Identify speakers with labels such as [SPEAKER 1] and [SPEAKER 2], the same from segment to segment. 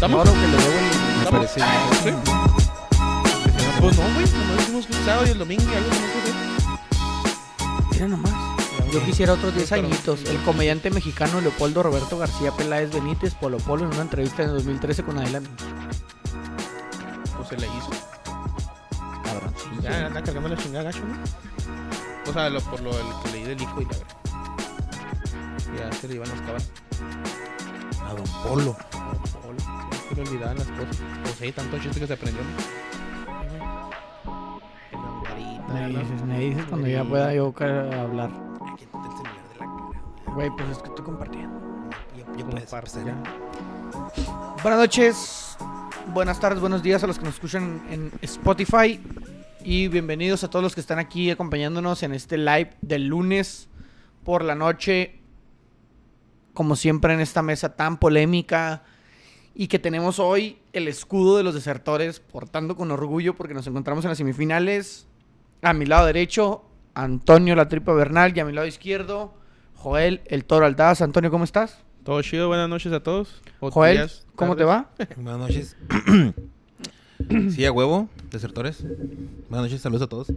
[SPEAKER 1] que lo debo y
[SPEAKER 2] Me
[SPEAKER 1] me
[SPEAKER 2] parece
[SPEAKER 1] parece.
[SPEAKER 2] bien.
[SPEAKER 1] Pues no, güey, nomás hicimos un sábado y el domingo y algo no
[SPEAKER 3] Mira nomás. Yo quisiera otros 10 añitos. El comediante mexicano Leopoldo Roberto García Peláez Benítez Polo Polo en una entrevista en 2013 con Adela. Micha.
[SPEAKER 1] Pues se le hizo. Ya anda cargando la chingada gacho, ¿no? O sea, lo- por lo lo que leí del hijo y la verdad. Ya se le iban los cabas.
[SPEAKER 3] A Don Polo.
[SPEAKER 1] Hola, ya se le olvidaban las cosas. Pues sí, tanto chiste que se aprendió. ¿no? El lamparita,
[SPEAKER 3] Me
[SPEAKER 1] ¿no?
[SPEAKER 3] dices, me dices cuando ya pueda yo ca- hablar.
[SPEAKER 4] Aquí está el celular de la cara.
[SPEAKER 3] Güey, pues es que estoy compartiendo.
[SPEAKER 4] Yo, yo
[SPEAKER 1] Como
[SPEAKER 4] puedes
[SPEAKER 1] parte,
[SPEAKER 4] empezar.
[SPEAKER 1] ya.
[SPEAKER 3] Buenas noches, buenas tardes, buenos días a los que nos escuchan en Spotify. Y bienvenidos a todos los que están aquí acompañándonos en este live del lunes por la noche. Como siempre en esta mesa tan polémica. Y que tenemos hoy el escudo de los desertores portando con orgullo porque nos encontramos en las semifinales. A mi lado derecho, Antonio La Tripa Bernal. Y a mi lado izquierdo, Joel El Toro Aldaz. Antonio, ¿cómo estás?
[SPEAKER 1] Todo chido, buenas noches a todos. O
[SPEAKER 3] Joel,
[SPEAKER 1] días,
[SPEAKER 3] ¿cómo te
[SPEAKER 1] tardes.
[SPEAKER 3] va?
[SPEAKER 4] Buenas noches. sí, a huevo, desertores. Buenas noches, saludos a todos.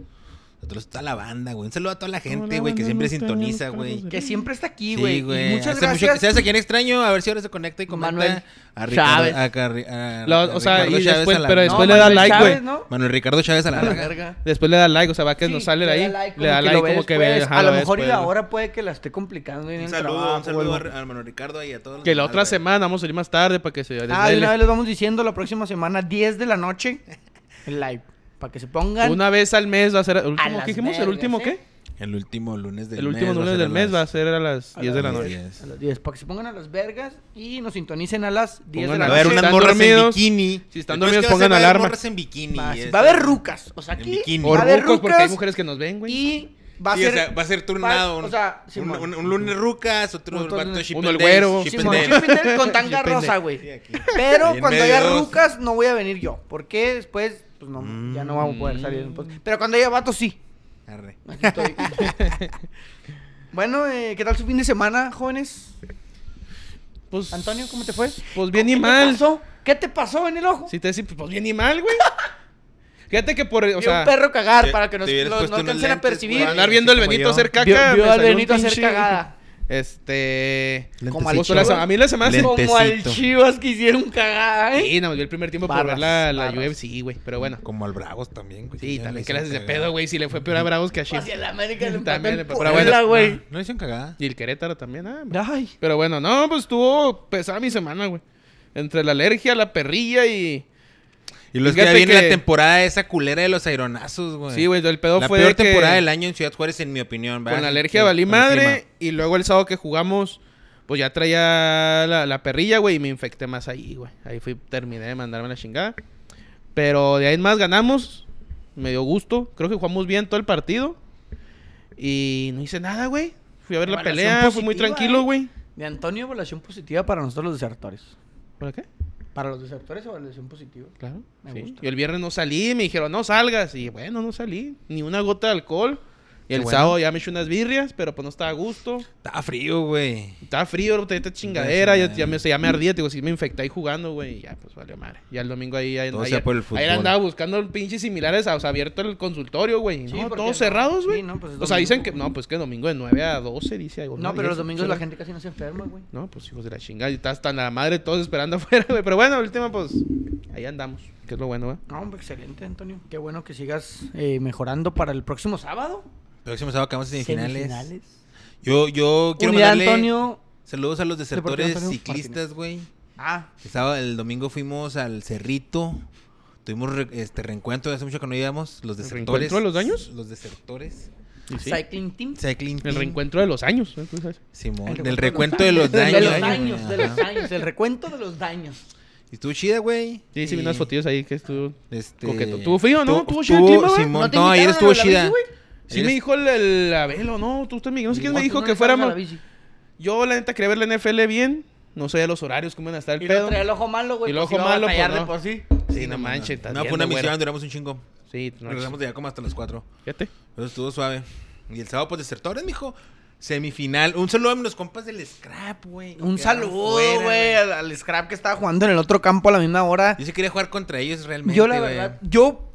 [SPEAKER 4] A todos, a toda la banda, güey. Un saludo a toda la gente,
[SPEAKER 1] Hola,
[SPEAKER 4] güey, que
[SPEAKER 1] buenas
[SPEAKER 4] siempre
[SPEAKER 1] noches,
[SPEAKER 4] sintoniza,
[SPEAKER 1] buenas
[SPEAKER 4] güey.
[SPEAKER 1] tardes.
[SPEAKER 3] Que siempre está aquí,
[SPEAKER 4] Sí,
[SPEAKER 3] güey. Y
[SPEAKER 4] güey.
[SPEAKER 3] muchas
[SPEAKER 4] Hace mucho que-
[SPEAKER 3] gracias.
[SPEAKER 4] ¿Sabes a quién extraño? A ver si ahora se conecta y comenta.
[SPEAKER 3] Manuel
[SPEAKER 4] a Ricardo,
[SPEAKER 3] Chávez.
[SPEAKER 4] a Carri- a-
[SPEAKER 1] La-
[SPEAKER 4] a
[SPEAKER 1] o sea,
[SPEAKER 4] Ricardo
[SPEAKER 1] y
[SPEAKER 4] Chávez
[SPEAKER 1] después-
[SPEAKER 4] a la-
[SPEAKER 1] pero
[SPEAKER 3] No,
[SPEAKER 1] después le da
[SPEAKER 3] Manuel
[SPEAKER 1] like,
[SPEAKER 3] Chávez,
[SPEAKER 1] güey.
[SPEAKER 3] ¿no?
[SPEAKER 4] Manuel Ricardo Chávez a la
[SPEAKER 3] A la
[SPEAKER 4] larga.
[SPEAKER 3] verga.
[SPEAKER 1] Después le da like, o sea, va que nos
[SPEAKER 3] Sí,
[SPEAKER 1] sale de
[SPEAKER 3] le
[SPEAKER 1] ahí.
[SPEAKER 3] da like,
[SPEAKER 1] le da
[SPEAKER 3] como que
[SPEAKER 1] like
[SPEAKER 3] lo
[SPEAKER 1] como
[SPEAKER 3] ves,
[SPEAKER 1] que ve.
[SPEAKER 3] pues.
[SPEAKER 1] ajá,
[SPEAKER 3] A lo
[SPEAKER 1] ves,
[SPEAKER 3] mejor y
[SPEAKER 1] pues.
[SPEAKER 3] ahora puede que la esté complicando. en
[SPEAKER 4] Un
[SPEAKER 3] el
[SPEAKER 4] saludo,
[SPEAKER 3] trabajo,
[SPEAKER 4] un saludo
[SPEAKER 3] güey.
[SPEAKER 4] a, a Manuel Ricardo y a todos los
[SPEAKER 1] Que la
[SPEAKER 4] demás,
[SPEAKER 1] otra
[SPEAKER 4] güey.
[SPEAKER 1] semana vamos a salir más tarde para que se
[SPEAKER 3] Ah, de
[SPEAKER 1] desvele.
[SPEAKER 3] una vez les vamos diciendo la próxima semana, 10 de la noche, el live. Para que se pongan.
[SPEAKER 1] Una vez al mes va a ser. el
[SPEAKER 3] A
[SPEAKER 1] último,
[SPEAKER 3] las
[SPEAKER 1] ¿Qué dijimos? ¿El
[SPEAKER 3] vergas,
[SPEAKER 1] último
[SPEAKER 3] ¿eh?
[SPEAKER 1] qué?
[SPEAKER 4] El último lunes del
[SPEAKER 1] El
[SPEAKER 4] mes.
[SPEAKER 1] último
[SPEAKER 4] va a
[SPEAKER 1] lunes
[SPEAKER 4] ser a
[SPEAKER 1] del mes
[SPEAKER 4] las-
[SPEAKER 1] va a ser a las
[SPEAKER 3] a
[SPEAKER 1] 10 de la
[SPEAKER 3] las
[SPEAKER 1] noche.
[SPEAKER 3] 10, A las 10. Para que se pongan a las vergas y nos sintonicen a las 10
[SPEAKER 1] Pongan
[SPEAKER 3] de
[SPEAKER 1] a
[SPEAKER 3] la
[SPEAKER 4] Va a haber
[SPEAKER 3] noche.
[SPEAKER 1] una-
[SPEAKER 4] unas
[SPEAKER 1] están
[SPEAKER 4] morras en
[SPEAKER 1] dormidos,
[SPEAKER 4] bikini.
[SPEAKER 1] si están
[SPEAKER 4] El problema
[SPEAKER 1] dormidos,
[SPEAKER 4] es que va a ser-
[SPEAKER 1] pongan
[SPEAKER 4] va a haber
[SPEAKER 1] alarma.
[SPEAKER 4] morras en bikini.
[SPEAKER 3] Va, sí,
[SPEAKER 4] este.
[SPEAKER 3] va a haber rucas. O sea,
[SPEAKER 4] En
[SPEAKER 3] aquí
[SPEAKER 4] bikini.
[SPEAKER 1] O
[SPEAKER 3] va a haber
[SPEAKER 1] rucos, porque hay
[SPEAKER 3] rucas.
[SPEAKER 1] mujeres que nos ven, güey.
[SPEAKER 3] Y va a
[SPEAKER 4] Sí,
[SPEAKER 3] ser.
[SPEAKER 4] o sea, va a ser
[SPEAKER 3] va-
[SPEAKER 4] turnado.
[SPEAKER 3] o sea,
[SPEAKER 4] un-
[SPEAKER 3] Simón.
[SPEAKER 4] un, un lunes rucas, otro
[SPEAKER 3] Otro
[SPEAKER 4] vato
[SPEAKER 3] lunes-
[SPEAKER 4] Chip
[SPEAKER 1] Uno
[SPEAKER 4] and
[SPEAKER 1] el
[SPEAKER 4] Dale,
[SPEAKER 1] güero.
[SPEAKER 4] Chip and
[SPEAKER 3] Simón,
[SPEAKER 4] Dale.
[SPEAKER 3] Chip and Dale con tanga
[SPEAKER 1] Depende.
[SPEAKER 3] rosa, güey.
[SPEAKER 4] Sí, aquí.
[SPEAKER 3] Pero
[SPEAKER 4] Ahí en
[SPEAKER 3] cuando
[SPEAKER 4] medio
[SPEAKER 3] haya
[SPEAKER 4] dos.
[SPEAKER 3] rucas, no voy a venir yo. Porque después, pues no, ya no vamos a poder salir. en podcast. Pero cuando haya vatos, sí.
[SPEAKER 4] Arre.
[SPEAKER 3] Aquí estoy. bueno, eh, ¿qué tal su fin de semana, jóvenes?
[SPEAKER 1] Pues,
[SPEAKER 3] Antonio, ¿cómo te fue?
[SPEAKER 1] Pues bien y
[SPEAKER 3] ¿Qué te
[SPEAKER 1] mal.
[SPEAKER 3] pasó? ¿Qué te pasó en el ojo?
[SPEAKER 1] Si te decís, pues bien y mal, güey. Fíjate que por.
[SPEAKER 3] Vi
[SPEAKER 1] O sea,
[SPEAKER 3] un perro cagar
[SPEAKER 4] te-
[SPEAKER 3] para que nos,
[SPEAKER 4] te hubieras
[SPEAKER 3] los-
[SPEAKER 4] puesto
[SPEAKER 3] no
[SPEAKER 4] unos
[SPEAKER 3] alcancen a
[SPEAKER 4] lentes,
[SPEAKER 3] percibir.
[SPEAKER 1] por
[SPEAKER 4] güey.
[SPEAKER 1] andar viendo el
[SPEAKER 4] así como
[SPEAKER 1] Benito
[SPEAKER 4] yo.
[SPEAKER 1] hacer caca.
[SPEAKER 3] Vio, vio
[SPEAKER 1] me
[SPEAKER 3] al
[SPEAKER 1] salió un
[SPEAKER 3] Benito hacer
[SPEAKER 1] pinche-
[SPEAKER 3] cagada.
[SPEAKER 1] Este.
[SPEAKER 3] Como
[SPEAKER 1] justo
[SPEAKER 3] al
[SPEAKER 1] la
[SPEAKER 3] Chivas.
[SPEAKER 1] se- a mí la semana se.
[SPEAKER 4] Lente.
[SPEAKER 3] Como al
[SPEAKER 4] Lentecito.
[SPEAKER 3] Chivas que hicieron cagada, ¿eh?
[SPEAKER 1] Sí, nada más vi el primer tiempo por
[SPEAKER 3] Barras,
[SPEAKER 1] ver la, la
[SPEAKER 3] barras.
[SPEAKER 1] UFC, güey. Pero bueno.
[SPEAKER 4] Como al Bravos también, güey.
[SPEAKER 1] Sí,
[SPEAKER 4] ya le
[SPEAKER 1] también que le
[SPEAKER 4] hicieron
[SPEAKER 1] haces de
[SPEAKER 4] cagada.
[SPEAKER 1] pedo, güey. Si le fue peor a Bravos que a Chivas.
[SPEAKER 3] Hacia Pues la América le empató
[SPEAKER 1] También
[SPEAKER 3] el
[SPEAKER 1] le empató. Pero bueno,
[SPEAKER 3] Puebla, güey.
[SPEAKER 4] No, Ah, no le hicieron cagada.
[SPEAKER 1] Y el Querétaro también, ah.
[SPEAKER 3] Ay.
[SPEAKER 1] Pero bueno, no, pues estuvo pesada mi semana, güey. Entre la alergia, la perrilla y.
[SPEAKER 4] Y los que ya
[SPEAKER 1] Fíjate
[SPEAKER 4] viene
[SPEAKER 1] que-
[SPEAKER 4] la temporada esa culera de los aironazos, güey.
[SPEAKER 1] Sí, güey, el pedo
[SPEAKER 4] Pues, La
[SPEAKER 1] fue
[SPEAKER 4] peor
[SPEAKER 1] de que
[SPEAKER 4] temporada del año en Ciudad Juárez, en mi opinión, ¿verdad?
[SPEAKER 1] con la alergia
[SPEAKER 4] Sí,
[SPEAKER 1] valí
[SPEAKER 4] con el
[SPEAKER 1] madre
[SPEAKER 4] clima.
[SPEAKER 1] y luego el sábado que jugamos pues ya traía la, la perrilla, güey, y me infecté más ahí, güey. Ahí fui, terminé de mandarme la chingada. Pero de ahí en más ganamos. Me dio gusto. Creo que jugamos bien todo el partido. Y no hice nada, güey. Fui a ver la
[SPEAKER 3] Evaluación
[SPEAKER 1] pelea, fui muy
[SPEAKER 3] positiva,
[SPEAKER 1] tranquilo,
[SPEAKER 3] eh.
[SPEAKER 1] güey.
[SPEAKER 3] De Antonio, evaluación positiva para nosotros los desertores.
[SPEAKER 1] ¿Para qué?
[SPEAKER 3] Para los desertores, evaluación positiva.
[SPEAKER 1] Claro.
[SPEAKER 3] Me
[SPEAKER 1] sí.
[SPEAKER 3] gusta.
[SPEAKER 1] Yo el viernes no salí, me dijeron, no salgas. Y bueno, no salí. Ni una gota de alcohol. Y
[SPEAKER 4] Qué
[SPEAKER 1] el
[SPEAKER 4] bueno.
[SPEAKER 1] sábado ya me eché unas birrias, pero pues no estaba a gusto.
[SPEAKER 4] Estaba frío, güey.
[SPEAKER 1] Estaba frío, luego tenía esta chingadera. Ya, ya, me, o sea, ya me ardía, te digo, sí me infecté ahí jugando, güey. y Ya, pues valió madre. Ya el domingo ahí. ahí
[SPEAKER 4] Todo
[SPEAKER 1] ayer-
[SPEAKER 4] sea por el
[SPEAKER 1] Ayer
[SPEAKER 4] fútbol.
[SPEAKER 1] andaba buscando pinches similares a, o sea, abierto el consultorio, güey.
[SPEAKER 3] Sí,
[SPEAKER 1] no,
[SPEAKER 3] porque
[SPEAKER 1] todos
[SPEAKER 3] no-
[SPEAKER 1] cerrados, güey.
[SPEAKER 3] sí, no, pues es
[SPEAKER 1] o sea,
[SPEAKER 3] domingo.
[SPEAKER 1] dicen que. No, pues que domingo de 9 a 12, dice algo.
[SPEAKER 3] No,
[SPEAKER 1] ¿no?
[SPEAKER 3] pero
[SPEAKER 1] Y
[SPEAKER 3] los
[SPEAKER 1] eso,
[SPEAKER 3] domingos
[SPEAKER 1] sí,
[SPEAKER 3] la
[SPEAKER 1] güey.
[SPEAKER 3] gente casi no se enferma, güey.
[SPEAKER 1] No, pues hijos de la chingada. Y está hasta la madre todos esperando afuera, güey. Pero bueno, el tema, pues. Ahí andamos. Que es lo bueno, güey.
[SPEAKER 3] No, hombre, excelente, Antonio. Qué bueno que sigas eh, mejorando para el próximo sábado.
[SPEAKER 4] Próximo sábado acabamos en semifinales.
[SPEAKER 3] Semifinales.
[SPEAKER 4] Yo, yo quiero
[SPEAKER 3] Unidad
[SPEAKER 4] mandarle
[SPEAKER 3] Antonio.
[SPEAKER 4] saludos a los desertores
[SPEAKER 3] Antonio
[SPEAKER 4] ciclistas, güey.
[SPEAKER 3] Ah,
[SPEAKER 4] El, sábado- el domingo fuimos al Cerrito. Tuvimos re- este reencuentro, hace mucho que no íbamos. Los
[SPEAKER 1] ¿El
[SPEAKER 4] desertores.
[SPEAKER 1] reencuentro de los años?
[SPEAKER 4] Los desertores.
[SPEAKER 1] Y sí,
[SPEAKER 3] Cycling Team.
[SPEAKER 4] Cycling
[SPEAKER 1] El
[SPEAKER 4] Team.
[SPEAKER 1] reencuentro de los años. ¿eh? Tú sabes.
[SPEAKER 4] Simón.
[SPEAKER 3] El
[SPEAKER 4] Del recuento de los daños.
[SPEAKER 3] De los
[SPEAKER 4] güey,
[SPEAKER 3] daños, de los
[SPEAKER 4] ajá.
[SPEAKER 3] daños. El recuento de los daños.
[SPEAKER 4] Y estuvo chida, güey.
[SPEAKER 1] Sí, sí, vi unas
[SPEAKER 4] Y-
[SPEAKER 1] fotillas ahí que estuvo.
[SPEAKER 4] Este...
[SPEAKER 1] Coqueto. ¿Tuvo frío, no?
[SPEAKER 4] Estuvo-
[SPEAKER 1] ¿Tuvo chido el clima, güey?
[SPEAKER 4] Simón,
[SPEAKER 3] ¿No
[SPEAKER 4] no,
[SPEAKER 3] te
[SPEAKER 4] ayer
[SPEAKER 3] invitaron
[SPEAKER 4] estuvo
[SPEAKER 3] a la bici,
[SPEAKER 4] chida.
[SPEAKER 3] güey?
[SPEAKER 1] Sí
[SPEAKER 4] Ayer
[SPEAKER 1] me
[SPEAKER 4] es-
[SPEAKER 1] dijo el, el Abelo, no, tú también, no sé quién me
[SPEAKER 3] No,
[SPEAKER 1] dijo
[SPEAKER 3] tú no
[SPEAKER 1] que
[SPEAKER 3] le
[SPEAKER 1] fuéramos.
[SPEAKER 3] sabes a la bici.
[SPEAKER 1] Yo la neta quería ver la NFL bien, no sabía los horarios, cómo iban a estar el
[SPEAKER 3] Y luego
[SPEAKER 1] pedo.
[SPEAKER 3] traía el ojo malo, güey.
[SPEAKER 1] Y el ojo
[SPEAKER 3] iba a
[SPEAKER 1] malo, pues,
[SPEAKER 3] batallar de
[SPEAKER 1] no.
[SPEAKER 3] por sí.
[SPEAKER 1] Sí, no manches, estás
[SPEAKER 4] No, fue
[SPEAKER 1] viendo,
[SPEAKER 4] una misión,
[SPEAKER 1] güero.
[SPEAKER 4] duramos un chingo.
[SPEAKER 1] Sí, no,
[SPEAKER 4] Regresamos de allá como hasta las 4.
[SPEAKER 1] fíjate.
[SPEAKER 4] Pero estuvo suave. Y el sábado, pues desertores, mijo. Semifinal. Un saludo a los compas del Scrap, güey. que
[SPEAKER 3] Un
[SPEAKER 4] quedaron
[SPEAKER 3] saludo,
[SPEAKER 4] fuera,
[SPEAKER 3] güey, al, al Scrap que estaba jugando en el otro campo a la misma hora.
[SPEAKER 4] Yo sí quería jugar contra ellos realmente,
[SPEAKER 3] Yo, la
[SPEAKER 4] güey.
[SPEAKER 3] verdad, yo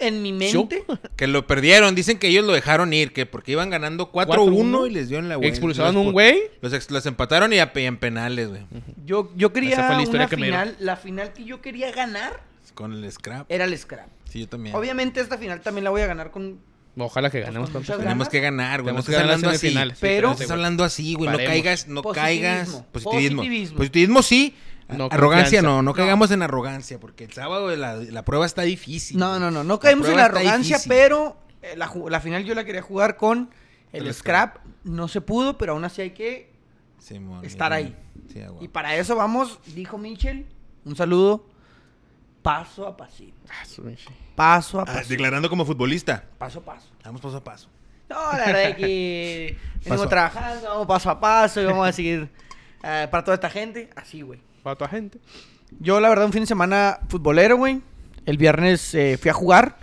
[SPEAKER 3] en mi
[SPEAKER 1] Yo-
[SPEAKER 3] mente.
[SPEAKER 4] Que lo perdieron. Dicen que ellos lo dejaron ir, que porque iban ganando 4-1 y les
[SPEAKER 3] Ah,
[SPEAKER 4] dieron la vuelta.
[SPEAKER 1] Expulsaron
[SPEAKER 4] Los-
[SPEAKER 1] un güey.
[SPEAKER 4] Los, ex- los empataron y a, y en penales, güey.
[SPEAKER 3] Yo, yo quería
[SPEAKER 1] Esa fue la historia
[SPEAKER 3] una
[SPEAKER 1] que me
[SPEAKER 3] final. La final que yo quería ganar
[SPEAKER 4] Con el Scrap.
[SPEAKER 3] era el Scrap.
[SPEAKER 4] Sí, yo también.
[SPEAKER 3] Obviamente esta final también la voy a ganar con...
[SPEAKER 1] Ojalá que ganemos
[SPEAKER 3] Pues con
[SPEAKER 1] tantas-
[SPEAKER 3] muchas
[SPEAKER 4] Tenemos que ganar, güey. No
[SPEAKER 1] Tenemos que
[SPEAKER 4] estás
[SPEAKER 1] ganar las
[SPEAKER 4] hablando así.
[SPEAKER 1] semifinales.
[SPEAKER 3] pero-
[SPEAKER 4] No
[SPEAKER 1] espérate,
[SPEAKER 4] estás
[SPEAKER 1] güey.
[SPEAKER 4] hablando así, güey. No
[SPEAKER 1] Paremos.
[SPEAKER 4] caigas, no
[SPEAKER 3] Positivismo.
[SPEAKER 4] caigas. Positivismo.
[SPEAKER 3] Positivismo.
[SPEAKER 4] Positivismo, sí.
[SPEAKER 1] No
[SPEAKER 4] A- arrogancia
[SPEAKER 1] confianza.
[SPEAKER 4] no, no caigamos en arrogancia, porque el sábado la, la prueba está difícil.
[SPEAKER 3] No, no, no, no caemos en la
[SPEAKER 4] prueba está
[SPEAKER 3] arrogancia,
[SPEAKER 4] difícil.
[SPEAKER 3] pero eh, la, ju- la final yo la quería jugar con el,
[SPEAKER 4] El
[SPEAKER 3] Scrap. No se pudo, pero aún así hay que...
[SPEAKER 4] Simón,
[SPEAKER 3] estar
[SPEAKER 4] mira,
[SPEAKER 3] ahí.
[SPEAKER 4] sí, a huevo.
[SPEAKER 3] Y para eso vamos, dijo Michel, un saludo, paso a pasito,
[SPEAKER 1] Ah, su pinche.
[SPEAKER 3] paso a
[SPEAKER 4] Ah,
[SPEAKER 3] pasito,
[SPEAKER 4] declarando como futbolista.
[SPEAKER 3] paso a paso.
[SPEAKER 4] Vamos paso a paso.
[SPEAKER 3] No, la verdad es que
[SPEAKER 4] Paso
[SPEAKER 3] venimos
[SPEAKER 4] a-
[SPEAKER 3] trabajando, vamos paso a paso y vamos a seguir eh, para toda esta gente, así, güey.
[SPEAKER 1] Para toda gente.
[SPEAKER 3] Yo, la verdad, un fin de semana futbolero, güey. El viernes eh, fui a jugar.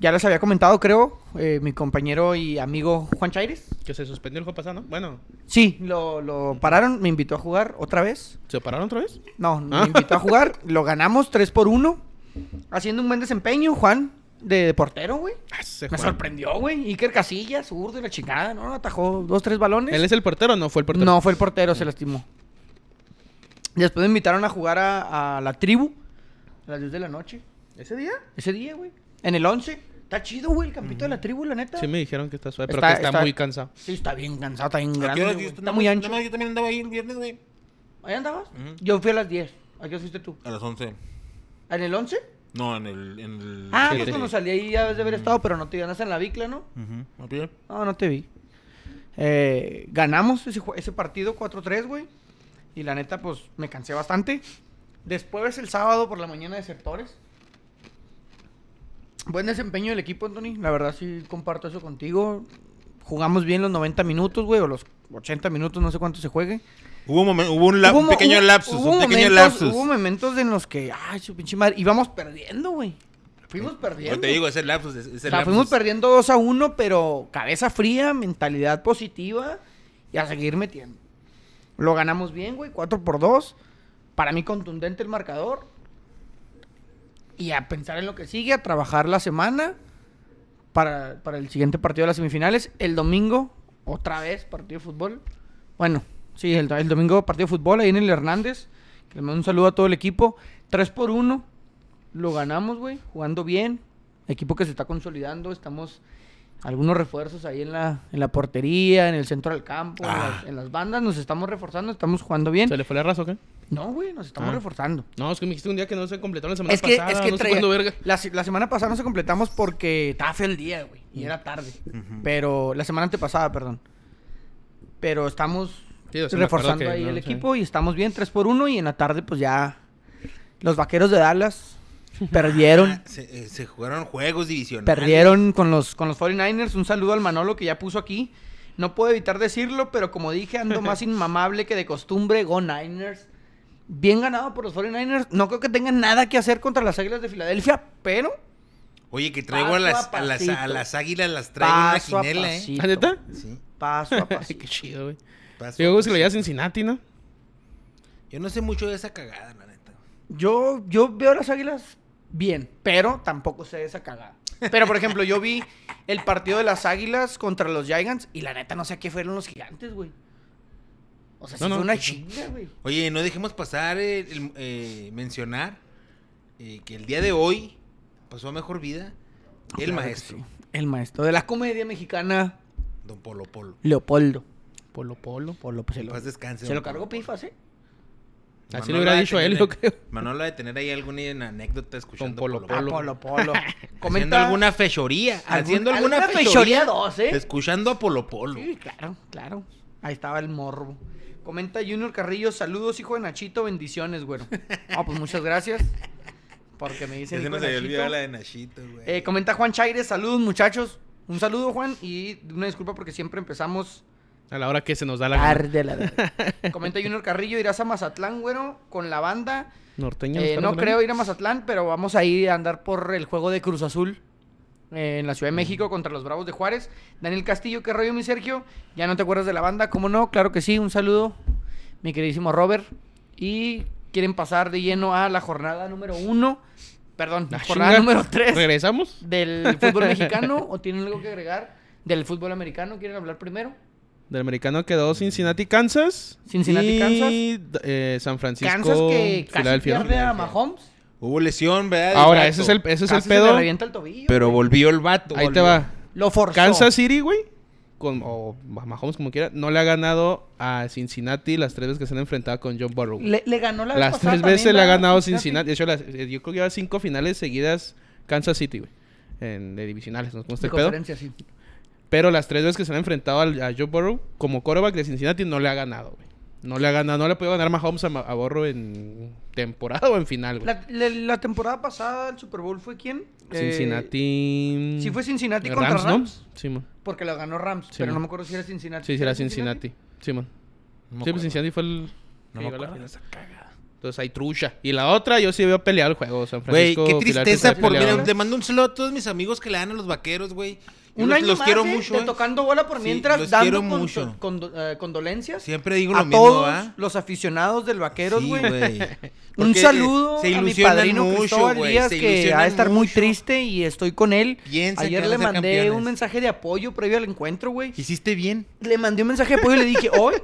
[SPEAKER 3] Ya les había comentado, creo, eh, mi compañero y amigo Juan Chaires.
[SPEAKER 1] Que se suspendió el juego pasado, ¿no? Bueno,
[SPEAKER 3] Sí, lo, lo pararon, me invitó a jugar otra vez.
[SPEAKER 1] ¿se pararon otra vez?
[SPEAKER 3] No, me
[SPEAKER 1] Ah.
[SPEAKER 3] invitó a jugar. Lo ganamos 3 por 1. Haciendo un buen desempeño, Juan, de, de portero, güey.
[SPEAKER 1] Ah, se
[SPEAKER 3] Me
[SPEAKER 1] juega.
[SPEAKER 3] sorprendió, güey. Iker Casillas, zurdo y la chingada, ¿no? Atajó dos, tres balones.
[SPEAKER 1] ¿Él es el portero o no fue el portero?
[SPEAKER 3] No, fue el portero, se lastimó. Después me invitaron a jugar a, a la tribu a las 10 de la noche.
[SPEAKER 1] ¿Ese día?
[SPEAKER 3] Ese día, güey. En el 11. Está chido, güey, el campito de la tribu, la neta.
[SPEAKER 1] Sí,
[SPEAKER 3] Sí,
[SPEAKER 1] me dijeron que está suave, pero
[SPEAKER 3] Está-
[SPEAKER 1] que está,
[SPEAKER 3] está-
[SPEAKER 1] muy cansado.
[SPEAKER 3] está bien cansado, está bien
[SPEAKER 4] ¿A qué
[SPEAKER 3] grande.
[SPEAKER 4] horas
[SPEAKER 3] güey.
[SPEAKER 4] yo-
[SPEAKER 3] Está muy
[SPEAKER 4] no,
[SPEAKER 3] ancho.
[SPEAKER 4] no, yo también andaba ahí el viernes, güey.
[SPEAKER 3] ¿Ahí andabas?
[SPEAKER 4] Ujú.
[SPEAKER 3] Yo fui a las 10. ¿A qué hora fuiste tú?
[SPEAKER 4] A las 11.
[SPEAKER 3] ¿En el 11?
[SPEAKER 4] No, en el. En el
[SPEAKER 3] Ah,
[SPEAKER 1] Sí,
[SPEAKER 3] pues
[SPEAKER 1] sí.
[SPEAKER 3] cuando salí ahí ya debes de haber estado, pero no te ganas en la bicla, ¿no?
[SPEAKER 4] Ujú, ok.
[SPEAKER 3] No, no te vi. Eh, ganamos ese, jue- ese partido 4-3, güey. Y la neta, pues me cansé bastante. Después el sábado por la mañana desertores. Buen desempeño del equipo, Anthony. La verdad sí comparto eso contigo. Jugamos bien los 90 minutos, güey, o los 80 minutos, no sé cuánto se juegue.
[SPEAKER 4] Hubo un, momen- hubo un, la-
[SPEAKER 3] Hubo
[SPEAKER 4] un
[SPEAKER 3] mo-
[SPEAKER 4] pequeño
[SPEAKER 3] hubo-
[SPEAKER 4] lapsus.
[SPEAKER 3] hubo
[SPEAKER 4] Un pequeño
[SPEAKER 3] momentos-
[SPEAKER 4] lapsus.
[SPEAKER 3] Hubo momentos en los que, ay, su pinche madre, íbamos perdiendo, güey. Fuimos perdiendo.
[SPEAKER 4] Yo te digo, ese lapsus. Ese
[SPEAKER 3] O sea,
[SPEAKER 4] lapsus.
[SPEAKER 3] fuimos perdiendo 2 a 1, pero cabeza fría, mentalidad positiva y a seguir metiendo. Lo ganamos bien, güey, 4 por 2. Para mí contundente el marcador. Y a pensar en lo que sigue, a trabajar la semana para, para el siguiente partido de las semifinales. El domingo, otra vez, partido de fútbol. Bueno, sí, el, do- el domingo partido de fútbol ahí en el Hernández. Que le mando un saludo a todo el equipo. 3 por 1. Lo ganamos, güey. Jugando bien. Equipo que se está consolidando. Estamos algunos refuerzos ahí en la, en la portería, en el centro del campo, en,
[SPEAKER 4] Ah.
[SPEAKER 3] las, en las bandas. Nos estamos reforzando, estamos jugando bien.
[SPEAKER 1] ¿Se le fue la raza o qué?
[SPEAKER 3] No, güey, nos estamos
[SPEAKER 1] Ah.
[SPEAKER 3] reforzando.
[SPEAKER 1] No, es que me dijiste un día que no se completó la semana
[SPEAKER 3] Es que,
[SPEAKER 1] pasada.
[SPEAKER 3] es que
[SPEAKER 1] no sé
[SPEAKER 3] traía-
[SPEAKER 1] cuándo, verga.
[SPEAKER 3] La, se- la semana pasada no se completamos porque estaba feo el día, güey. Y era tarde. Pero la semana antepasada, perdón. Pero estamos
[SPEAKER 1] Sí, o sea, me acuerdo
[SPEAKER 3] reforzando
[SPEAKER 1] que
[SPEAKER 3] ahí
[SPEAKER 1] no,
[SPEAKER 3] el
[SPEAKER 1] sí.
[SPEAKER 3] equipo y estamos bien 3 por 1 y en la tarde pues ya los vaqueros de Dallas perdieron.
[SPEAKER 4] Ah, se, eh, se jugaron juegos divisionales.
[SPEAKER 3] Perdieron con los, con los 49ers. Un saludo al Manolo que ya puso aquí. No puedo evitar decirlo, pero como dije, ando más inmamable que de costumbre. Go Niners. Bien ganado por los 49ers. No creo que tengan nada que hacer contra las Águilas de Filadelfia, pero
[SPEAKER 4] Oye, que traigo
[SPEAKER 3] Paso
[SPEAKER 4] a las,
[SPEAKER 3] a
[SPEAKER 4] a, las,
[SPEAKER 3] pasito.
[SPEAKER 4] a las águilas, las traigo en una
[SPEAKER 3] Paso a
[SPEAKER 4] quinela, ¿eh?
[SPEAKER 3] pasito.
[SPEAKER 1] ¿Ah, neta?
[SPEAKER 4] Sí,
[SPEAKER 3] paso a
[SPEAKER 1] Ay, qué
[SPEAKER 3] pasito.
[SPEAKER 1] chido, güey.
[SPEAKER 4] paso
[SPEAKER 1] Yo creo
[SPEAKER 4] a
[SPEAKER 1] que se lo
[SPEAKER 4] pasito.
[SPEAKER 1] lleva a Cincinnati, ¿no?
[SPEAKER 4] Yo no sé mucho de esa cagada, la neta.
[SPEAKER 3] Yo, yo veo a las Águilas bien, pero tampoco sé esa cagada. Pero, por ejemplo, yo vi el partido de las Águilas contra los Giants y la neta no sé a qué fueron los gigantes, güey. O sea, sí
[SPEAKER 1] No, no,
[SPEAKER 3] fue una
[SPEAKER 1] sí, sí.
[SPEAKER 3] chinga, güey.
[SPEAKER 4] Oye, no dejemos pasar el, el, eh, mencionar eh, que el día de hoy pasó a mejor vida el
[SPEAKER 3] Claro que
[SPEAKER 4] maestro,
[SPEAKER 3] sí. El maestro de la comedia mexicana,
[SPEAKER 4] don Polo Polo.
[SPEAKER 3] Leopoldo.
[SPEAKER 1] Polo Polo.
[SPEAKER 3] Polo, pues se
[SPEAKER 4] En
[SPEAKER 3] lo,
[SPEAKER 4] paz descanse.
[SPEAKER 3] se
[SPEAKER 4] don
[SPEAKER 3] lo
[SPEAKER 4] Polo
[SPEAKER 3] cargó
[SPEAKER 4] Polo.
[SPEAKER 3] pifas, ¿eh?
[SPEAKER 1] Así lo hubiera
[SPEAKER 4] ha de
[SPEAKER 1] dicho él,
[SPEAKER 4] tener-
[SPEAKER 1] yo creo.
[SPEAKER 4] Manolo ha de tener ahí alguna anécdota escuchando
[SPEAKER 1] Polo
[SPEAKER 4] Polo
[SPEAKER 3] Ah,
[SPEAKER 4] Polo.
[SPEAKER 3] Polo, Polo.
[SPEAKER 4] Haciendo alguna fechoría.
[SPEAKER 3] algún-
[SPEAKER 4] haciendo alguna,
[SPEAKER 3] fechoría
[SPEAKER 4] fechoría.
[SPEAKER 3] 2, ¿eh?
[SPEAKER 4] Escuchando a Polo Polo.
[SPEAKER 3] Sí, claro, claro. Ahí estaba el morbo. Comenta Junior Carrillo, saludos, hijo de Nachito, bendiciones, güero. Ah, pues muchas gracias. Porque me dicen.
[SPEAKER 4] Ya se
[SPEAKER 3] hijo
[SPEAKER 4] nos
[SPEAKER 3] de
[SPEAKER 4] había
[SPEAKER 3] Nachito.
[SPEAKER 4] olvidado la de Nachito, güey.
[SPEAKER 3] Eh, comenta Juan Chaires, saludos, muchachos. Un saludo, Juan, y una disculpa porque siempre empezamos
[SPEAKER 1] A la hora que se nos da la gana.
[SPEAKER 3] tarde, la verdad. Comenta Junior Carrillo, irás a Mazatlán, güero, con la banda.
[SPEAKER 1] Norteña.
[SPEAKER 3] Eh, no creo ir a Mazatlán, pero vamos a ir a andar por el juego de Cruz Azul eh, en la Ciudad de México contra los Bravos de Juárez. Daniel Castillo, ¿qué rollo, mi Sergio? ¿Ya no te acuerdas de la banda? ¿Cómo no? Claro que sí, un saludo, mi queridísimo Robert. Y quieren pasar de lleno a la jornada número uno, perdón,
[SPEAKER 1] Ah,
[SPEAKER 3] jornada
[SPEAKER 1] chinga.
[SPEAKER 3] número tres
[SPEAKER 1] ¿Regresamos?
[SPEAKER 3] del fútbol mexicano o tienen algo que agregar del fútbol americano. ¿Quieren hablar primero?
[SPEAKER 1] Del americano quedó Cincinnati, Kansas.
[SPEAKER 3] Cincinnati,
[SPEAKER 1] y, eh, San Francisco,
[SPEAKER 3] Kansas que casi
[SPEAKER 1] Filadelfia.
[SPEAKER 3] pierde a Mahomes.
[SPEAKER 4] Hubo lesión, ¿verdad?
[SPEAKER 1] Ahora,
[SPEAKER 4] Del
[SPEAKER 1] ese es
[SPEAKER 4] vato.
[SPEAKER 1] el, ese es el
[SPEAKER 3] Casi se le
[SPEAKER 1] pedo.
[SPEAKER 3] revienta el tobillo.
[SPEAKER 4] Pero volvió el vato.
[SPEAKER 1] Ahí te
[SPEAKER 4] volvió.
[SPEAKER 1] va.
[SPEAKER 3] Lo forzó.
[SPEAKER 1] Kansas City, güey, con, o a Mahomes como quiera, no le ha ganado a Cincinnati las tres veces que se han enfrentado con John Burrow. güey.
[SPEAKER 3] le, le ganó la vez
[SPEAKER 1] las
[SPEAKER 3] pasada
[SPEAKER 1] tres veces
[SPEAKER 3] también
[SPEAKER 1] le ha
[SPEAKER 3] a
[SPEAKER 1] ganado Cincinnati. De hecho, las- eh, yo creo que lleva cinco finales seguidas Kansas City, güey. En, de divisionales, ¿no? ¿Cómo está
[SPEAKER 3] De
[SPEAKER 1] el ¿este pedo?
[SPEAKER 3] conferencia, sí.
[SPEAKER 1] Pero las tres veces que se han enfrentado al- a Joe Burrow, como coreback de Cincinnati, no le ha ganado, güey. No le ha ganado, no le ha podido ganar Mahomes a, Ma- a Burrow en temporada o en final, güey.
[SPEAKER 3] La, la- la temporada pasada el Super Bowl fue quién? Eh,
[SPEAKER 1] Cincinnati.
[SPEAKER 3] sí fue Cincinnati
[SPEAKER 1] eh,
[SPEAKER 3] contra
[SPEAKER 1] ¿no?
[SPEAKER 3] Rams.
[SPEAKER 1] Sí, mo-
[SPEAKER 3] Porque la ganó Rams,
[SPEAKER 1] Sí,
[SPEAKER 3] pero
[SPEAKER 1] man.
[SPEAKER 3] no me acuerdo si era Cincinnati.
[SPEAKER 1] sí, sí, era Cincinnati. Sí, mo.
[SPEAKER 4] No me
[SPEAKER 1] Sí,
[SPEAKER 4] acuerdo.
[SPEAKER 1] pues Cincinnati fue el.
[SPEAKER 4] No
[SPEAKER 1] que
[SPEAKER 4] me
[SPEAKER 1] llegó a la
[SPEAKER 4] acuerdo.
[SPEAKER 1] final. Entonces hay trucha. Y la otra, yo sí veo peleado el juego. San
[SPEAKER 4] Güey,
[SPEAKER 1] Francisco.
[SPEAKER 4] qué
[SPEAKER 1] Filadelfia,
[SPEAKER 4] tristeza
[SPEAKER 1] Filadelfia
[SPEAKER 4] por... Mira,
[SPEAKER 1] peleado.
[SPEAKER 4] te mando un saludo a todos mis amigos que le dan a los vaqueros, güey. Yo
[SPEAKER 3] Un
[SPEAKER 4] los,
[SPEAKER 3] año
[SPEAKER 4] los
[SPEAKER 3] más,
[SPEAKER 4] quiero
[SPEAKER 3] ¿eh?
[SPEAKER 4] mucho,
[SPEAKER 3] De
[SPEAKER 4] eh.
[SPEAKER 3] tocando bola por
[SPEAKER 4] Sí,
[SPEAKER 3] mientras,
[SPEAKER 4] los
[SPEAKER 3] dando
[SPEAKER 4] quiero
[SPEAKER 3] con-
[SPEAKER 4] mucho.
[SPEAKER 3] con- eh, condolencias.
[SPEAKER 4] Siempre digo
[SPEAKER 3] a
[SPEAKER 4] lo mismo,
[SPEAKER 3] todos
[SPEAKER 4] ¿ah?
[SPEAKER 3] los aficionados del Vaqueros,
[SPEAKER 4] Sí,
[SPEAKER 3] güey. Un
[SPEAKER 4] Porque, eh,
[SPEAKER 3] saludo a mi
[SPEAKER 4] ilusionan
[SPEAKER 3] padrino Cristóbal
[SPEAKER 4] güey,
[SPEAKER 3] Díaz,
[SPEAKER 4] se
[SPEAKER 3] que
[SPEAKER 4] ilusionan
[SPEAKER 3] ha de estar muy
[SPEAKER 4] mucho.
[SPEAKER 3] triste y estoy con él.
[SPEAKER 4] Piensan que
[SPEAKER 3] Ayer
[SPEAKER 4] van a
[SPEAKER 3] le
[SPEAKER 4] ser
[SPEAKER 3] mandé
[SPEAKER 4] campeones.
[SPEAKER 3] un mensaje de apoyo previo al encuentro, güey.
[SPEAKER 4] Hiciste bien.
[SPEAKER 3] Le mandé un mensaje de apoyo y le dije, hoy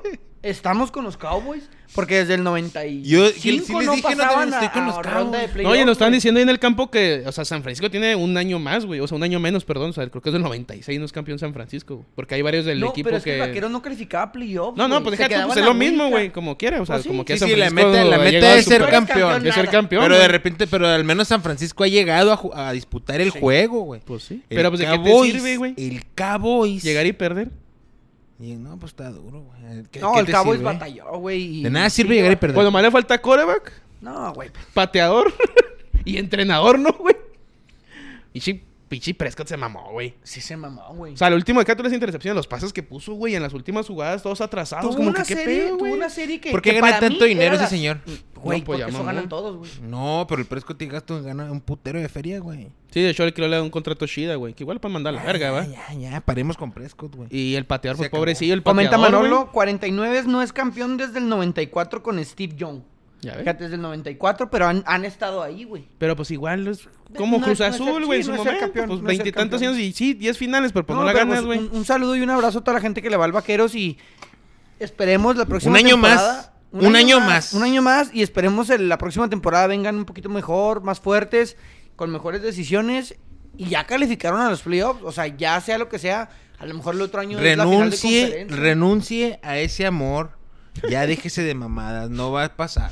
[SPEAKER 3] estamos con los Cowboys, porque desde el 95
[SPEAKER 4] Yo- que sí les dije,
[SPEAKER 3] no
[SPEAKER 4] no,
[SPEAKER 3] pasaban
[SPEAKER 4] estoy
[SPEAKER 3] a-
[SPEAKER 4] con
[SPEAKER 3] a
[SPEAKER 4] los
[SPEAKER 3] ronda de
[SPEAKER 4] Cowboys.
[SPEAKER 1] No,
[SPEAKER 3] playoff,
[SPEAKER 1] oye, nos estaban
[SPEAKER 3] güey.
[SPEAKER 1] diciendo ahí en el campo que, o sea, San Francisco tiene un año más, güey. O sea, un año menos, perdón. O sea, creo que es del 96, no es campeón San Francisco. güey. Porque hay varios del
[SPEAKER 3] no,
[SPEAKER 1] equipo
[SPEAKER 3] pero es que,
[SPEAKER 1] que.
[SPEAKER 3] el vaquero no calificaba a playoffs.
[SPEAKER 1] no, no,
[SPEAKER 3] güey.
[SPEAKER 1] pues
[SPEAKER 3] Se
[SPEAKER 1] deja tú, pues
[SPEAKER 3] quedaban
[SPEAKER 1] es
[SPEAKER 3] a
[SPEAKER 1] lo mismo,
[SPEAKER 3] única.
[SPEAKER 1] güey. Como quiera, o sea,
[SPEAKER 3] Pues sí,
[SPEAKER 1] como que
[SPEAKER 4] Sí,
[SPEAKER 1] San
[SPEAKER 4] sí, la
[SPEAKER 1] Francisco
[SPEAKER 4] meta, la
[SPEAKER 1] ha
[SPEAKER 4] meta
[SPEAKER 1] llegado a
[SPEAKER 4] es ser
[SPEAKER 1] super-
[SPEAKER 4] campeón.
[SPEAKER 1] de ser
[SPEAKER 3] nada.
[SPEAKER 1] campeón.
[SPEAKER 4] Pero de
[SPEAKER 1] güey.
[SPEAKER 4] repente, pero al menos San Francisco ha llegado a, ju- a disputar el juego, güey.
[SPEAKER 1] Pues sí.
[SPEAKER 4] El
[SPEAKER 1] Pero pues de qué te
[SPEAKER 4] Cowboys,
[SPEAKER 1] sirve, güey.
[SPEAKER 4] El Cowboys.
[SPEAKER 1] Llegar y perder.
[SPEAKER 4] Y no, pues está duro, güey. ¿Qué-
[SPEAKER 3] No,
[SPEAKER 4] qué
[SPEAKER 3] el
[SPEAKER 4] te
[SPEAKER 3] Cowboys
[SPEAKER 4] sirve?
[SPEAKER 3] batalló, güey. y-
[SPEAKER 4] De nada
[SPEAKER 3] sí,
[SPEAKER 4] sirve llegar y
[SPEAKER 3] güey.
[SPEAKER 4] perder.
[SPEAKER 1] Bueno, más le falta coreback,
[SPEAKER 3] No, güey. pues,
[SPEAKER 1] pateador y entrenador, ¿no, güey? Pichi, Pichi Prescott se mamó, güey.
[SPEAKER 3] Sí se mamó, güey.
[SPEAKER 1] O sea, lo último de Cátulas intercepciones, los pases que puso, güey, en las últimas jugadas, todos atrasados.
[SPEAKER 3] Tuvo
[SPEAKER 1] como
[SPEAKER 3] una
[SPEAKER 1] que qué
[SPEAKER 3] serie-
[SPEAKER 1] pedo,
[SPEAKER 3] tuvo
[SPEAKER 1] güey.
[SPEAKER 3] una serie que.
[SPEAKER 4] ¿Por qué
[SPEAKER 3] que
[SPEAKER 4] gana
[SPEAKER 3] para
[SPEAKER 4] tanto
[SPEAKER 3] mí era
[SPEAKER 4] dinero ese
[SPEAKER 3] la- Mm,
[SPEAKER 4] señor?
[SPEAKER 3] Güey,
[SPEAKER 1] No, pues
[SPEAKER 3] porque
[SPEAKER 1] ya
[SPEAKER 3] eso
[SPEAKER 1] mamó.
[SPEAKER 3] ganan todos, güey.
[SPEAKER 4] No, pero el Prescott y gasto gana un putero de feria, güey.
[SPEAKER 1] Sí, de hecho, el que le da un contrato chida, güey. Que igual para mandar la verga, ¿va?
[SPEAKER 4] Ya, ya, ya, paremos con Prescott, güey.
[SPEAKER 1] Y el pateador,
[SPEAKER 4] Se
[SPEAKER 1] pues
[SPEAKER 4] acabó.
[SPEAKER 1] pobrecillo, el pateador.
[SPEAKER 3] Comenta Manolo,
[SPEAKER 1] güey.
[SPEAKER 3] 49 no es campeón desde el 94 con Steve Young.
[SPEAKER 1] Ya ves.
[SPEAKER 3] Fíjate, desde el 94, pero han, han estado ahí, güey.
[SPEAKER 1] Pero pues igual es como
[SPEAKER 3] No es-
[SPEAKER 1] Cruz
[SPEAKER 3] no es ser-
[SPEAKER 1] Azul, güey, en
[SPEAKER 3] sí,
[SPEAKER 1] su
[SPEAKER 3] no es ser
[SPEAKER 1] momento. pues
[SPEAKER 3] campeón, no es ser
[SPEAKER 1] veintitantos
[SPEAKER 3] campeón.
[SPEAKER 1] años y sí, diez finales, pero pues no, la
[SPEAKER 3] pero,
[SPEAKER 1] ganas,
[SPEAKER 3] pues,
[SPEAKER 1] güey.
[SPEAKER 3] un, un saludo y un abrazo a toda la gente que le va al Vaqueros y esperemos la próxima
[SPEAKER 4] Un año más.
[SPEAKER 3] temporada-
[SPEAKER 4] Un año más.
[SPEAKER 3] Un año más y esperemos el- la próxima temporada vengan un poquito mejor, más fuertes, con mejores decisiones y ya calificaron a los playoffs. O sea, ya sea lo que sea, a lo mejor el otro año es la final de
[SPEAKER 4] renuncie,
[SPEAKER 3] conferencia.
[SPEAKER 4] renuncie a ese amor. Ya déjese de mamadas, no va a pasar.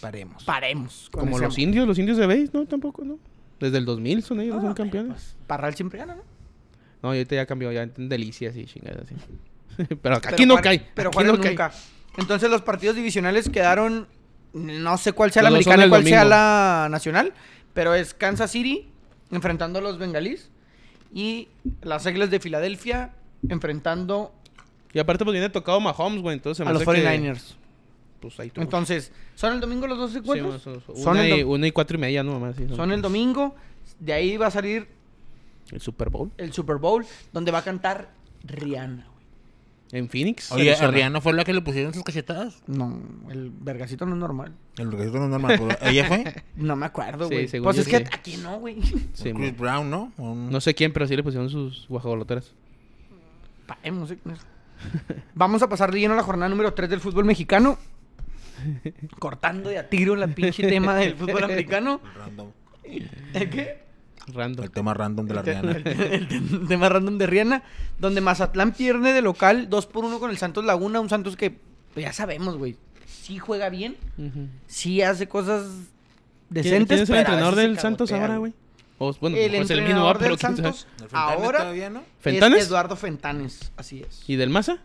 [SPEAKER 4] Paremos.
[SPEAKER 3] Paremos. con
[SPEAKER 1] Como
[SPEAKER 3] ese
[SPEAKER 1] los
[SPEAKER 3] amor.
[SPEAKER 1] indios, los indios de base, no, tampoco, no. Desde el 2000 son ellos, no son
[SPEAKER 3] Ah,
[SPEAKER 1] campeones.
[SPEAKER 3] pues, Parral siempre gana, ¿no?
[SPEAKER 1] No, y ahorita ya cambió, ya en delicias y chingadas así. pero acá,
[SPEAKER 3] Pero
[SPEAKER 1] aquí no
[SPEAKER 3] Juárez-
[SPEAKER 1] cae.
[SPEAKER 3] Pero
[SPEAKER 1] aquí
[SPEAKER 3] Juárez
[SPEAKER 1] no cae.
[SPEAKER 3] nunca. Entonces los partidos divisionales quedaron, no sé cuál sea la
[SPEAKER 1] Los dos son
[SPEAKER 3] americana y
[SPEAKER 1] el
[SPEAKER 3] cuál sea
[SPEAKER 1] domingo.
[SPEAKER 3] la nacional, pero es Kansas City enfrentando a los bengalíes y las Águilas de Filadelfia enfrentando
[SPEAKER 1] Y aparte, pues viene tocado Mahomes, güey, entonces se me
[SPEAKER 3] a los
[SPEAKER 1] hace que,
[SPEAKER 3] 49ers.
[SPEAKER 1] pues ahí tú.
[SPEAKER 3] Entonces, ¿son el domingo los dos
[SPEAKER 1] Sí,
[SPEAKER 3] encuentros?
[SPEAKER 1] más o menos.
[SPEAKER 3] son,
[SPEAKER 1] una,
[SPEAKER 3] el
[SPEAKER 1] y,
[SPEAKER 3] do-
[SPEAKER 1] una y cuatro y media, no, más. sí,
[SPEAKER 3] son el domingo, de ahí va a salir
[SPEAKER 1] El Super Bowl.
[SPEAKER 3] el Super Bowl, donde va a cantar Rihanna. güey.
[SPEAKER 1] En Phoenix.
[SPEAKER 4] Oye,
[SPEAKER 1] Arizona.
[SPEAKER 4] Rihanna fue la que le pusieron sus cachetadas.
[SPEAKER 3] No, el vergacito no es normal.
[SPEAKER 4] El regreso no es normal. pero ¿Ella fue?
[SPEAKER 3] No me acuerdo,
[SPEAKER 1] Sí,
[SPEAKER 3] güey.
[SPEAKER 1] según
[SPEAKER 3] pues
[SPEAKER 1] yo
[SPEAKER 3] es que
[SPEAKER 1] sí.
[SPEAKER 3] aquí no, güey.
[SPEAKER 1] Sí, mo-
[SPEAKER 4] Chris Brown, ¿no? O un-
[SPEAKER 1] no sé quién, pero sí le pusieron sus guajoloteras.
[SPEAKER 3] Paremos, eh, con eso. Vamos a pasar de lleno a la jornada número 3 del fútbol mexicano. Cortando de a tiro la pinche tema del fútbol americano.
[SPEAKER 4] Random.
[SPEAKER 3] ¿El qué?
[SPEAKER 1] Random.
[SPEAKER 4] El tema random de la Rihanna.
[SPEAKER 3] El tema random de Rihanna. Donde Mazatlán pierde de local 2 por 1 con el Santos Laguna. Un Santos que pues, ya sabemos, güey. Sí juega bien.
[SPEAKER 1] Ujú.
[SPEAKER 3] Sí hace cosas
[SPEAKER 1] ¿Quién,
[SPEAKER 3] decentes.
[SPEAKER 1] quién es el
[SPEAKER 3] pero a
[SPEAKER 1] entrenador
[SPEAKER 3] veces se
[SPEAKER 1] del Santos
[SPEAKER 3] cagotea,
[SPEAKER 1] ahora, güey? O, bueno,
[SPEAKER 3] El
[SPEAKER 1] pues el mismo
[SPEAKER 3] entrenador
[SPEAKER 1] va, pero
[SPEAKER 3] del
[SPEAKER 1] quién sabe.
[SPEAKER 3] Santos
[SPEAKER 4] ¿El Fentanes
[SPEAKER 3] ahora
[SPEAKER 4] todavía, no?
[SPEAKER 1] ¿Fentanes?
[SPEAKER 3] es Eduardo Fentanes. Así es.
[SPEAKER 1] ¿Y del Maza?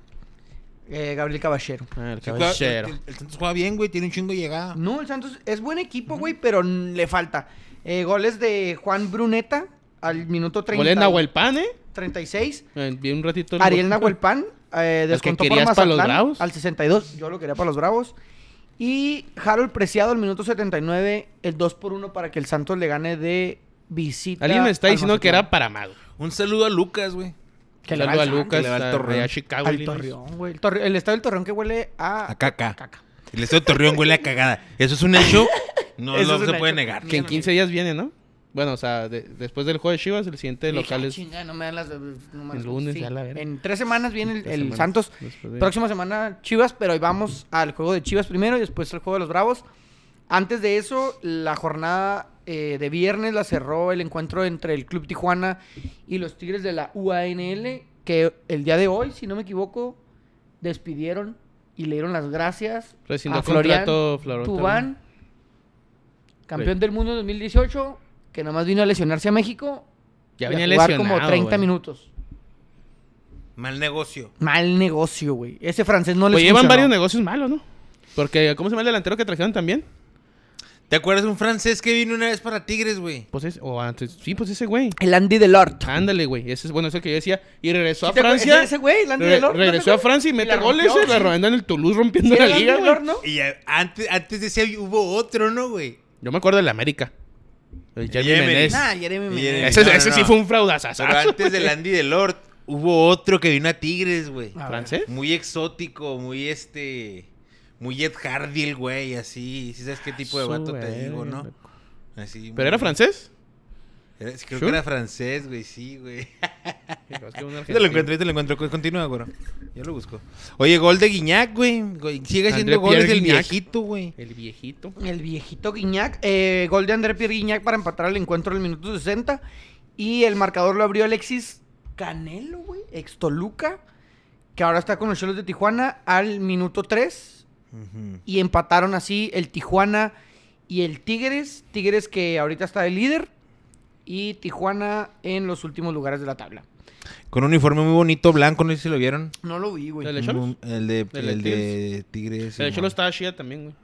[SPEAKER 3] Eh, Gabriel Caballero.
[SPEAKER 1] Ah, el
[SPEAKER 4] Sí, juega-
[SPEAKER 1] caballero.
[SPEAKER 4] el, el Santos juega bien, güey. Tiene un chingo de llegada.
[SPEAKER 3] No, el Santos es buen equipo, güey, pero n- le falta. Eh, goles de Juan Bruneta al minuto 30,
[SPEAKER 1] Golé Nahuelpan, ¿eh?
[SPEAKER 3] 36.
[SPEAKER 1] Eh, Vi un ratito. el
[SPEAKER 3] Ariel
[SPEAKER 1] gol.
[SPEAKER 3] Nahuelpan eh,
[SPEAKER 1] que
[SPEAKER 3] descontó por
[SPEAKER 1] querías para los
[SPEAKER 3] Mazatlán
[SPEAKER 1] Bravos.
[SPEAKER 3] al 62. Yo lo quería para los Bravos. Y Harold Preciado al minuto 79, el 2 por 1 para que el Santos le gane de visita.
[SPEAKER 1] Alguien me está
[SPEAKER 3] al
[SPEAKER 1] diciendo que
[SPEAKER 3] Mazatlán.
[SPEAKER 1] era para más.
[SPEAKER 4] Un saludo a Lucas, güey.
[SPEAKER 3] Que le
[SPEAKER 1] Saludo
[SPEAKER 3] va
[SPEAKER 1] a
[SPEAKER 3] al Santos,
[SPEAKER 1] Lucas,
[SPEAKER 4] le va al
[SPEAKER 1] a,
[SPEAKER 4] Torreón.
[SPEAKER 1] a Chicago.
[SPEAKER 3] Al
[SPEAKER 1] Illinois.
[SPEAKER 3] Torreón, güey. El, Torre- el estado del Torreón que huele a,
[SPEAKER 4] A caca.
[SPEAKER 3] caca.
[SPEAKER 4] El estado de Torreón huele a cagada. ¿Eso es un hecho? No
[SPEAKER 3] Eso
[SPEAKER 4] lo
[SPEAKER 3] es un
[SPEAKER 4] se puede
[SPEAKER 3] hecho.
[SPEAKER 4] negar.
[SPEAKER 1] Que en 15 días viene, ¿no? Bueno, o sea, de- después del juego de Chivas, el siguiente
[SPEAKER 3] Dije,
[SPEAKER 1] local
[SPEAKER 3] "Ah,
[SPEAKER 1] es
[SPEAKER 3] chinga, no me dan las- no me
[SPEAKER 1] el
[SPEAKER 3] dan-
[SPEAKER 1] lunes,
[SPEAKER 3] sí.
[SPEAKER 1] ya la verga.
[SPEAKER 3] En tres semanas viene el,
[SPEAKER 1] Tres
[SPEAKER 3] el
[SPEAKER 1] semanas
[SPEAKER 3] Santos.
[SPEAKER 1] después de-
[SPEAKER 3] Próxima semana Chivas, pero hoy vamos al juego de Chivas primero y después al juego de los Bravos. Antes de eso, la jornada eh, de viernes la cerró el encuentro entre el Club Tijuana y los Tigres de la UANL, que el día de hoy, si no me equivoco, despidieron y le dieron las gracias
[SPEAKER 1] Rescindió
[SPEAKER 3] a Florian
[SPEAKER 1] contrato, Florón
[SPEAKER 3] Tubán, campeón
[SPEAKER 1] Sí.
[SPEAKER 3] del mundo en 2018, que nomás vino a lesionarse a México
[SPEAKER 1] Ya
[SPEAKER 3] y
[SPEAKER 1] venía
[SPEAKER 3] a jugar
[SPEAKER 1] lesionado.
[SPEAKER 3] como 30
[SPEAKER 1] güey.
[SPEAKER 3] minutos.
[SPEAKER 4] Mal negocio.
[SPEAKER 3] Mal negocio, güey. Ese francés no le
[SPEAKER 1] Pues llevan
[SPEAKER 3] funcionó.
[SPEAKER 1] varios negocios malos, ¿no? Porque, ¿cómo se llama el delantero que trajeron también?
[SPEAKER 4] ¿Te acuerdas de un francés que vino una vez para Tigres, güey?
[SPEAKER 1] Pues ese, o antes, sí, pues ese güey.
[SPEAKER 3] El Andy Delort.
[SPEAKER 1] Ándale, güey. Ese es bueno, ese que yo decía. Y regresó Ah, a
[SPEAKER 3] ¿Sí te acuer-
[SPEAKER 1] Francia.
[SPEAKER 3] ese- ese güey, el Andy
[SPEAKER 1] re-
[SPEAKER 3] Delort, ¿no te
[SPEAKER 1] regresó a
[SPEAKER 3] acuerdas?
[SPEAKER 1] Francia y
[SPEAKER 3] Y
[SPEAKER 1] mete
[SPEAKER 3] la
[SPEAKER 1] goles.
[SPEAKER 3] rompió,
[SPEAKER 1] y la
[SPEAKER 3] sí.
[SPEAKER 1] anda en el Toulouse rompiendo
[SPEAKER 3] Sí,
[SPEAKER 1] la
[SPEAKER 3] el
[SPEAKER 1] liga,
[SPEAKER 3] Andy
[SPEAKER 1] güey.
[SPEAKER 3] Delort, ¿no?
[SPEAKER 4] Y ya- antes, antes de ese hubo otro, ¿no, güey?
[SPEAKER 1] Yo me acuerdo del América. El Jeremy
[SPEAKER 4] Jeremy.
[SPEAKER 1] Menez.
[SPEAKER 3] Nah, Ah, Jeremy
[SPEAKER 4] Y
[SPEAKER 3] Menez.
[SPEAKER 4] Jeremy-
[SPEAKER 1] Ese,
[SPEAKER 4] Ah, No, no,
[SPEAKER 1] ese sí
[SPEAKER 4] no.
[SPEAKER 1] fue un fraudazazo.
[SPEAKER 4] Pero antes del Andy Delort hubo otro que vino a Tigres, güey.
[SPEAKER 3] Ah,
[SPEAKER 1] ¿Francés?
[SPEAKER 4] Muy exótico, muy este... Muy Ed Hardy, el güey, así. ¿Sí sabes qué tipo de
[SPEAKER 1] Su
[SPEAKER 4] vato te
[SPEAKER 1] verga.
[SPEAKER 4] digo, no? Así, muy-
[SPEAKER 1] ¿Pero era francés?
[SPEAKER 4] Era-
[SPEAKER 1] ¿Sure?
[SPEAKER 4] creo que era francés, güey, sí,
[SPEAKER 1] Yo
[SPEAKER 4] güey. Yo te lo encuentro, yo te lo encuentro. Co- Continúa, güey. Yo lo busco. Oye, gol de Guiñac, güey. Güey, Sigue
[SPEAKER 1] André
[SPEAKER 4] haciendo goles
[SPEAKER 1] Pierre
[SPEAKER 4] del
[SPEAKER 1] Guignac.
[SPEAKER 4] viejito, güey.
[SPEAKER 1] El viejito.
[SPEAKER 3] El viejito Guiñac. Eh, gol de André Pierre Guiñac para empatar el encuentro en el minuto 60. Y el marcador lo abrió Alexis Canelo, güey. Ex Toluca. Que ahora está con los Cholos de Tijuana al minuto 3.
[SPEAKER 4] Ujú.
[SPEAKER 3] Y empataron así el Tijuana y el Tigres. Tigres que ahorita está de líder. Y Tijuana en los últimos lugares de la tabla.
[SPEAKER 4] Con un uniforme muy bonito, blanco, no sé si lo vieron.
[SPEAKER 3] No lo vi, güey.
[SPEAKER 1] ¿El de Cholos?
[SPEAKER 4] Un- El de,
[SPEAKER 1] ¿El de
[SPEAKER 4] el de Tigres.
[SPEAKER 1] El
[SPEAKER 4] sí,
[SPEAKER 1] Cholo
[SPEAKER 4] mon.
[SPEAKER 1] estaba chida también, güey.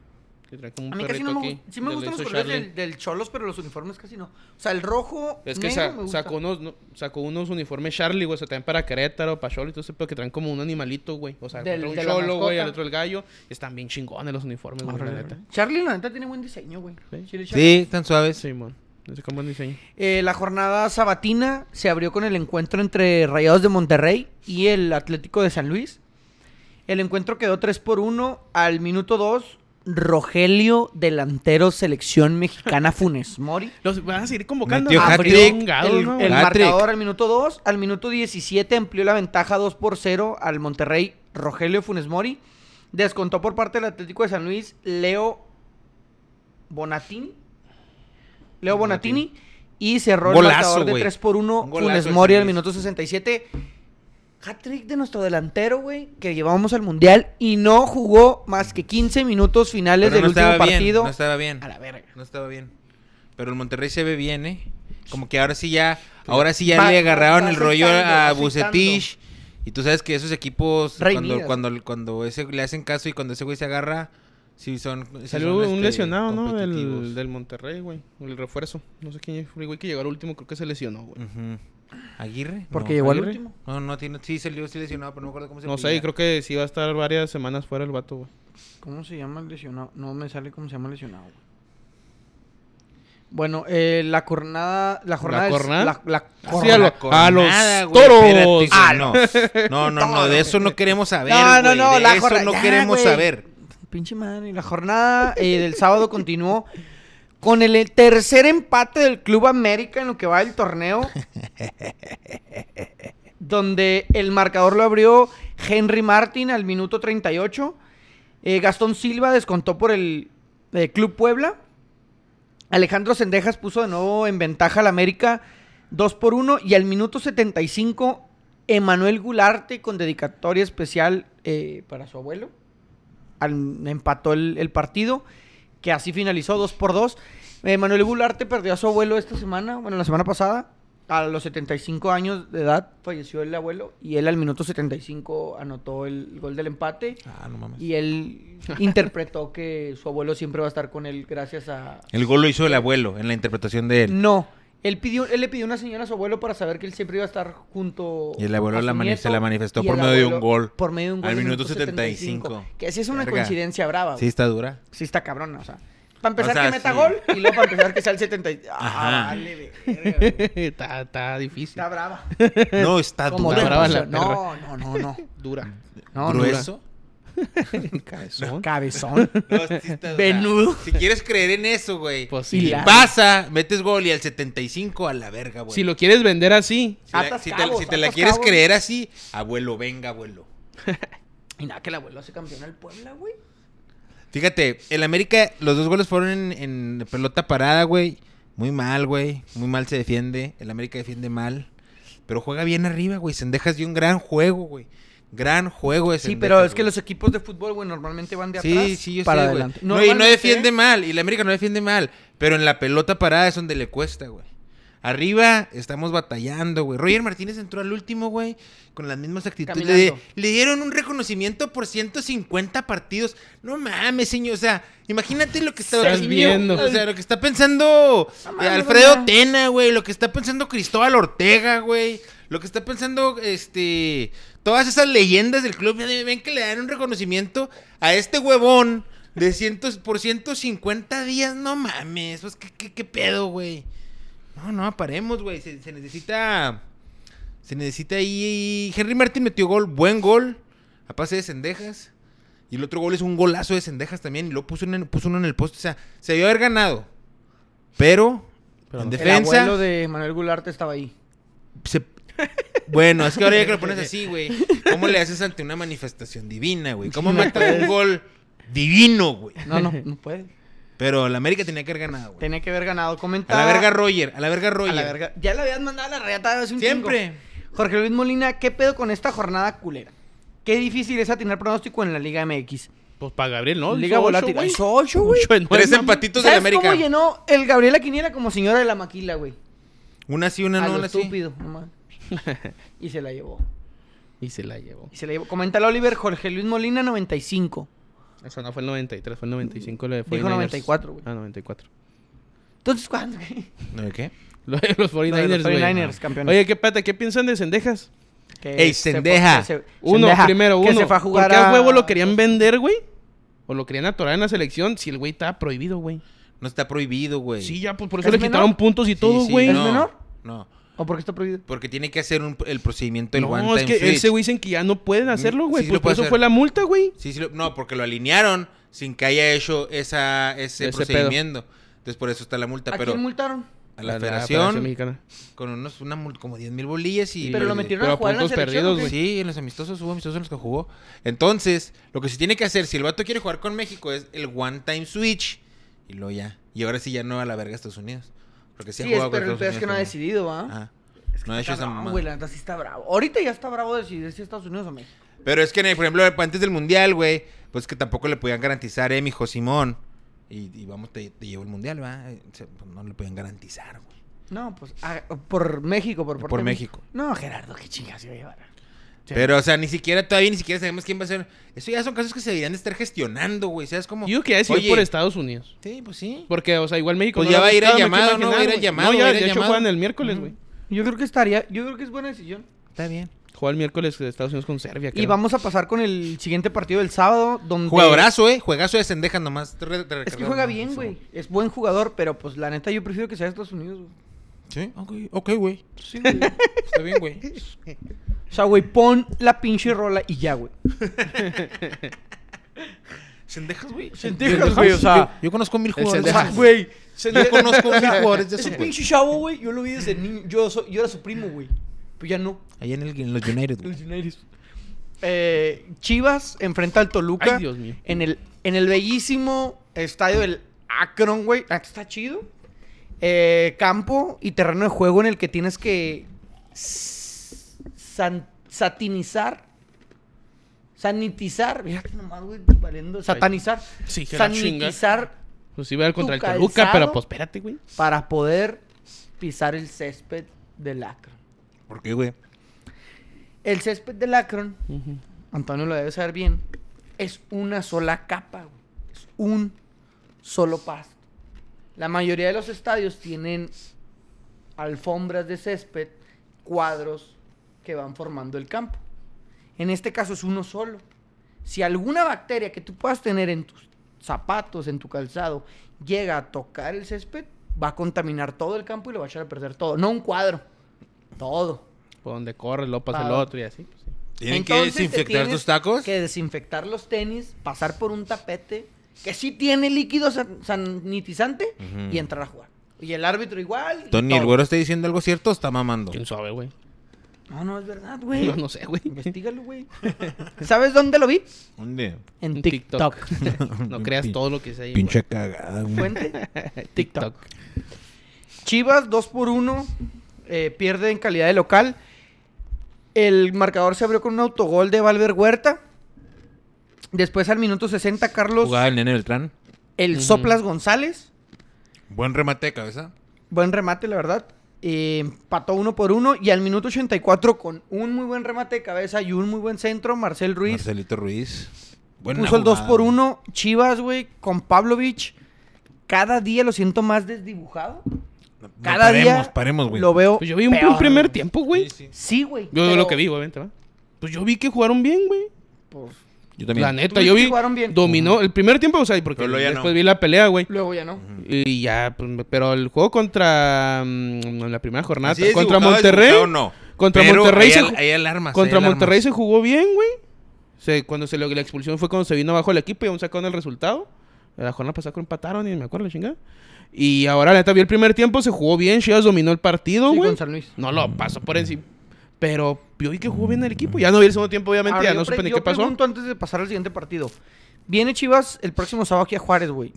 [SPEAKER 1] Que trae como un
[SPEAKER 3] A mí casi
[SPEAKER 1] perrito
[SPEAKER 3] no me
[SPEAKER 1] aquí,
[SPEAKER 3] gustan. Sí me
[SPEAKER 1] de
[SPEAKER 3] gustan los
[SPEAKER 1] Lorenzo
[SPEAKER 3] colores
[SPEAKER 1] Charlie.
[SPEAKER 3] del, del Cholos, pero los uniformes casi no. O sea, el rojo.
[SPEAKER 1] Es que
[SPEAKER 3] negro
[SPEAKER 1] sa-
[SPEAKER 3] me gusta.
[SPEAKER 1] sacó, unos, no- sacó unos uniformes Charlie, güey. O sea, también para Querétaro, para Cholo y todo ese pedo que traen como un animalito, güey. O sea,
[SPEAKER 3] Del-
[SPEAKER 1] contra un
[SPEAKER 3] de la
[SPEAKER 1] Cholo, güey,
[SPEAKER 3] mascota.
[SPEAKER 1] al otro el gallo. Están bien chingones los uniformes, güey, la
[SPEAKER 3] Órale,
[SPEAKER 1] neta.
[SPEAKER 3] órale. Charlie, la neta, tiene buen diseño, güey.
[SPEAKER 1] Sí.
[SPEAKER 3] Chile, Charlie.
[SPEAKER 4] Sí, están suaves.
[SPEAKER 1] Simón. No sé cómo es el diseño.
[SPEAKER 3] Eh, la jornada sabatina se abrió con el encuentro entre Rayados de Monterrey y el Atlético de San Luis. El encuentro quedó 3 por 1 al minuto 2. Rogelio, delantero selección mexicana Funes Mori.
[SPEAKER 1] Los van a seguir convocando.
[SPEAKER 4] Metió
[SPEAKER 1] Ah,
[SPEAKER 4] hat-trick.
[SPEAKER 1] chingado,
[SPEAKER 3] el,
[SPEAKER 1] ¿no,
[SPEAKER 3] el
[SPEAKER 1] güey?
[SPEAKER 4] Hat-trick.
[SPEAKER 3] marcador al minuto 2, al minuto 17 amplió la ventaja 2 por 0 al Monterrey Rogelio Funes Mori. Descontó por parte del Atlético de San Luis Leo Bonatini. Leo Bonatini. Y cerró
[SPEAKER 4] Golazo,
[SPEAKER 3] el marcador de
[SPEAKER 4] güey.
[SPEAKER 3] 3 por 1
[SPEAKER 4] Un golazo
[SPEAKER 3] Funes
[SPEAKER 4] de
[SPEAKER 3] Mori
[SPEAKER 4] San
[SPEAKER 3] al
[SPEAKER 4] Luis.
[SPEAKER 3] minuto 67. Hat-trick de nuestro delantero, güey, que llevamos al Mundial y no jugó más que 15 minutos finales
[SPEAKER 4] Pero no
[SPEAKER 3] del último
[SPEAKER 4] estaba bien,
[SPEAKER 3] partido.
[SPEAKER 4] no estaba bien.
[SPEAKER 3] A la verga.
[SPEAKER 4] No estaba bien. Pero el Monterrey se ve bien, ¿eh? Como que ahora sí ya, ahora sí ya
[SPEAKER 3] Va-
[SPEAKER 4] le agarraron
[SPEAKER 3] va
[SPEAKER 4] el rollo
[SPEAKER 3] aceptando,
[SPEAKER 4] a
[SPEAKER 3] aceptando.
[SPEAKER 4] Bucetich. Y tú sabes que esos equipos,
[SPEAKER 3] Rey
[SPEAKER 4] cuando,
[SPEAKER 3] Midas.
[SPEAKER 4] cuando, cuando ese le hacen caso y cuando ese güey se agarra, sí son. sí
[SPEAKER 1] Salió
[SPEAKER 4] son,
[SPEAKER 1] un
[SPEAKER 4] este,
[SPEAKER 1] lesionado, ¿no?
[SPEAKER 4] competitivos.
[SPEAKER 1] Del, del Monterrey, güey. El refuerzo. No sé quién fue, el güey, que llegó al último. Creo que se lesionó, güey.
[SPEAKER 4] Ujú. ¿Aguirre?
[SPEAKER 3] Porque
[SPEAKER 4] No.
[SPEAKER 3] llegó al
[SPEAKER 1] Aguirre.
[SPEAKER 3] último.
[SPEAKER 4] No, no, tiene- sí salió sí lesionado, pero no me acuerdo
[SPEAKER 3] Mm.
[SPEAKER 4] cómo se
[SPEAKER 1] No sé, y
[SPEAKER 4] apellida.
[SPEAKER 1] creo que sí va a estar varias semanas fuera el vato, güey.
[SPEAKER 3] ¿Cómo se llama el lesionado? No me sale cómo se llama el lesionado, güey. Bueno, eh, la jornada. La jornada. es-
[SPEAKER 1] cornada?
[SPEAKER 3] La, la
[SPEAKER 1] Sí, a,
[SPEAKER 3] cornada.
[SPEAKER 1] lo-
[SPEAKER 4] La cornada,
[SPEAKER 1] a los
[SPEAKER 4] güey,
[SPEAKER 1] toros.
[SPEAKER 4] espérate,
[SPEAKER 1] Ah,
[SPEAKER 4] no. No, no, no, de eso no queremos saber.
[SPEAKER 3] No, no,
[SPEAKER 4] güey,
[SPEAKER 3] no,
[SPEAKER 4] de
[SPEAKER 3] la
[SPEAKER 4] eso
[SPEAKER 3] jornada-
[SPEAKER 4] no
[SPEAKER 3] ya,
[SPEAKER 4] queremos
[SPEAKER 3] güey.
[SPEAKER 4] saber.
[SPEAKER 3] Pinche madre. La jornada eh, del sábado continuó con el tercer empate del Club América en lo que va del torneo. donde el marcador lo abrió Henry Martin al minuto 38. Eh, Gastón Silva descontó por el eh, Club Puebla. Alejandro Sendejas puso de nuevo en ventaja al América 2 por 1 y al minuto 75 Emanuel Gularte con dedicatoria especial eh, para su abuelo. Al- empató el, el partido que así finalizó 2 por 2. Emanuel Gularte perdió a su abuelo esta semana, bueno, la semana pasada. A los 75 años de edad falleció el abuelo y él al minuto 75 anotó el gol del empate.
[SPEAKER 4] Ah, no mames.
[SPEAKER 3] Y él interpretó que su abuelo siempre va a estar con él gracias a...
[SPEAKER 4] El gol lo hizo el abuelo en la interpretación de él.
[SPEAKER 3] No, él, pidió, él le pidió una señal a su abuelo para saber que él siempre iba a estar junto
[SPEAKER 4] Y el abuelo
[SPEAKER 3] a su
[SPEAKER 4] la mani- se
[SPEAKER 3] nieto,
[SPEAKER 4] la manifestó
[SPEAKER 3] y
[SPEAKER 4] por
[SPEAKER 3] el
[SPEAKER 4] medio de un gol.
[SPEAKER 3] Por medio de un gol.
[SPEAKER 4] Al
[SPEAKER 3] en el
[SPEAKER 4] minuto 75.
[SPEAKER 3] Que sí es una
[SPEAKER 4] Verga.
[SPEAKER 3] coincidencia brava.
[SPEAKER 4] Sí,
[SPEAKER 3] Sí.
[SPEAKER 4] está dura.
[SPEAKER 3] sí está cabrona, o sea. Para empezar
[SPEAKER 4] O sea,
[SPEAKER 3] que meta
[SPEAKER 4] sí.
[SPEAKER 3] gol y luego para empezar que sea el 70. y- Ah,
[SPEAKER 4] Ajá.
[SPEAKER 3] vale, verga, güey.
[SPEAKER 1] está, está difícil.
[SPEAKER 3] Está brava.
[SPEAKER 4] No, está
[SPEAKER 3] Como
[SPEAKER 1] dura.
[SPEAKER 3] te
[SPEAKER 4] duro.
[SPEAKER 1] brava
[SPEAKER 3] puso.
[SPEAKER 1] la
[SPEAKER 3] No, no, no, no.
[SPEAKER 1] Dura.
[SPEAKER 3] No,
[SPEAKER 4] grueso.
[SPEAKER 1] Cabezón.
[SPEAKER 3] Cabezón.
[SPEAKER 4] No, sí está dura.
[SPEAKER 3] Venudo.
[SPEAKER 4] Si quieres creer en eso, güey.
[SPEAKER 1] Pues
[SPEAKER 3] Y
[SPEAKER 1] sí.
[SPEAKER 3] la-
[SPEAKER 4] Pasa, metes gol y al 75 a la verga, güey.
[SPEAKER 1] Si lo quieres vender así,
[SPEAKER 4] Si la-
[SPEAKER 3] Atas
[SPEAKER 4] si te,
[SPEAKER 3] cabos,
[SPEAKER 4] si te la
[SPEAKER 3] atas
[SPEAKER 4] quieres
[SPEAKER 3] cabos.
[SPEAKER 4] creer así, abuelo, venga, abuelo.
[SPEAKER 3] Y nada, que el abuelo se campeón al Puebla, güey.
[SPEAKER 4] Fíjate, el América, los dos goles fueron en, en pelota parada, güey. Muy mal, güey. Muy mal se defiende. El América defiende mal. Pero juega bien arriba, güey. Sendejas dio un gran juego, güey. Gran juego de
[SPEAKER 3] Sí,
[SPEAKER 4] Sendejas,
[SPEAKER 3] pero es que
[SPEAKER 4] güey.
[SPEAKER 3] los equipos de fútbol, güey, normalmente van de atrás
[SPEAKER 4] Sí, sí, yo
[SPEAKER 3] para
[SPEAKER 4] sé, güey.
[SPEAKER 3] adelante.
[SPEAKER 4] No, y no
[SPEAKER 3] Normalmente, ¿eh?
[SPEAKER 4] defiende mal. Y el América no defiende mal. Pero en la pelota parada es donde le cuesta, güey. Arriba estamos batallando, güey. Roger Martínez entró al último, güey, con las mismas actitudes. Le,
[SPEAKER 3] Caminando.
[SPEAKER 4] le dieron un reconocimiento por 150 partidos. No mames, señor. O sea, imagínate lo que está
[SPEAKER 1] Estás viendo.
[SPEAKER 4] O sea, lo que está pensando
[SPEAKER 3] No
[SPEAKER 4] eh,
[SPEAKER 3] mames,
[SPEAKER 4] Alfredo
[SPEAKER 3] doña.
[SPEAKER 4] Tena, güey. Lo que está pensando Cristóbal Ortega, güey. Lo que está pensando, este. Todas esas leyendas del club. ya Ven que le dan un reconocimiento a este huevón de cientos por 150 días. No mames. Pues, ¿qué, qué, qué pedo, güey? No, no, paremos, güey. Se, se necesita. Se necesita ahí. Henry Martin metió gol, buen gol. A pase de Sendejas. Y el otro gol es un golazo de Sendejas también. Y lo puso, en, puso uno en el poste. O sea, se debió haber ganado. Pero,
[SPEAKER 1] Pero
[SPEAKER 4] en
[SPEAKER 1] no.
[SPEAKER 3] El
[SPEAKER 4] defensa.
[SPEAKER 3] abuelo de Manuel Goulart estaba ahí.
[SPEAKER 4] se- Bueno, es que ahora ya que lo pones así, güey. ¿Cómo le haces ante una manifestación divina, güey? ¿Cómo
[SPEAKER 3] No
[SPEAKER 4] matas un gol divino, güey?
[SPEAKER 3] No, no, no puede.
[SPEAKER 4] Pero la América tenía que haber ganado, güey.
[SPEAKER 3] Tenía que haber ganado. Comenta.
[SPEAKER 4] A la verga Roger, a la verga
[SPEAKER 3] A
[SPEAKER 4] Roger.
[SPEAKER 3] la verga. Ya la habías mandado a la reata hace un
[SPEAKER 4] Siempre.
[SPEAKER 3] chingo. Jorge Luis Molina, ¿qué pedo con esta jornada culera? Qué difícil es atinar pronóstico en la Liga MX.
[SPEAKER 1] pues para Gabriel, ¿no?
[SPEAKER 3] Liga
[SPEAKER 1] Hizo ocho,
[SPEAKER 3] volátil.
[SPEAKER 1] güey.
[SPEAKER 3] Hizo ocho, güey.
[SPEAKER 1] Ocho en nueve,
[SPEAKER 4] Tres
[SPEAKER 1] ¿no?
[SPEAKER 4] empatitos del
[SPEAKER 3] ¿Sabes
[SPEAKER 4] América.
[SPEAKER 3] cómo llenó el Gabriela Quiniela como señora de la maquila, güey?
[SPEAKER 4] Una sí, una
[SPEAKER 3] a
[SPEAKER 4] no,
[SPEAKER 3] lo
[SPEAKER 4] una sí.
[SPEAKER 3] estúpido, nomás. y se la llevó.
[SPEAKER 1] Y se la llevó.
[SPEAKER 3] Y se la llevó. Coméntale Oliver, Jorge Luis Molina, 95.
[SPEAKER 1] O sea, no fue el 93, fue el 95 lo de
[SPEAKER 3] Dijo
[SPEAKER 1] 49ers.
[SPEAKER 3] 94, güey.
[SPEAKER 1] Ah, 94.
[SPEAKER 3] Entonces, ¿cuándo? güey?
[SPEAKER 4] ¿No de qué?
[SPEAKER 1] Lo de los 49ers, güey.
[SPEAKER 3] 49ers, campeones.
[SPEAKER 1] Oye, qué pata, ¿qué piensan de Cendejas?
[SPEAKER 3] Que
[SPEAKER 4] Ey,
[SPEAKER 3] se
[SPEAKER 4] Sendeja.
[SPEAKER 3] fue- que se-
[SPEAKER 1] Uno,
[SPEAKER 3] Sendeja,
[SPEAKER 1] primero, uno.
[SPEAKER 3] Que se fue a jugar
[SPEAKER 1] ¿Por qué a
[SPEAKER 3] a-
[SPEAKER 1] huevo lo querían vender, güey? ¿O lo querían atorar en la selección si el güey estaba prohibido, güey?
[SPEAKER 4] No está prohibido, güey.
[SPEAKER 1] Sí, ya, pues por
[SPEAKER 3] ¿Es
[SPEAKER 1] eso le
[SPEAKER 3] menor?
[SPEAKER 1] quitaron puntos y
[SPEAKER 4] Sí,
[SPEAKER 1] todo,
[SPEAKER 4] sí,
[SPEAKER 1] güey.
[SPEAKER 3] ¿Es
[SPEAKER 1] no,
[SPEAKER 4] no,
[SPEAKER 3] menor?
[SPEAKER 4] No,
[SPEAKER 3] ¿O por qué está prohibido?
[SPEAKER 4] porque tiene que hacer un- el procedimiento del one
[SPEAKER 1] es
[SPEAKER 4] time
[SPEAKER 1] que
[SPEAKER 4] switch. Mm,
[SPEAKER 1] ese güey dicen que ya no pueden hacerlo, güey.
[SPEAKER 4] sí
[SPEAKER 1] pues por
[SPEAKER 4] lo puede
[SPEAKER 1] eso
[SPEAKER 4] hacer.
[SPEAKER 1] fue la multa, güey.
[SPEAKER 4] Sí, sí, lo- no, porque lo alinearon sin que haya hecho esa, ese,
[SPEAKER 1] Ese
[SPEAKER 4] procedimiento. Entonces por eso está la multa,
[SPEAKER 3] ¿A
[SPEAKER 4] pero
[SPEAKER 3] quién multaron?
[SPEAKER 4] a la,
[SPEAKER 1] A
[SPEAKER 4] federación
[SPEAKER 1] Mexicana.
[SPEAKER 4] con unos una multa como 10 mil bolillas y
[SPEAKER 3] Pero lo
[SPEAKER 4] y-
[SPEAKER 3] metieron
[SPEAKER 1] pero
[SPEAKER 3] a
[SPEAKER 1] a
[SPEAKER 3] jugar en la
[SPEAKER 1] puntos
[SPEAKER 3] selección.
[SPEAKER 1] perdidos,
[SPEAKER 3] ¿o qué?
[SPEAKER 1] güey.
[SPEAKER 4] Sí, en los amistosos hubo amistosos en los que jugó. Entonces, lo que se tiene que hacer si el vato quiere jugar con México es el one time switch y lo ya. Y ahora sí ya no a la verga Estados Unidos. Porque
[SPEAKER 3] Sí,
[SPEAKER 4] sí,
[SPEAKER 3] Ah,
[SPEAKER 4] ha
[SPEAKER 3] es-
[SPEAKER 4] jugado con
[SPEAKER 3] pero el
[SPEAKER 4] Estados
[SPEAKER 3] peor es que no ha
[SPEAKER 4] Unidos,
[SPEAKER 3] decidido,
[SPEAKER 4] pero-
[SPEAKER 3] ¿va?
[SPEAKER 4] Ajá. No ha hecho
[SPEAKER 3] Está
[SPEAKER 4] esa
[SPEAKER 3] bravo,
[SPEAKER 4] mamada.
[SPEAKER 3] güey, la neta sí está bravo. Ahorita ya está bravo decidir si Estados Unidos o México.
[SPEAKER 4] Pero es que, por ejemplo, antes del Mundial, güey, pues que tampoco le podían garantizar, eh, mijo Simón. Y, y vamos, te, te llevo el Mundial, ¿va? Eh, se- pues, No le podían garantizar, güey.
[SPEAKER 3] No, pues ah, por México, por
[SPEAKER 4] Por
[SPEAKER 3] parte de
[SPEAKER 4] México.
[SPEAKER 3] No, Gerardo, qué chingas iba a llevar.
[SPEAKER 1] Sí.
[SPEAKER 4] Pero, o sea, ni siquiera, todavía ni siquiera sabemos quién va a ser. Eso ya son casos que se deberían de estar gestionando, güey. ¿Sabes cómo?
[SPEAKER 1] Yo digo que ya decidió
[SPEAKER 4] Oye,
[SPEAKER 1] por Estados Unidos.
[SPEAKER 4] Sí, pues sí.
[SPEAKER 1] Porque, o sea, igual México.
[SPEAKER 4] Pues
[SPEAKER 1] no
[SPEAKER 4] ya
[SPEAKER 1] lo
[SPEAKER 4] va a ir al
[SPEAKER 1] buscaba, me quiero
[SPEAKER 4] llamado, ¿no? Va a ir al
[SPEAKER 1] imaginar,
[SPEAKER 4] llamado,
[SPEAKER 1] güey.
[SPEAKER 4] va a
[SPEAKER 1] No, ya,
[SPEAKER 4] ir
[SPEAKER 1] de
[SPEAKER 4] al
[SPEAKER 1] hecho
[SPEAKER 4] llamado.
[SPEAKER 1] juegan el miércoles, güey.
[SPEAKER 3] Yo creo que estaría, yo creo que es buena decisión.
[SPEAKER 4] Está bien.
[SPEAKER 1] Juega el miércoles de Estados Unidos con Serbia.
[SPEAKER 3] Y
[SPEAKER 1] creo.
[SPEAKER 3] vamos a pasar con el siguiente partido del sábado, donde
[SPEAKER 4] Jugadorazo, eh. Juegazo de Sendeja nomás. Te re- te
[SPEAKER 3] Es que
[SPEAKER 4] recargaron,
[SPEAKER 3] juega
[SPEAKER 4] ¿no?
[SPEAKER 3] bien,
[SPEAKER 4] Sí.
[SPEAKER 3] güey. Es buen jugador, pero pues la neta yo prefiero que sea de Estados Unidos, güey.
[SPEAKER 4] Sí, ok, ok, güey.
[SPEAKER 3] Sí, güey.
[SPEAKER 4] Está bien, güey.
[SPEAKER 3] O sea, güey, pon la pinche rola y ya, güey.
[SPEAKER 4] Sendejas, güey.
[SPEAKER 3] Sendejas, güey, o sea-
[SPEAKER 4] Yo, yo conozco mil
[SPEAKER 1] El
[SPEAKER 4] jugadores.
[SPEAKER 1] Sendejas.
[SPEAKER 4] de-
[SPEAKER 3] güey.
[SPEAKER 4] Yo conozco mil jugadores de
[SPEAKER 3] Ese
[SPEAKER 4] esos, güey.
[SPEAKER 3] pinche chavo, güey, yo lo vi desde niño. Yo, so- yo era su primo, güey. Pues ya no.
[SPEAKER 4] Allá en, el- en los United, güey.
[SPEAKER 3] Eh, Chivas enfrenta al Toluca.
[SPEAKER 1] Ay, Dios mío.
[SPEAKER 3] En el, en el bellísimo estadio del Akron, güey. Ah, Está chido. Eh, campo y terreno de juego en el que tienes que s- san- satinizar. Sanitizar. Mira nomás, güey, valiendo. Satanizar.
[SPEAKER 1] Sí, que la
[SPEAKER 3] sanitizar
[SPEAKER 1] Pues iba contra el
[SPEAKER 3] tu
[SPEAKER 1] Toluca,
[SPEAKER 3] calzado.
[SPEAKER 1] pero pues espérate, güey.
[SPEAKER 3] para poder pisar el césped del Akron.
[SPEAKER 4] ¿Por qué, güey?
[SPEAKER 3] El césped del Akron Antonio lo debe saber bien, es una sola capa, güey. es un solo pasto. La mayoría de los estadios tienen alfombras de césped, cuadros que van formando el campo. En este caso es uno solo. Si alguna bacteria que tú puedas tener en tus zapatos, en tu calzado, llega a tocar el césped, va a contaminar todo el campo y lo va a echar a perder todo. No un cuadro, todo.
[SPEAKER 1] Por donde corre, lo pasa el
[SPEAKER 3] Ah.
[SPEAKER 1] otro y así. pues, sí.
[SPEAKER 4] ¿Tienen
[SPEAKER 3] Entonces,
[SPEAKER 4] que
[SPEAKER 3] te
[SPEAKER 4] desinfectar
[SPEAKER 3] tienes
[SPEAKER 4] tus tacos?
[SPEAKER 3] Que desinfectar los tenis, pasar por un tapete que sí tiene líquido san- sanitizante
[SPEAKER 4] Ujú.
[SPEAKER 3] y entrar a jugar. Y el árbitro igual. y
[SPEAKER 4] Tony, ¿el
[SPEAKER 3] todo.
[SPEAKER 4] güero está diciendo algo cierto o está mamando?
[SPEAKER 1] ¿Quién sabe, güey?
[SPEAKER 3] No, no, es verdad, güey.
[SPEAKER 1] Yo no sé, güey.
[SPEAKER 3] Investígalo, güey. ¿Sabes dónde lo vi?
[SPEAKER 4] ¿Dónde?
[SPEAKER 3] En
[SPEAKER 1] En
[SPEAKER 3] TikTok.
[SPEAKER 1] TikTok. no creas todo lo que dice ahí.
[SPEAKER 4] Pinche cagada, güey.
[SPEAKER 3] Fuente.
[SPEAKER 1] güey.
[SPEAKER 3] TikTok. Chivas 2 por 1 pierde en calidad de local. El marcador se abrió con un autogol de Valver Huerta. Después al minuto 60 Carlos
[SPEAKER 4] Jugaba el nene Beltrán.
[SPEAKER 3] el
[SPEAKER 1] Ujú.
[SPEAKER 3] Soplas González.
[SPEAKER 4] Buen remate de cabeza.
[SPEAKER 3] Buen remate, la verdad. Eh, empató uno por uno y al minuto 84 con un muy buen remate de cabeza y un muy buen centro, Marcel Ruiz
[SPEAKER 4] Marcelito Ruiz. Buena
[SPEAKER 3] puso el 2
[SPEAKER 4] jugada,
[SPEAKER 3] por
[SPEAKER 4] güey.
[SPEAKER 3] 1 Chivas, güey, con Pavlovich. Cada día lo siento más desdibujado.
[SPEAKER 4] No,
[SPEAKER 3] Cada
[SPEAKER 4] paremos,
[SPEAKER 3] día
[SPEAKER 4] paremos, güey.
[SPEAKER 3] Lo veo
[SPEAKER 1] Pues yo vi un
[SPEAKER 3] peor,
[SPEAKER 1] buen primer
[SPEAKER 3] güey.
[SPEAKER 1] tiempo, güey.
[SPEAKER 4] Sí, sí.
[SPEAKER 3] Sí, güey.
[SPEAKER 1] Yo
[SPEAKER 3] pero-
[SPEAKER 1] lo que vi, obviamente, ¿va? Pues yo vi que jugaron bien, güey.
[SPEAKER 3] Pues,
[SPEAKER 4] Yo
[SPEAKER 1] La
[SPEAKER 4] también.
[SPEAKER 1] neta,
[SPEAKER 3] Pues
[SPEAKER 1] yo
[SPEAKER 3] sí
[SPEAKER 1] vi.
[SPEAKER 3] jugaron bien.
[SPEAKER 1] Dominó el primer tiempo, o sea, y porque
[SPEAKER 4] Pero luego ya
[SPEAKER 1] después
[SPEAKER 4] no.
[SPEAKER 1] vi la pelea, güey.
[SPEAKER 3] Luego ya no.
[SPEAKER 1] Y ya, pues, me- pero el juego contra. mm, la primera jornada.
[SPEAKER 4] Así es,
[SPEAKER 1] contra
[SPEAKER 4] dibujado,
[SPEAKER 1] Monterrey.
[SPEAKER 4] dibujado, no.
[SPEAKER 1] Contra
[SPEAKER 4] Pero
[SPEAKER 1] Monterrey
[SPEAKER 4] hay
[SPEAKER 1] se
[SPEAKER 4] al-
[SPEAKER 1] ju-
[SPEAKER 4] hay alarmas,
[SPEAKER 1] Contra
[SPEAKER 4] hay alarmas.
[SPEAKER 1] Monterrey se jugó bien, güey. Se- cuando se le- la expulsión fue cuando se vino abajo el equipo y aún sacaron el resultado. La jornada pasada creo empataron y me acuerdo la chingada. Y ahora, la neta, vi el primer tiempo, se jugó bien. Chivas dominó el partido,
[SPEAKER 3] Sí,
[SPEAKER 1] güey.
[SPEAKER 3] con San Luis.
[SPEAKER 1] no
[SPEAKER 4] Mm.
[SPEAKER 1] lo pasó por encima. Pero yo vi que jugó bien el equipo. Ya no vi el segundo tiempo, obviamente.
[SPEAKER 3] Ahora,
[SPEAKER 1] ya
[SPEAKER 3] yo
[SPEAKER 1] no supe
[SPEAKER 3] pre-
[SPEAKER 1] ni
[SPEAKER 3] yo
[SPEAKER 1] qué pasó.
[SPEAKER 3] pregunto antes de pasar al siguiente partido. Viene Chivas el próximo sábado aquí a Juárez, güey.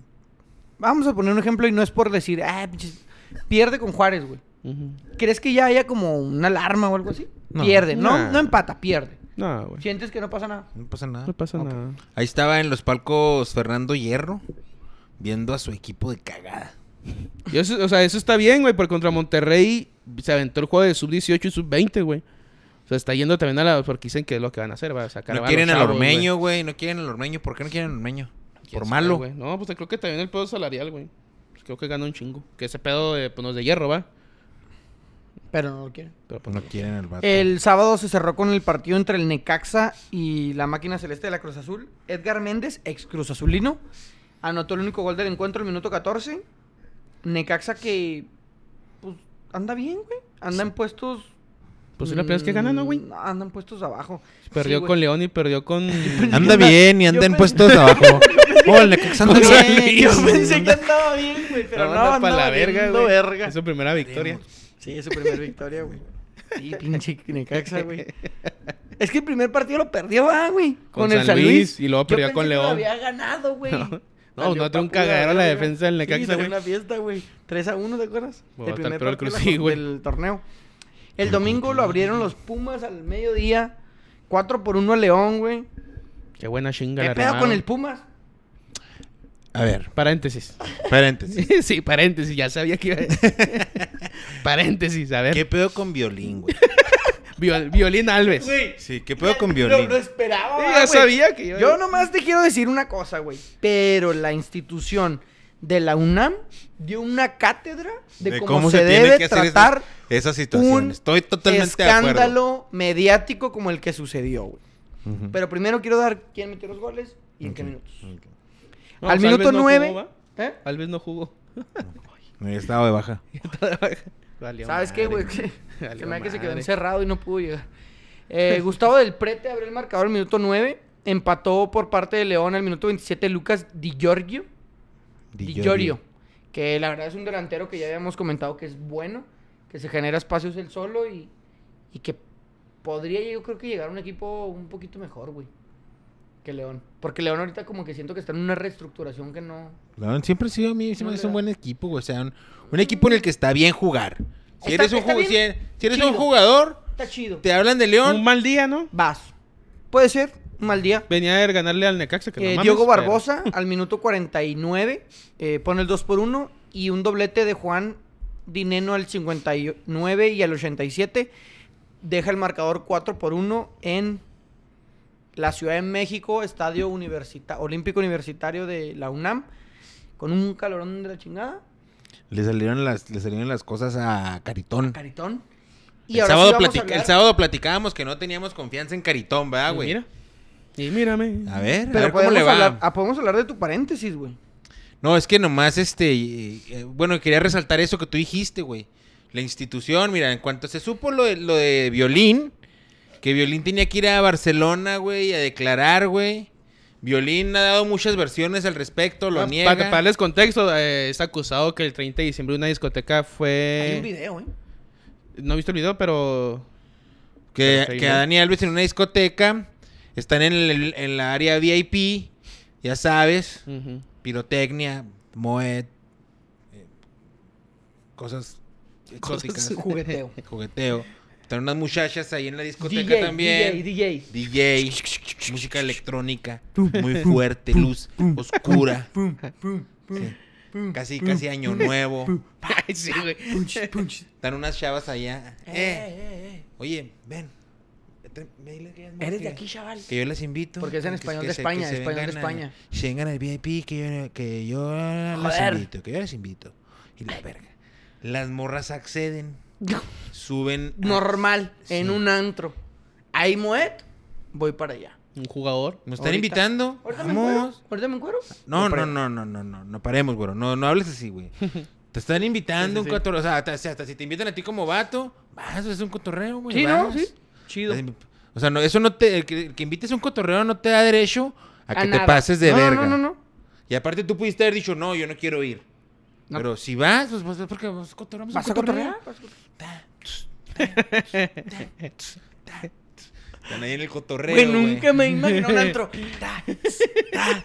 [SPEAKER 3] Vamos a poner un ejemplo y no es por decir, ah, pinches- pierde con Juárez, güey.
[SPEAKER 1] Ujú.
[SPEAKER 3] ¿Crees que ya haya como una alarma o algo así?
[SPEAKER 4] No.
[SPEAKER 3] Pierde, no,
[SPEAKER 1] Nah.
[SPEAKER 3] no empata, pierde.
[SPEAKER 1] No, güey.
[SPEAKER 3] Sientes que no pasa nada.
[SPEAKER 4] No pasa nada.
[SPEAKER 1] No pasa nada.
[SPEAKER 4] Ahí estaba en los palcos Fernando Hierro viendo a su equipo de cagada.
[SPEAKER 1] Y eso- o sea, eso está bien, güey, porque contra Monterrey se aventó el juego de sub-18 y sub-20, güey. O sea, está yendo también a la... Porque dicen que es lo que van a hacer, va a sacar...
[SPEAKER 4] No
[SPEAKER 1] a
[SPEAKER 4] quieren
[SPEAKER 1] los
[SPEAKER 4] al
[SPEAKER 1] chavos,
[SPEAKER 4] Ormeño, güey. No quieren al Ormeño. ¿Por qué no quieren al Ormeño?
[SPEAKER 1] ¿Quién
[SPEAKER 4] Por
[SPEAKER 1] sabe,
[SPEAKER 4] malo.
[SPEAKER 1] güey? No, pues creo que también el pedo salarial, güey. Pues, creo que gana un chingo. Que ese pedo de, pues, no es de hierro, va.
[SPEAKER 3] Pero no lo quiere.
[SPEAKER 1] Pero, pues,
[SPEAKER 4] No quieren al vato.
[SPEAKER 3] El sábado se cerró con el partido entre el Necaxa y la máquina celeste de la Cruz Azul. Edgar Méndez, ex Cruz Azulino, anotó el único gol del encuentro el minuto 14. Necaxa que pues, anda bien, güey. Anda en puestos.
[SPEAKER 1] pues sí, la primera vez que gana, ¿no, güey?
[SPEAKER 3] Mm, Anda en puestos abajo.
[SPEAKER 1] Perdió
[SPEAKER 3] Sí,
[SPEAKER 1] con
[SPEAKER 3] güey.
[SPEAKER 1] León y perdió con...
[SPEAKER 4] Anda
[SPEAKER 3] Yo
[SPEAKER 4] bien y
[SPEAKER 3] yo
[SPEAKER 4] anda en
[SPEAKER 3] pensé-
[SPEAKER 4] puestos de abajo. Oh, el Necaxa anda
[SPEAKER 3] Yo
[SPEAKER 4] bien.
[SPEAKER 3] pensé- Yo pensé que andaba bien, güey, pero no,
[SPEAKER 1] anda
[SPEAKER 3] andaba
[SPEAKER 1] pa'
[SPEAKER 3] valiendo verga.
[SPEAKER 1] Es su primera victoria.
[SPEAKER 3] Sí, es su primera victoria, güey. Sí, pinche Necaxa, güey. Es que el primer partido lo perdió, ah, güey. Con,
[SPEAKER 1] Con
[SPEAKER 3] el
[SPEAKER 1] San
[SPEAKER 3] San Luis.
[SPEAKER 1] Luis, y luego
[SPEAKER 3] Yo
[SPEAKER 1] perdió
[SPEAKER 3] pensé
[SPEAKER 1] con
[SPEAKER 3] que
[SPEAKER 1] León.
[SPEAKER 3] Lo había ganado, güey.
[SPEAKER 1] No, no,
[SPEAKER 3] Salió
[SPEAKER 1] no,
[SPEAKER 3] pa'
[SPEAKER 1] trae un
[SPEAKER 3] pura
[SPEAKER 1] cagadero la
[SPEAKER 3] verga.
[SPEAKER 1] defensa del Necaxa,
[SPEAKER 3] Sí, salió
[SPEAKER 1] güey.
[SPEAKER 3] una fiesta, güey. 3 a 1, ¿te acuerdas?
[SPEAKER 1] Bueno, está
[SPEAKER 3] el
[SPEAKER 1] el
[SPEAKER 3] primer
[SPEAKER 1] peor el
[SPEAKER 3] partido de la
[SPEAKER 1] Cruz, sí,
[SPEAKER 3] jor-
[SPEAKER 1] güey.
[SPEAKER 3] del torneo. El domingo lo abrieron los Pumas al mediodía. 4 por 1 a León, güey.
[SPEAKER 1] Qué buena chinga
[SPEAKER 3] ¿Qué
[SPEAKER 1] la
[SPEAKER 3] pedo con
[SPEAKER 1] armaron.
[SPEAKER 3] el Pumas?
[SPEAKER 4] A ver,
[SPEAKER 1] Paréntesis.
[SPEAKER 4] paréntesis.
[SPEAKER 1] sí, paréntesis. Ya sabía que iba a decir. paréntesis, a ver.
[SPEAKER 4] ¿Qué pedo con violín, güey?
[SPEAKER 1] Viol- Violín Alves.
[SPEAKER 4] Sí, ¿qué pedo con
[SPEAKER 3] Lo,
[SPEAKER 4] violín?
[SPEAKER 3] lo esperaba.
[SPEAKER 1] Sí,
[SPEAKER 3] güey.
[SPEAKER 1] ya sabía que iba a-
[SPEAKER 3] Yo nomás te quiero decir una cosa, güey. Pero la institución de la UNAM dio una cátedra de, cómo, se,
[SPEAKER 4] tiene
[SPEAKER 3] debe
[SPEAKER 4] que hacer esas-
[SPEAKER 3] tratar
[SPEAKER 4] esas
[SPEAKER 3] un
[SPEAKER 4] situaciones. Estoy totalmente de acuerdo.
[SPEAKER 3] escándalo mediático como el que sucedió, güey.
[SPEAKER 4] Ujú.
[SPEAKER 3] Pero primero quiero dar quién metió los goles y en qué minutos.
[SPEAKER 4] Ok.
[SPEAKER 1] No,
[SPEAKER 3] Al
[SPEAKER 1] pues,
[SPEAKER 3] minuto
[SPEAKER 1] Alves no jugó,
[SPEAKER 3] 9.
[SPEAKER 1] ¿va?
[SPEAKER 3] ¿eh?
[SPEAKER 1] Alves no jugó.
[SPEAKER 4] No, ya estaba de baja.
[SPEAKER 1] Valió
[SPEAKER 3] ¿Sabes qué,
[SPEAKER 1] madre.
[SPEAKER 3] güey? Se me
[SPEAKER 1] Valió
[SPEAKER 3] da que se quedó
[SPEAKER 1] madre.
[SPEAKER 3] encerrado y no pudo llegar. Eh, Gustavo del Prete abrió el marcador al minuto 9. Empató por parte de León al minuto 27 Lucas Di Giorgio. Di Giorgio, que la verdad es un delantero que ya habíamos comentado que es bueno, que se genera espacios él solo y, y que podría yo creo que llegar a un equipo un poquito mejor, güey, que León. Porque León ahorita como que siento que está en una reestructuración que no...
[SPEAKER 4] No, siempre ha sido a mí,
[SPEAKER 3] No
[SPEAKER 4] siempre es
[SPEAKER 3] le
[SPEAKER 4] un
[SPEAKER 3] da.
[SPEAKER 4] buen equipo, güey. O sea, un, un equipo en el que está bien jugar. Si
[SPEAKER 3] Está-
[SPEAKER 4] eres, un,
[SPEAKER 3] está
[SPEAKER 4] ju-
[SPEAKER 3] bien
[SPEAKER 4] si eres, si eres
[SPEAKER 3] chido.
[SPEAKER 4] un jugador,
[SPEAKER 3] Está chido.
[SPEAKER 4] te hablan de León.
[SPEAKER 1] Un mal día, ¿no?
[SPEAKER 3] Vas. Puede ser, un mal día.
[SPEAKER 1] Venía de ganarle al Necaxa, que no
[SPEAKER 3] Eh,
[SPEAKER 1] mames,
[SPEAKER 3] Diogo
[SPEAKER 1] pero-
[SPEAKER 3] Barbosa al minuto 49 eh, pone el 2 por 1 y un doblete de Juan Dineno al 59 y al 87 deja el marcador 4 por 1 en la Ciudad de México, Estadio Universita- Olímpico Universitario de la UNAM, con un calorón de la chingada,
[SPEAKER 4] Le salieron las, le salieron las cosas a Caritón.
[SPEAKER 3] caritón. Y
[SPEAKER 4] El
[SPEAKER 3] ahora sí
[SPEAKER 4] sábado,
[SPEAKER 3] vamos a
[SPEAKER 4] platic-
[SPEAKER 3] hablar-
[SPEAKER 4] el sábado platicábamos que no teníamos confianza en Caritón, ¿verdad,
[SPEAKER 1] Y
[SPEAKER 4] Ah, güey?
[SPEAKER 1] Pues Mira. Y mírame.
[SPEAKER 4] A ver, a
[SPEAKER 3] pero
[SPEAKER 4] ver cómo le
[SPEAKER 3] podemos ah.
[SPEAKER 4] va.
[SPEAKER 3] hablar- ah, podemos hablar de tu paréntesis, güey.
[SPEAKER 4] No, es que nomás este. eh, eh, Bueno, quería resaltar eso que tú dijiste, güey. La institución, mira, en cuanto se supo lo de, lo de Violín, que Violín tenía que ir a Barcelona, güey, a declarar, güey. Violín ha dado muchas versiones al respecto, lo
[SPEAKER 1] Ah,
[SPEAKER 4] niega.
[SPEAKER 1] Para, para darles contexto, eh, es acusado que el 30 de diciembre una discoteca
[SPEAKER 3] Hay un
[SPEAKER 1] fue...
[SPEAKER 3] video, ¿eh?
[SPEAKER 1] No he visto el video, pero...
[SPEAKER 4] Que,
[SPEAKER 1] Perfecto.
[SPEAKER 4] que a Dani Alves en una discoteca están en, el- en la área VIP, ya sabes,
[SPEAKER 1] ujú.
[SPEAKER 4] pirotecnia, moed, eh, cosas exóticas,
[SPEAKER 3] Jugueteo.
[SPEAKER 4] jugueteo. Están unas muchachas ahí en la discoteca
[SPEAKER 3] DJ,
[SPEAKER 4] también. DJ,
[SPEAKER 3] DJ, DJ.
[SPEAKER 4] música electrónica, muy fuerte, luz oscura.
[SPEAKER 3] Pum, pum, pum,
[SPEAKER 4] Sí.
[SPEAKER 3] pum,
[SPEAKER 4] Casi,
[SPEAKER 3] pum,
[SPEAKER 4] casi año nuevo.
[SPEAKER 1] Ay, sí, güey.
[SPEAKER 3] punch, punch.
[SPEAKER 4] Están unas chavas allá.
[SPEAKER 3] Eh,
[SPEAKER 4] Eh,
[SPEAKER 3] eh, eh.
[SPEAKER 4] oye, ven. Vete, ve y les-
[SPEAKER 3] Eres de aquí, chaval.
[SPEAKER 4] Que yo les invito.
[SPEAKER 3] Porque es en
[SPEAKER 4] que-
[SPEAKER 3] español
[SPEAKER 4] que
[SPEAKER 3] de
[SPEAKER 4] se-
[SPEAKER 3] España,
[SPEAKER 4] que se
[SPEAKER 3] español de
[SPEAKER 4] vengan a-
[SPEAKER 3] España.
[SPEAKER 4] que se vengan al VIP, que yo, que yo las
[SPEAKER 3] Joder.
[SPEAKER 4] invito, que yo les invito. Y la verga. Las morras acceden, suben. a-
[SPEAKER 3] Normal, en
[SPEAKER 4] Sí.
[SPEAKER 3] un antro. Ahí moet, voy para allá.
[SPEAKER 1] Un jugador.
[SPEAKER 4] Nos están
[SPEAKER 3] Ahorita.
[SPEAKER 4] invitando.
[SPEAKER 3] ¿Ahorita me encuero?
[SPEAKER 4] Vamos.
[SPEAKER 3] ¿Ahorita me encuero?
[SPEAKER 4] No,
[SPEAKER 3] Pero-
[SPEAKER 4] no, no, no, no, no, no paremos, güey. No, no hables así, güey. Te están invitando
[SPEAKER 1] Sí, sí,
[SPEAKER 4] un cotorreo. O sea, hasta, hasta si te invitan a ti como vato, vas, es un cotorreo, güey.
[SPEAKER 3] Sí, ¿no?
[SPEAKER 4] vas.
[SPEAKER 3] Sí. Chido.
[SPEAKER 4] O sea, no, eso no te. El que, el que invites a un cotorreo no te da derecho a,
[SPEAKER 3] A
[SPEAKER 4] que
[SPEAKER 3] nada.
[SPEAKER 4] te pases de
[SPEAKER 3] No,
[SPEAKER 4] verga.
[SPEAKER 3] No, no, no.
[SPEAKER 4] Y aparte tú pudiste haber dicho, no, yo no quiero ir.
[SPEAKER 3] No.
[SPEAKER 4] Pero si vas, pues vas porque vas a cotorrear, vamos
[SPEAKER 3] ¿Vas a cotorrear?
[SPEAKER 4] Ta, tss, ta, tss, ta, tss, ta, tss. Están ahí en el cotorreo,
[SPEAKER 3] Güey,
[SPEAKER 4] güey.
[SPEAKER 3] nunca me imaginé un antro. Ta, ta,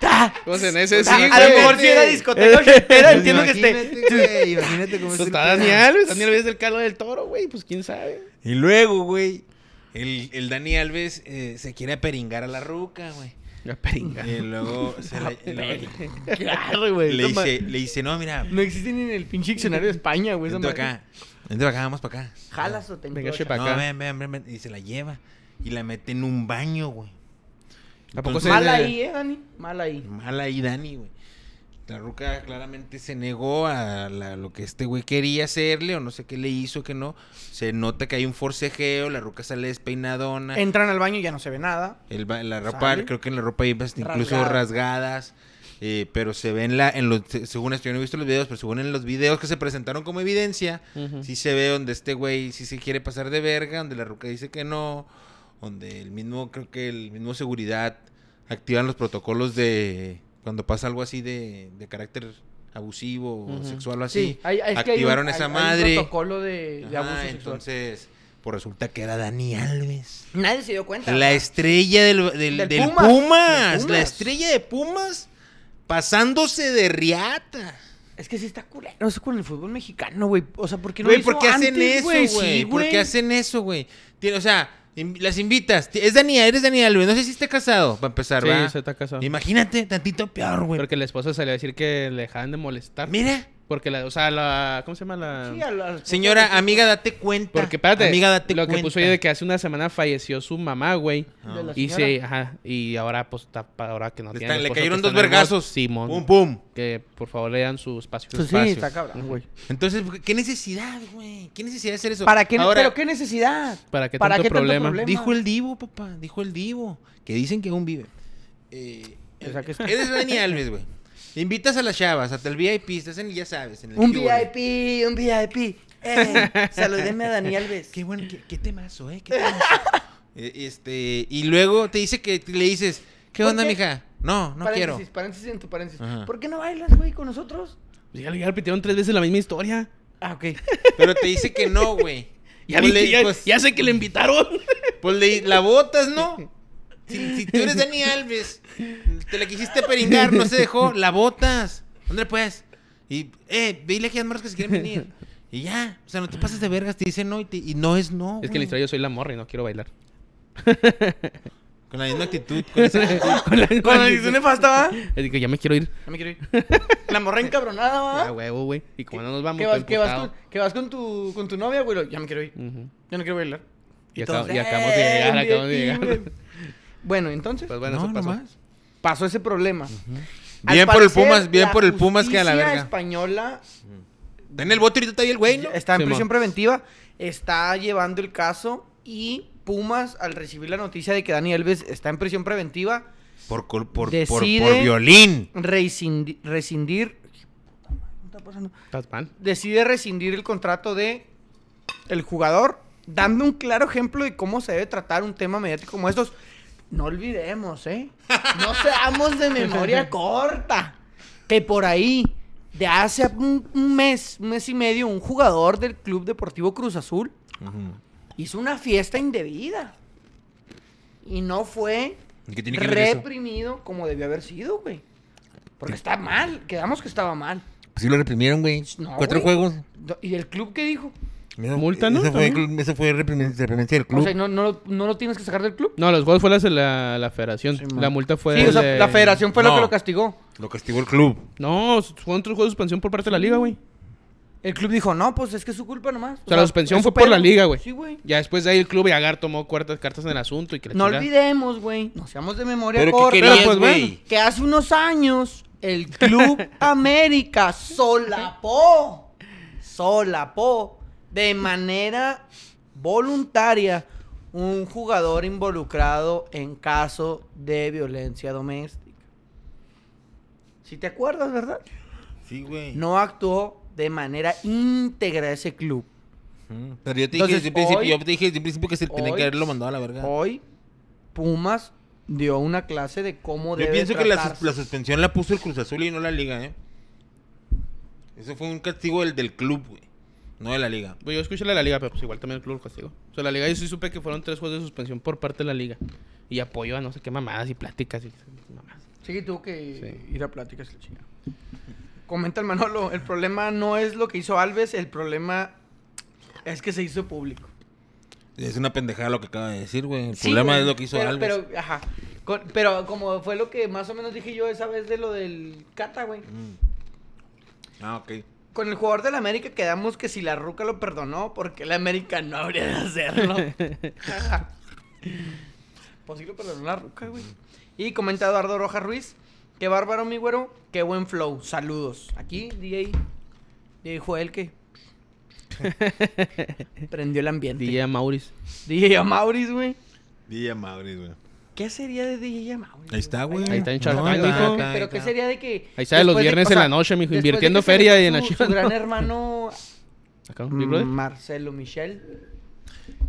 [SPEAKER 3] ta.
[SPEAKER 1] Pues en ese sí,
[SPEAKER 3] A-
[SPEAKER 1] güey.
[SPEAKER 3] a lo mejor si era discoteca ochentera, entiendo que esté.
[SPEAKER 4] Imagínate, güey, imagínate cómo
[SPEAKER 1] Pues
[SPEAKER 4] es el
[SPEAKER 1] está
[SPEAKER 4] pedo.
[SPEAKER 1] Dani Alves. Dani Alves del caldo del toro, güey. Pues quién sabe.
[SPEAKER 4] Y luego, güey, el, el Dani Alves eh, se quiere peringar a la ruca, güey.
[SPEAKER 1] La peringa.
[SPEAKER 4] Y luego se la- le,
[SPEAKER 3] Eh, Claro, güey.
[SPEAKER 4] le
[SPEAKER 3] no ma-
[SPEAKER 4] dice, le dice, no, mira,
[SPEAKER 3] No existe ni en el pinche diccionario de España, güey. esa
[SPEAKER 4] vente pa'
[SPEAKER 3] madre.
[SPEAKER 4] acá. Vente para acá, vamos para acá.
[SPEAKER 3] Jalas o te
[SPEAKER 1] Venga,
[SPEAKER 3] enclochas.
[SPEAKER 1] chepa.
[SPEAKER 4] No,
[SPEAKER 1] acá.
[SPEAKER 4] ven, ven, ven, ven. Y se la lleva. Y la mete en un baño, güey.
[SPEAKER 1] ¿A poco se-
[SPEAKER 4] Entonces,
[SPEAKER 3] Mal ahí, eh, Dani. Mal ahí.
[SPEAKER 4] Mal ahí, Dani, güey. La ruca claramente se negó a la- lo que este güey quería hacerle o no sé qué le hizo, que no. Se nota que hay un forcejeo, la ruca sale despeinadona.
[SPEAKER 3] Entran al baño y ya no se ve nada.
[SPEAKER 4] El ba- la ropa,
[SPEAKER 3] Sale.
[SPEAKER 4] creo que en la ropa hay hasta incluso
[SPEAKER 3] Rasgada.
[SPEAKER 4] rasgadas. eh, pero se ven la, en los, se- según esto, yo no he visto los videos, pero según en los videos que se presentaron como evidencia,
[SPEAKER 1] Ujú.
[SPEAKER 4] sí se ve donde este güey sí se quiere pasar de verga, donde la ruca dice que no, donde el mismo, creo que el mismo seguridad activan los protocolos de cuando pasa algo así de, de carácter abusivo o
[SPEAKER 1] Ujú.
[SPEAKER 4] sexual o así.
[SPEAKER 3] hay- es que hay un-
[SPEAKER 4] activaron esa
[SPEAKER 3] hay- hay un
[SPEAKER 4] madre.
[SPEAKER 3] protocolo de, de
[SPEAKER 4] Ajá,
[SPEAKER 3] abuso sexual.
[SPEAKER 4] entonces, pues resulta que era Dani Alves.
[SPEAKER 3] Nadie se dio cuenta.
[SPEAKER 4] La estrella del, del,
[SPEAKER 3] Del
[SPEAKER 4] del
[SPEAKER 3] Pumas.
[SPEAKER 4] Pumas.
[SPEAKER 3] Del Pumas.
[SPEAKER 4] La estrella de Pumas pasándose de riata.
[SPEAKER 3] Es que sí está culero eso con el fútbol mexicano, güey. O sea, ¿por qué no
[SPEAKER 4] Güey,
[SPEAKER 3] lo
[SPEAKER 4] ¿por
[SPEAKER 3] hizo
[SPEAKER 4] qué hacen
[SPEAKER 3] antes,
[SPEAKER 4] eso, güey?
[SPEAKER 3] Sí,
[SPEAKER 4] ¿Por
[SPEAKER 3] güey.
[SPEAKER 4] qué hacen eso, güey? Tiene- O sea, in- las invitas. Ti- Es Daniel, eres Daniel, güey. No sé si está casado, para empezar,
[SPEAKER 1] Sí,
[SPEAKER 4] ¿va?
[SPEAKER 1] se está casado.
[SPEAKER 4] Imagínate, tantito peor, güey.
[SPEAKER 1] Porque la esposa salió a decir que le dejaban de molestar.
[SPEAKER 4] Mira,
[SPEAKER 1] Porque la, o sea, la. ¿Cómo se llama la.?
[SPEAKER 3] Sí, al- al-
[SPEAKER 4] Ah, señora, amiga, date cuenta.
[SPEAKER 1] Porque, espérate,
[SPEAKER 4] Amiga, date
[SPEAKER 1] lo que
[SPEAKER 4] cuenta.
[SPEAKER 1] puso ella de que hace una semana falleció su mamá, güey.
[SPEAKER 3] de la
[SPEAKER 1] Y
[SPEAKER 3] señora.
[SPEAKER 1] se, ajá, y ahora pues está pa- ahora que no
[SPEAKER 4] Le,
[SPEAKER 1] tiene
[SPEAKER 4] está- le
[SPEAKER 1] esposo, que
[SPEAKER 4] cayeron
[SPEAKER 1] está
[SPEAKER 4] dos
[SPEAKER 1] en el box,
[SPEAKER 4] vergazos.
[SPEAKER 1] Simón.
[SPEAKER 4] Pum, pum.
[SPEAKER 1] Que por favor le dan su espacio.
[SPEAKER 3] Pues sí,
[SPEAKER 1] Espacio.
[SPEAKER 3] está cabrón, güey.
[SPEAKER 4] Entonces, ¿qué necesidad, güey? ¿Qué necesidad de hacer eso?
[SPEAKER 3] ¿Para qué?
[SPEAKER 4] Ahora,
[SPEAKER 3] ¿Pero qué necesidad?
[SPEAKER 1] ¿Para qué
[SPEAKER 3] ¿Para
[SPEAKER 1] tanto
[SPEAKER 3] qué tanto
[SPEAKER 1] problema?
[SPEAKER 3] problema?
[SPEAKER 4] Dijo el divo, papá. Dijo el divo. Que dicen que aún vive. Eh,
[SPEAKER 3] O sea, que es-
[SPEAKER 4] eres Dani Alves, güey. Invitas a las chavas, hasta el VIP, estás en, ya sabes, en el
[SPEAKER 3] Un
[SPEAKER 4] Q, güey.
[SPEAKER 3] VIP, un VIP. Eh, saludeme a Dani Alves.
[SPEAKER 4] Qué bueno, qué, qué temazo, ¿eh? Qué temazo. Eh, este, y luego te dice que le dices, ¿qué
[SPEAKER 3] ¿Por
[SPEAKER 4] onda,
[SPEAKER 3] qué?
[SPEAKER 4] mija? No, no
[SPEAKER 3] paréntesis,
[SPEAKER 4] quiero.
[SPEAKER 3] paréntesis en tu paréntesis.
[SPEAKER 4] Ajá.
[SPEAKER 3] ¿Por qué no bailas, güey, con nosotros?
[SPEAKER 1] Pues Ya, le- ya repitieron tres veces la misma historia.
[SPEAKER 3] Ah, ok.
[SPEAKER 4] Pero te dice que no, güey.
[SPEAKER 1] Ya,
[SPEAKER 4] Pues
[SPEAKER 1] vi que
[SPEAKER 4] le-
[SPEAKER 1] ya-
[SPEAKER 4] pues-
[SPEAKER 1] ya sé que le invitaron.
[SPEAKER 4] Pues le- la botas, ¿no? Si, si tú eres Dani Alves, te la quisiste peringar, no se dejó, la botas. ¿Dónde pues? Y, eh, dile que más que se quieren venir. Y ya, o sea, no te pases de vergas, te dicen no y, te- y no es no.
[SPEAKER 1] es que
[SPEAKER 4] güey.
[SPEAKER 1] en la historia yo soy la morra y no quiero bailar.
[SPEAKER 4] Con la misma actitud, con esa actitud.
[SPEAKER 1] Con la- con
[SPEAKER 3] Con
[SPEAKER 1] la-
[SPEAKER 3] el hizo nefasta, ¿va?
[SPEAKER 1] Así que ya me quiero ir.
[SPEAKER 3] No me quiero ir. La morra
[SPEAKER 1] Ya,
[SPEAKER 3] encabronada, ¿va?
[SPEAKER 1] huevo, güey. Y como no nos vamos,
[SPEAKER 3] Que Ah. vas,
[SPEAKER 1] todo
[SPEAKER 3] que vas
[SPEAKER 1] emputado.
[SPEAKER 3] con, que vas con tu, con tu novia, güey. lo- Ya me quiero ir.
[SPEAKER 1] Ujú.
[SPEAKER 3] Ya no quiero bailar.
[SPEAKER 1] Y,
[SPEAKER 3] todos,
[SPEAKER 1] acabo- y
[SPEAKER 3] "Eh,
[SPEAKER 1] acabamos de llegar,
[SPEAKER 3] un
[SPEAKER 1] acabamos de
[SPEAKER 3] VIP,
[SPEAKER 1] llegar.
[SPEAKER 3] güey". Bueno, entonces
[SPEAKER 1] Pues bueno,
[SPEAKER 4] No,
[SPEAKER 1] eso pasó.
[SPEAKER 4] nomás.
[SPEAKER 3] pasó ese problema. Al
[SPEAKER 4] Bien por el
[SPEAKER 3] parecer,
[SPEAKER 4] Pumas, bien
[SPEAKER 3] la
[SPEAKER 4] por el Pumas que a la
[SPEAKER 3] justicia
[SPEAKER 4] verga.
[SPEAKER 3] española
[SPEAKER 4] Está en el bote ahorita está ahí el güey, ¿no?
[SPEAKER 3] está en
[SPEAKER 1] Sí,
[SPEAKER 3] prisión
[SPEAKER 1] ma.
[SPEAKER 3] preventiva, está llevando el caso y Pumas, al recibir la noticia de que Dani Alves está en prisión preventiva,
[SPEAKER 4] Por, col- por, por, por
[SPEAKER 3] Decide-
[SPEAKER 4] violín.
[SPEAKER 3] Rescindi- rescindir.
[SPEAKER 1] Estás mal.
[SPEAKER 3] Decide rescindir el contrato de el jugador, dando un claro ejemplo de cómo se debe tratar un tema mediático como estos. No olvidemos, ¿eh? No seamos de memoria corta. Que por ahí, de hace un, un mes, un mes y medio, un jugador del Club Deportivo Cruz Azul hizo una fiesta indebida. Y no fue
[SPEAKER 4] ¿Y qué tiene que ver eso?
[SPEAKER 3] reprimido como debió haber sido, güey. Porque está mal, quedamos que estaba mal.
[SPEAKER 4] Pues sí lo reprimieron, güey.
[SPEAKER 3] No,
[SPEAKER 4] Cuatro
[SPEAKER 3] güey.
[SPEAKER 4] juegos.
[SPEAKER 3] No, ¿Y el club qué dijo?
[SPEAKER 4] Eso-
[SPEAKER 1] Multa, ¿no?
[SPEAKER 4] Eso fue,
[SPEAKER 1] También.
[SPEAKER 4] eso fue reprimen- reprimencia del
[SPEAKER 3] O
[SPEAKER 4] club.
[SPEAKER 3] sea, ¿no, no, lo- no lo tienes que sacar del club?
[SPEAKER 1] No, los juegos fue la, la, la federación.
[SPEAKER 3] Sí, man.
[SPEAKER 1] la multa fue.
[SPEAKER 3] sí, o
[SPEAKER 1] del
[SPEAKER 3] sea,
[SPEAKER 1] de-
[SPEAKER 3] la federación fue la
[SPEAKER 4] No.
[SPEAKER 3] que lo castigó.
[SPEAKER 4] Lo castigó el club.
[SPEAKER 1] No, fueron tres juegos de suspensión por parte de la liga, güey.
[SPEAKER 3] El club dijo, no, pues es que es su culpa nomás. O,
[SPEAKER 1] sea, la suspensión fue por la liga, güey.
[SPEAKER 3] Sí, güey.
[SPEAKER 1] Ya después de ahí el club y Agar tomó cuartas cartas en el asunto y que la
[SPEAKER 3] No
[SPEAKER 1] chingada.
[SPEAKER 3] olvidemos, güey, no seamos de memoria
[SPEAKER 4] Pero
[SPEAKER 3] corta,
[SPEAKER 4] ¿qué querías,
[SPEAKER 1] pues, bueno.
[SPEAKER 4] güey?
[SPEAKER 3] que hace unos años el Club América solapó, solapó de manera voluntaria un jugador involucrado en caso de violencia doméstica. Si te acuerdas, ¿verdad?
[SPEAKER 4] Sí, güey.
[SPEAKER 3] No actuó de manera íntegra ese club.
[SPEAKER 4] Mm. Pero yo te dije
[SPEAKER 3] Entonces,
[SPEAKER 4] desde un principio,
[SPEAKER 3] hoy-
[SPEAKER 4] yo te dije desde un principio que se tenía
[SPEAKER 3] hoy-
[SPEAKER 4] que haberlo mandado a la verga.
[SPEAKER 3] Hoy Pumas dio una clase de cómo
[SPEAKER 4] Yo
[SPEAKER 3] debe
[SPEAKER 4] pienso que la, sus-
[SPEAKER 3] tratarse.
[SPEAKER 4] la suspensión la puso el Cruz Azul y no la liga, ¿eh? Eso fue un castigo del, del club, güey. No de la liga.
[SPEAKER 1] Güey, yo escuché la de la liga, pero pues igual también el club lo castigó. O sea, la liga yo sí supe que fueron tres juegos de suspensión por parte de la liga. Y apoyo a no sé qué mamadas y pláticas y mamadas.
[SPEAKER 3] Sí, que tuvo que
[SPEAKER 1] Sí.
[SPEAKER 3] ir a pláticas la chingada. Comenta el Manolo, el problema no es lo que hizo Alves, el problema es que se hizo público.
[SPEAKER 4] Es una pendejada lo que acaba de decir, güey. El
[SPEAKER 3] Sí,
[SPEAKER 4] problema
[SPEAKER 3] güey,
[SPEAKER 4] es lo que hizo
[SPEAKER 3] pero,
[SPEAKER 4] Alves.
[SPEAKER 3] Pero, ajá. Con- pero como fue lo que más o menos dije yo esa vez de lo del Cata, güey.
[SPEAKER 4] Mm. Ah, ok.
[SPEAKER 3] Con el jugador del América quedamos que si la ruca lo perdonó, porque el América no habría de hacerlo. Jaja. pues sí lo perdonó la ruca, güey. Y comenta Eduardo Rojas Ruiz, qué bárbaro, mi güero, qué buen flow. Saludos. Aquí, DJ, DJ Joel que prendió el ambiente.
[SPEAKER 1] DJ
[SPEAKER 3] DJ,
[SPEAKER 1] Mauris.
[SPEAKER 3] Amauris, güey.
[SPEAKER 4] Día Madrid, güey.
[SPEAKER 3] ¿Qué sería de DJ Amauris?
[SPEAKER 4] Ahí está, güey.
[SPEAKER 1] Ahí está en
[SPEAKER 4] No,
[SPEAKER 1] Shark Tank,
[SPEAKER 4] ahí
[SPEAKER 1] mijo.
[SPEAKER 4] está, ahí
[SPEAKER 3] Pero qué
[SPEAKER 4] está.
[SPEAKER 3] sería de que...
[SPEAKER 1] Ahí sale los
[SPEAKER 3] después de-
[SPEAKER 1] viernes
[SPEAKER 3] o
[SPEAKER 1] en
[SPEAKER 3] sea,
[SPEAKER 1] la noche, mijo,
[SPEAKER 3] después de
[SPEAKER 1] invirtiendo
[SPEAKER 3] que se
[SPEAKER 1] feria
[SPEAKER 3] le
[SPEAKER 1] y en
[SPEAKER 3] fue
[SPEAKER 1] la
[SPEAKER 3] su-
[SPEAKER 1] chiva,
[SPEAKER 3] Su gran
[SPEAKER 1] ¿no?
[SPEAKER 3] hermano
[SPEAKER 1] Acá,
[SPEAKER 3] Mm,
[SPEAKER 1] Big Brother.
[SPEAKER 3] Marcelo Michel.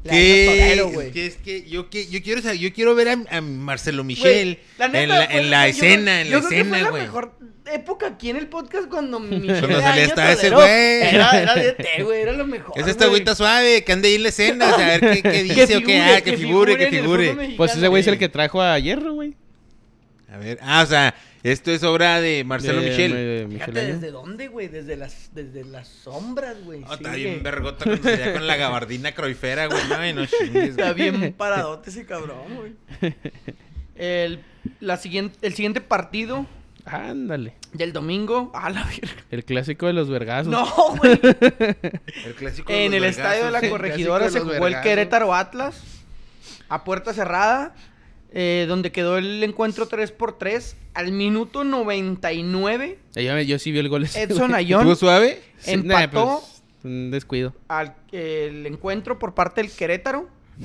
[SPEAKER 3] La
[SPEAKER 4] ¿Qué?
[SPEAKER 3] neta torero,
[SPEAKER 4] Es
[SPEAKER 3] güey.
[SPEAKER 4] que- es que yo, que- yo quiero saber- yo quiero ver a, a Marcelo Michel
[SPEAKER 3] Güey, neta,
[SPEAKER 4] en la,
[SPEAKER 3] fue-
[SPEAKER 4] en la
[SPEAKER 3] yo creo-
[SPEAKER 4] escena, en la
[SPEAKER 3] yo creo que fue
[SPEAKER 4] escena, güey.
[SPEAKER 3] la mejor época aquí en el podcast cuando Michel
[SPEAKER 4] Cuando
[SPEAKER 3] de Año
[SPEAKER 4] salía hasta ese
[SPEAKER 3] Torero
[SPEAKER 4] güey.
[SPEAKER 3] Era, era de té, güey, era lo mejor.
[SPEAKER 4] Es esta agüita suave, que ande ahí en la escena, o sea, a ver qué, qué dice o qué, ah, que figure, que figure.
[SPEAKER 1] Pues ese güey es el
[SPEAKER 4] Sí.
[SPEAKER 1] que trajo a Hierro, güey.
[SPEAKER 4] A ver, ah, o sea, esto es obra de Marcelo
[SPEAKER 1] De-
[SPEAKER 4] Michel.
[SPEAKER 1] de
[SPEAKER 3] Fíjate,
[SPEAKER 1] Michel ¿eh? Año.
[SPEAKER 3] ¿desde dónde, güey? Desde las, desde las sombras, güey.
[SPEAKER 4] Ah,
[SPEAKER 3] sí,
[SPEAKER 4] está
[SPEAKER 3] güey.
[SPEAKER 4] bien vergota cuando se da con la gabardina croifera, güey. No, Ay, no chingues,
[SPEAKER 3] Está
[SPEAKER 4] güey.
[SPEAKER 3] bien paradote ese cabrón, güey. El, la siguiente, el siguiente partido
[SPEAKER 1] Ándale.
[SPEAKER 3] del domingo. A la verga.
[SPEAKER 1] El clásico de los vergazos.
[SPEAKER 3] No, güey.
[SPEAKER 4] El clásico de
[SPEAKER 3] En
[SPEAKER 4] los
[SPEAKER 3] el
[SPEAKER 4] vergazos.
[SPEAKER 3] estadio de la
[SPEAKER 1] Sí,
[SPEAKER 3] corregidora
[SPEAKER 1] clásico
[SPEAKER 3] se
[SPEAKER 1] de los
[SPEAKER 3] jugó el
[SPEAKER 1] vergazos.
[SPEAKER 3] Querétaro Atlas a puerta cerrada, eh, donde quedó el encuentro 3 por 3 al minuto 99.
[SPEAKER 1] Eh, Yo, yo sí vi el gol. ese,
[SPEAKER 3] Edson
[SPEAKER 1] güey.
[SPEAKER 3] Ayón
[SPEAKER 4] ¿Estuvo suave?
[SPEAKER 1] Sí, nah,
[SPEAKER 3] empató.
[SPEAKER 1] pues, un descuido.
[SPEAKER 3] al el encuentro por parte del Querétaro,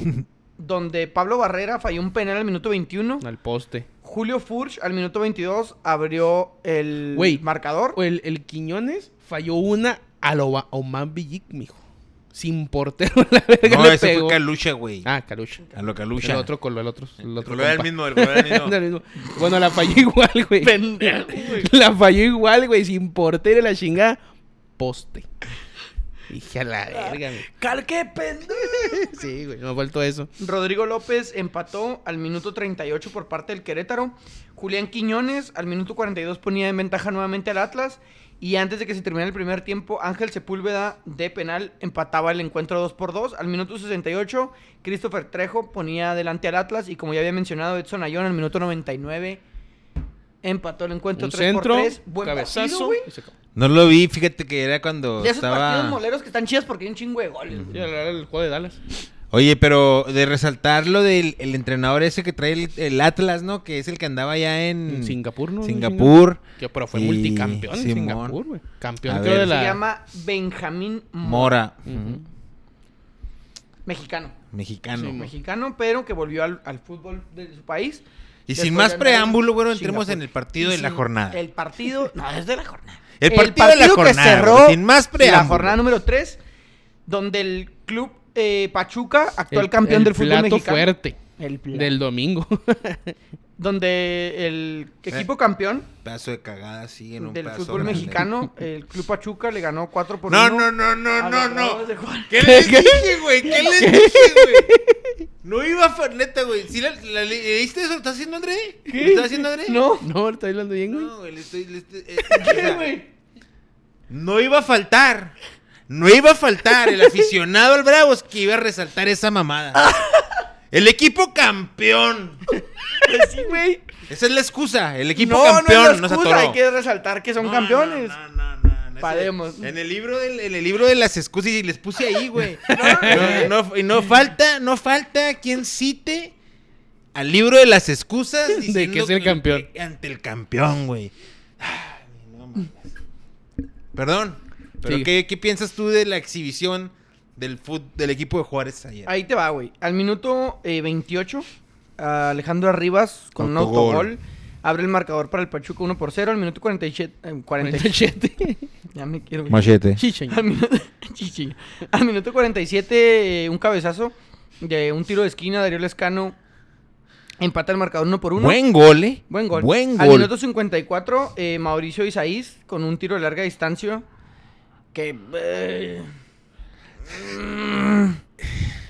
[SPEAKER 3] donde Pablo Barrera falló un penal al minuto 21.
[SPEAKER 1] Al poste.
[SPEAKER 3] Julio Furch al minuto 22 abrió el
[SPEAKER 1] Güey.
[SPEAKER 3] marcador.
[SPEAKER 1] O El, el Quiñones falló una a lo Ba- Oman Villic, mijo. Sin portero, la verga.
[SPEAKER 4] No,
[SPEAKER 1] le
[SPEAKER 4] ese
[SPEAKER 1] pegó.
[SPEAKER 4] fue Calucha, güey.
[SPEAKER 1] Ah, Calucha.
[SPEAKER 4] A lo Calucha.
[SPEAKER 1] El otro coló, el otro. El otro
[SPEAKER 4] Pero era el
[SPEAKER 1] compa.
[SPEAKER 4] mismo, el color era el mismo.
[SPEAKER 1] Del mismo. Bueno, la falló igual, güey.
[SPEAKER 3] Pendejo, güey.
[SPEAKER 1] La falló igual, güey. Sin portero, la chingada. Poste. Dije a la verga, güey.
[SPEAKER 3] Cal- qué pendejo!
[SPEAKER 1] Sí, güey. Me ha faltó eso.
[SPEAKER 3] Rodrigo López empató al minuto 38 por parte del Querétaro. Julián Quiñones al minuto 42 ponía en ventaja nuevamente al Atlas. Y antes de que se terminara el primer tiempo, Ángel Sepúlveda de penal empataba el encuentro 2 por 2. Al minuto 68, Christopher Trejo ponía adelante al Atlas. Y como ya había mencionado, Edson Ayón al minuto 99 empató el encuentro
[SPEAKER 1] Un
[SPEAKER 3] 3
[SPEAKER 1] centro,
[SPEAKER 3] por 3. Buen
[SPEAKER 1] cabezazo.
[SPEAKER 3] partido, güey.
[SPEAKER 1] y se acabó.
[SPEAKER 4] No lo vi, fíjate que era cuando
[SPEAKER 3] De esos partidos
[SPEAKER 4] estaba...
[SPEAKER 3] moleros que están chidas porque hay un chingo de goles. güey.
[SPEAKER 1] Sí, era el juego de Dallas.
[SPEAKER 4] Oye, pero de resaltar lo del el entrenador ese que trae el, el Atlas, ¿no? Que es el que andaba allá en...
[SPEAKER 1] En Singapur, ¿no?
[SPEAKER 4] Mm. Singapur.
[SPEAKER 1] Que, pero fue
[SPEAKER 4] Y
[SPEAKER 1] multicampeón en
[SPEAKER 4] Simón.
[SPEAKER 1] Singapur, güey.
[SPEAKER 4] A
[SPEAKER 1] Campeón, creo, de
[SPEAKER 4] ver.
[SPEAKER 1] la.
[SPEAKER 3] Se llama Benjamín Mora.
[SPEAKER 4] Mora.
[SPEAKER 1] Ujú.
[SPEAKER 3] Mexicano.
[SPEAKER 4] Mexicano.
[SPEAKER 1] Sí,
[SPEAKER 3] mexicano, pero que volvió al, al fútbol de su país.
[SPEAKER 4] Y
[SPEAKER 3] Después
[SPEAKER 4] sin más
[SPEAKER 3] de andar
[SPEAKER 4] preámbulo, güero,
[SPEAKER 3] chinga,
[SPEAKER 4] entremos
[SPEAKER 3] pues.
[SPEAKER 4] en el partido
[SPEAKER 3] Y
[SPEAKER 4] de la
[SPEAKER 3] sin-
[SPEAKER 4] jornada.
[SPEAKER 3] El
[SPEAKER 4] El,
[SPEAKER 3] partido. No, es de la jornada.
[SPEAKER 4] partido, de la jornada. güey, sin más preámbulo.
[SPEAKER 3] La jornada número 3, donde el club eh, Pachuca, actual
[SPEAKER 1] El-
[SPEAKER 3] campeón
[SPEAKER 1] el
[SPEAKER 3] del fútbol
[SPEAKER 1] plato
[SPEAKER 3] mexicano.
[SPEAKER 1] fuerte
[SPEAKER 3] El plato.
[SPEAKER 1] del domingo.
[SPEAKER 3] Donde el equipo campeón
[SPEAKER 4] Pedazo de cagada, sí, en un
[SPEAKER 3] del
[SPEAKER 4] pedazo
[SPEAKER 3] fútbol
[SPEAKER 4] grande.
[SPEAKER 3] mexicano, el club Pachuca, le ganó 4 por 1.
[SPEAKER 4] No, no, no, no, no, no. ¿Qué
[SPEAKER 1] ¿Qué?
[SPEAKER 4] les dije, güey? ¿Qué les dije, güey? No iba a fa- neta, güey. ¿Sí la, la le- leíste eso? ¿Lo está haciendo André? ¿Lo está haciendo André?
[SPEAKER 3] No.
[SPEAKER 1] no, está hablando bien, güey.
[SPEAKER 4] No, güey, le estoy. le estoy- eh, o
[SPEAKER 3] ¿Qué,
[SPEAKER 4] sea,
[SPEAKER 3] güey?
[SPEAKER 4] no iba a faltar. No iba a faltar el aficionado al Bravos que iba a resaltar esa mamada. El equipo campeón.
[SPEAKER 3] Sí, güey.
[SPEAKER 4] Esa es la excusa. El equipo
[SPEAKER 3] No, no es la
[SPEAKER 4] campeón no, se
[SPEAKER 3] excusa,
[SPEAKER 4] atoró.
[SPEAKER 3] Hay que resaltar que son
[SPEAKER 4] No,
[SPEAKER 3] campeones.
[SPEAKER 4] No, no, no, no, no.
[SPEAKER 3] Paremos.
[SPEAKER 4] En el libro del, en el libro de las excusas y les puse ahí, güey. No, no, y no falta, no falta quien cite al libro de las excusas
[SPEAKER 1] De que es el campeón.
[SPEAKER 4] que- ante el campeón, güey. Ay, no mames. Perdón. Pero
[SPEAKER 1] Sí.
[SPEAKER 4] ¿qué, qué piensas tú de la exhibición del fut, del equipo de Juárez ayer?
[SPEAKER 3] Ahí te va, güey. Al minuto eh, 28, a Alejandro Arribas con
[SPEAKER 4] Autogol.
[SPEAKER 3] un autogol abre el marcador para el Pachuca 1 por 0. Al minuto 47. eh, 47
[SPEAKER 1] 47.
[SPEAKER 3] ya me quiero. güey.
[SPEAKER 4] Machete.
[SPEAKER 1] Chicheño.
[SPEAKER 3] Al minuto, chichi. Al minuto 47, eh, un cabezazo de un tiro de esquina. Darío Lescano empata el marcador 1 por 1.
[SPEAKER 4] Buen gol, eh.
[SPEAKER 3] Buen gol.
[SPEAKER 4] Buen
[SPEAKER 3] Al
[SPEAKER 4] gol.
[SPEAKER 3] minuto 54, eh, Mauricio Isaís con un tiro de larga distancia. Que. eh,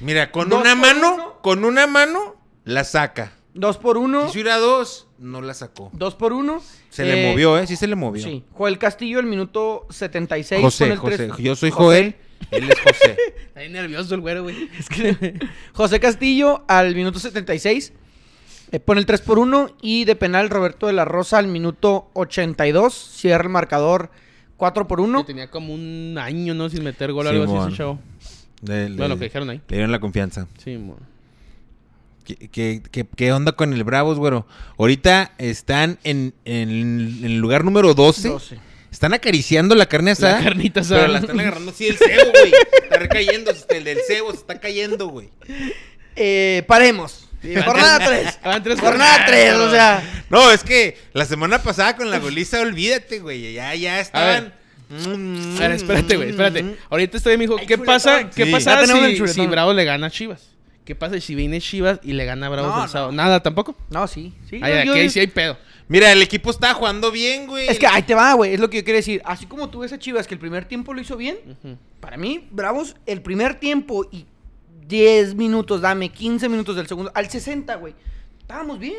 [SPEAKER 4] Mira, con
[SPEAKER 3] Dos
[SPEAKER 4] una
[SPEAKER 3] por
[SPEAKER 4] mano,
[SPEAKER 3] uno.
[SPEAKER 4] con una mano la saca.
[SPEAKER 3] dos por uno.
[SPEAKER 4] Quiso ir a dos, no la sacó.
[SPEAKER 3] Dos por uno.
[SPEAKER 4] Se le
[SPEAKER 3] Eh,
[SPEAKER 4] movió, ¿eh? Sí se le movió.
[SPEAKER 3] Sí. Joel Castillo, el minuto 76. con
[SPEAKER 4] José,
[SPEAKER 3] el
[SPEAKER 4] José.
[SPEAKER 3] tres-
[SPEAKER 4] Yo soy
[SPEAKER 3] José-
[SPEAKER 4] Joel, él es José.
[SPEAKER 1] Está bien nervioso el güero, güey.
[SPEAKER 3] Es que- José Castillo al minuto 76. eh, pone el 3 por 1. Y de penal, Roberto de la Rosa al minuto 82. Cierra el marcador 4 por 1.
[SPEAKER 1] Que tenía como un año, ¿no? Sin meter gol o algo así,
[SPEAKER 4] Simón.
[SPEAKER 1] ese chavo.
[SPEAKER 4] Le, le-
[SPEAKER 1] Bueno, lo que dijeron ahí.
[SPEAKER 4] le dieron la confianza.
[SPEAKER 1] Sí, mo.
[SPEAKER 4] ¿Qué, qué- qué- qué onda con el Bravos, güero? Ahorita están en, en- en el lugar número 12.
[SPEAKER 3] 12.
[SPEAKER 4] Están acariciando la carne asada.
[SPEAKER 1] La carnita asada.
[SPEAKER 4] Pero la están agarrando así el cebo, güey. Está recayendo. El del cebo se está cayendo, güey.
[SPEAKER 3] Eh, paremos. Jornada 3.
[SPEAKER 1] Van tres
[SPEAKER 3] Jornada
[SPEAKER 1] jornadas,
[SPEAKER 3] 3, o
[SPEAKER 1] pero-
[SPEAKER 3] sea.
[SPEAKER 4] No, es que la semana pasada con la goliza, olvídate, güey. Ya, ya estaban. Mm,
[SPEAKER 1] A ver, espérate, güey, espérate. Ahorita estoy, mijo. ¿Qué
[SPEAKER 3] chuletón.
[SPEAKER 1] pasa? ¿Qué
[SPEAKER 4] Sí.
[SPEAKER 3] Ya
[SPEAKER 1] pasa
[SPEAKER 3] tenemos el
[SPEAKER 1] si,
[SPEAKER 3] chuletón.
[SPEAKER 1] si Bravo le gana a Chivas? ¿Qué pasa si viene Chivas y le gana a Bravo
[SPEAKER 3] No,
[SPEAKER 1] el sábado? Nada, tampoco.
[SPEAKER 3] No, sí. sí
[SPEAKER 1] Ay,
[SPEAKER 3] yo-
[SPEAKER 1] aquí
[SPEAKER 3] yo-
[SPEAKER 1] sí hay pedo.
[SPEAKER 4] Mira, el equipo está jugando bien, güey.
[SPEAKER 3] Es que ah, ahí te va, güey. Es lo que yo quiero decir. Así como tú ves a Chivas que el primer tiempo lo hizo bien,
[SPEAKER 1] Ujú.
[SPEAKER 3] para mí, Bravos, el primer tiempo y 10 minutos, dame 15 minutos del segundo, al 60, güey. Estábamos bien.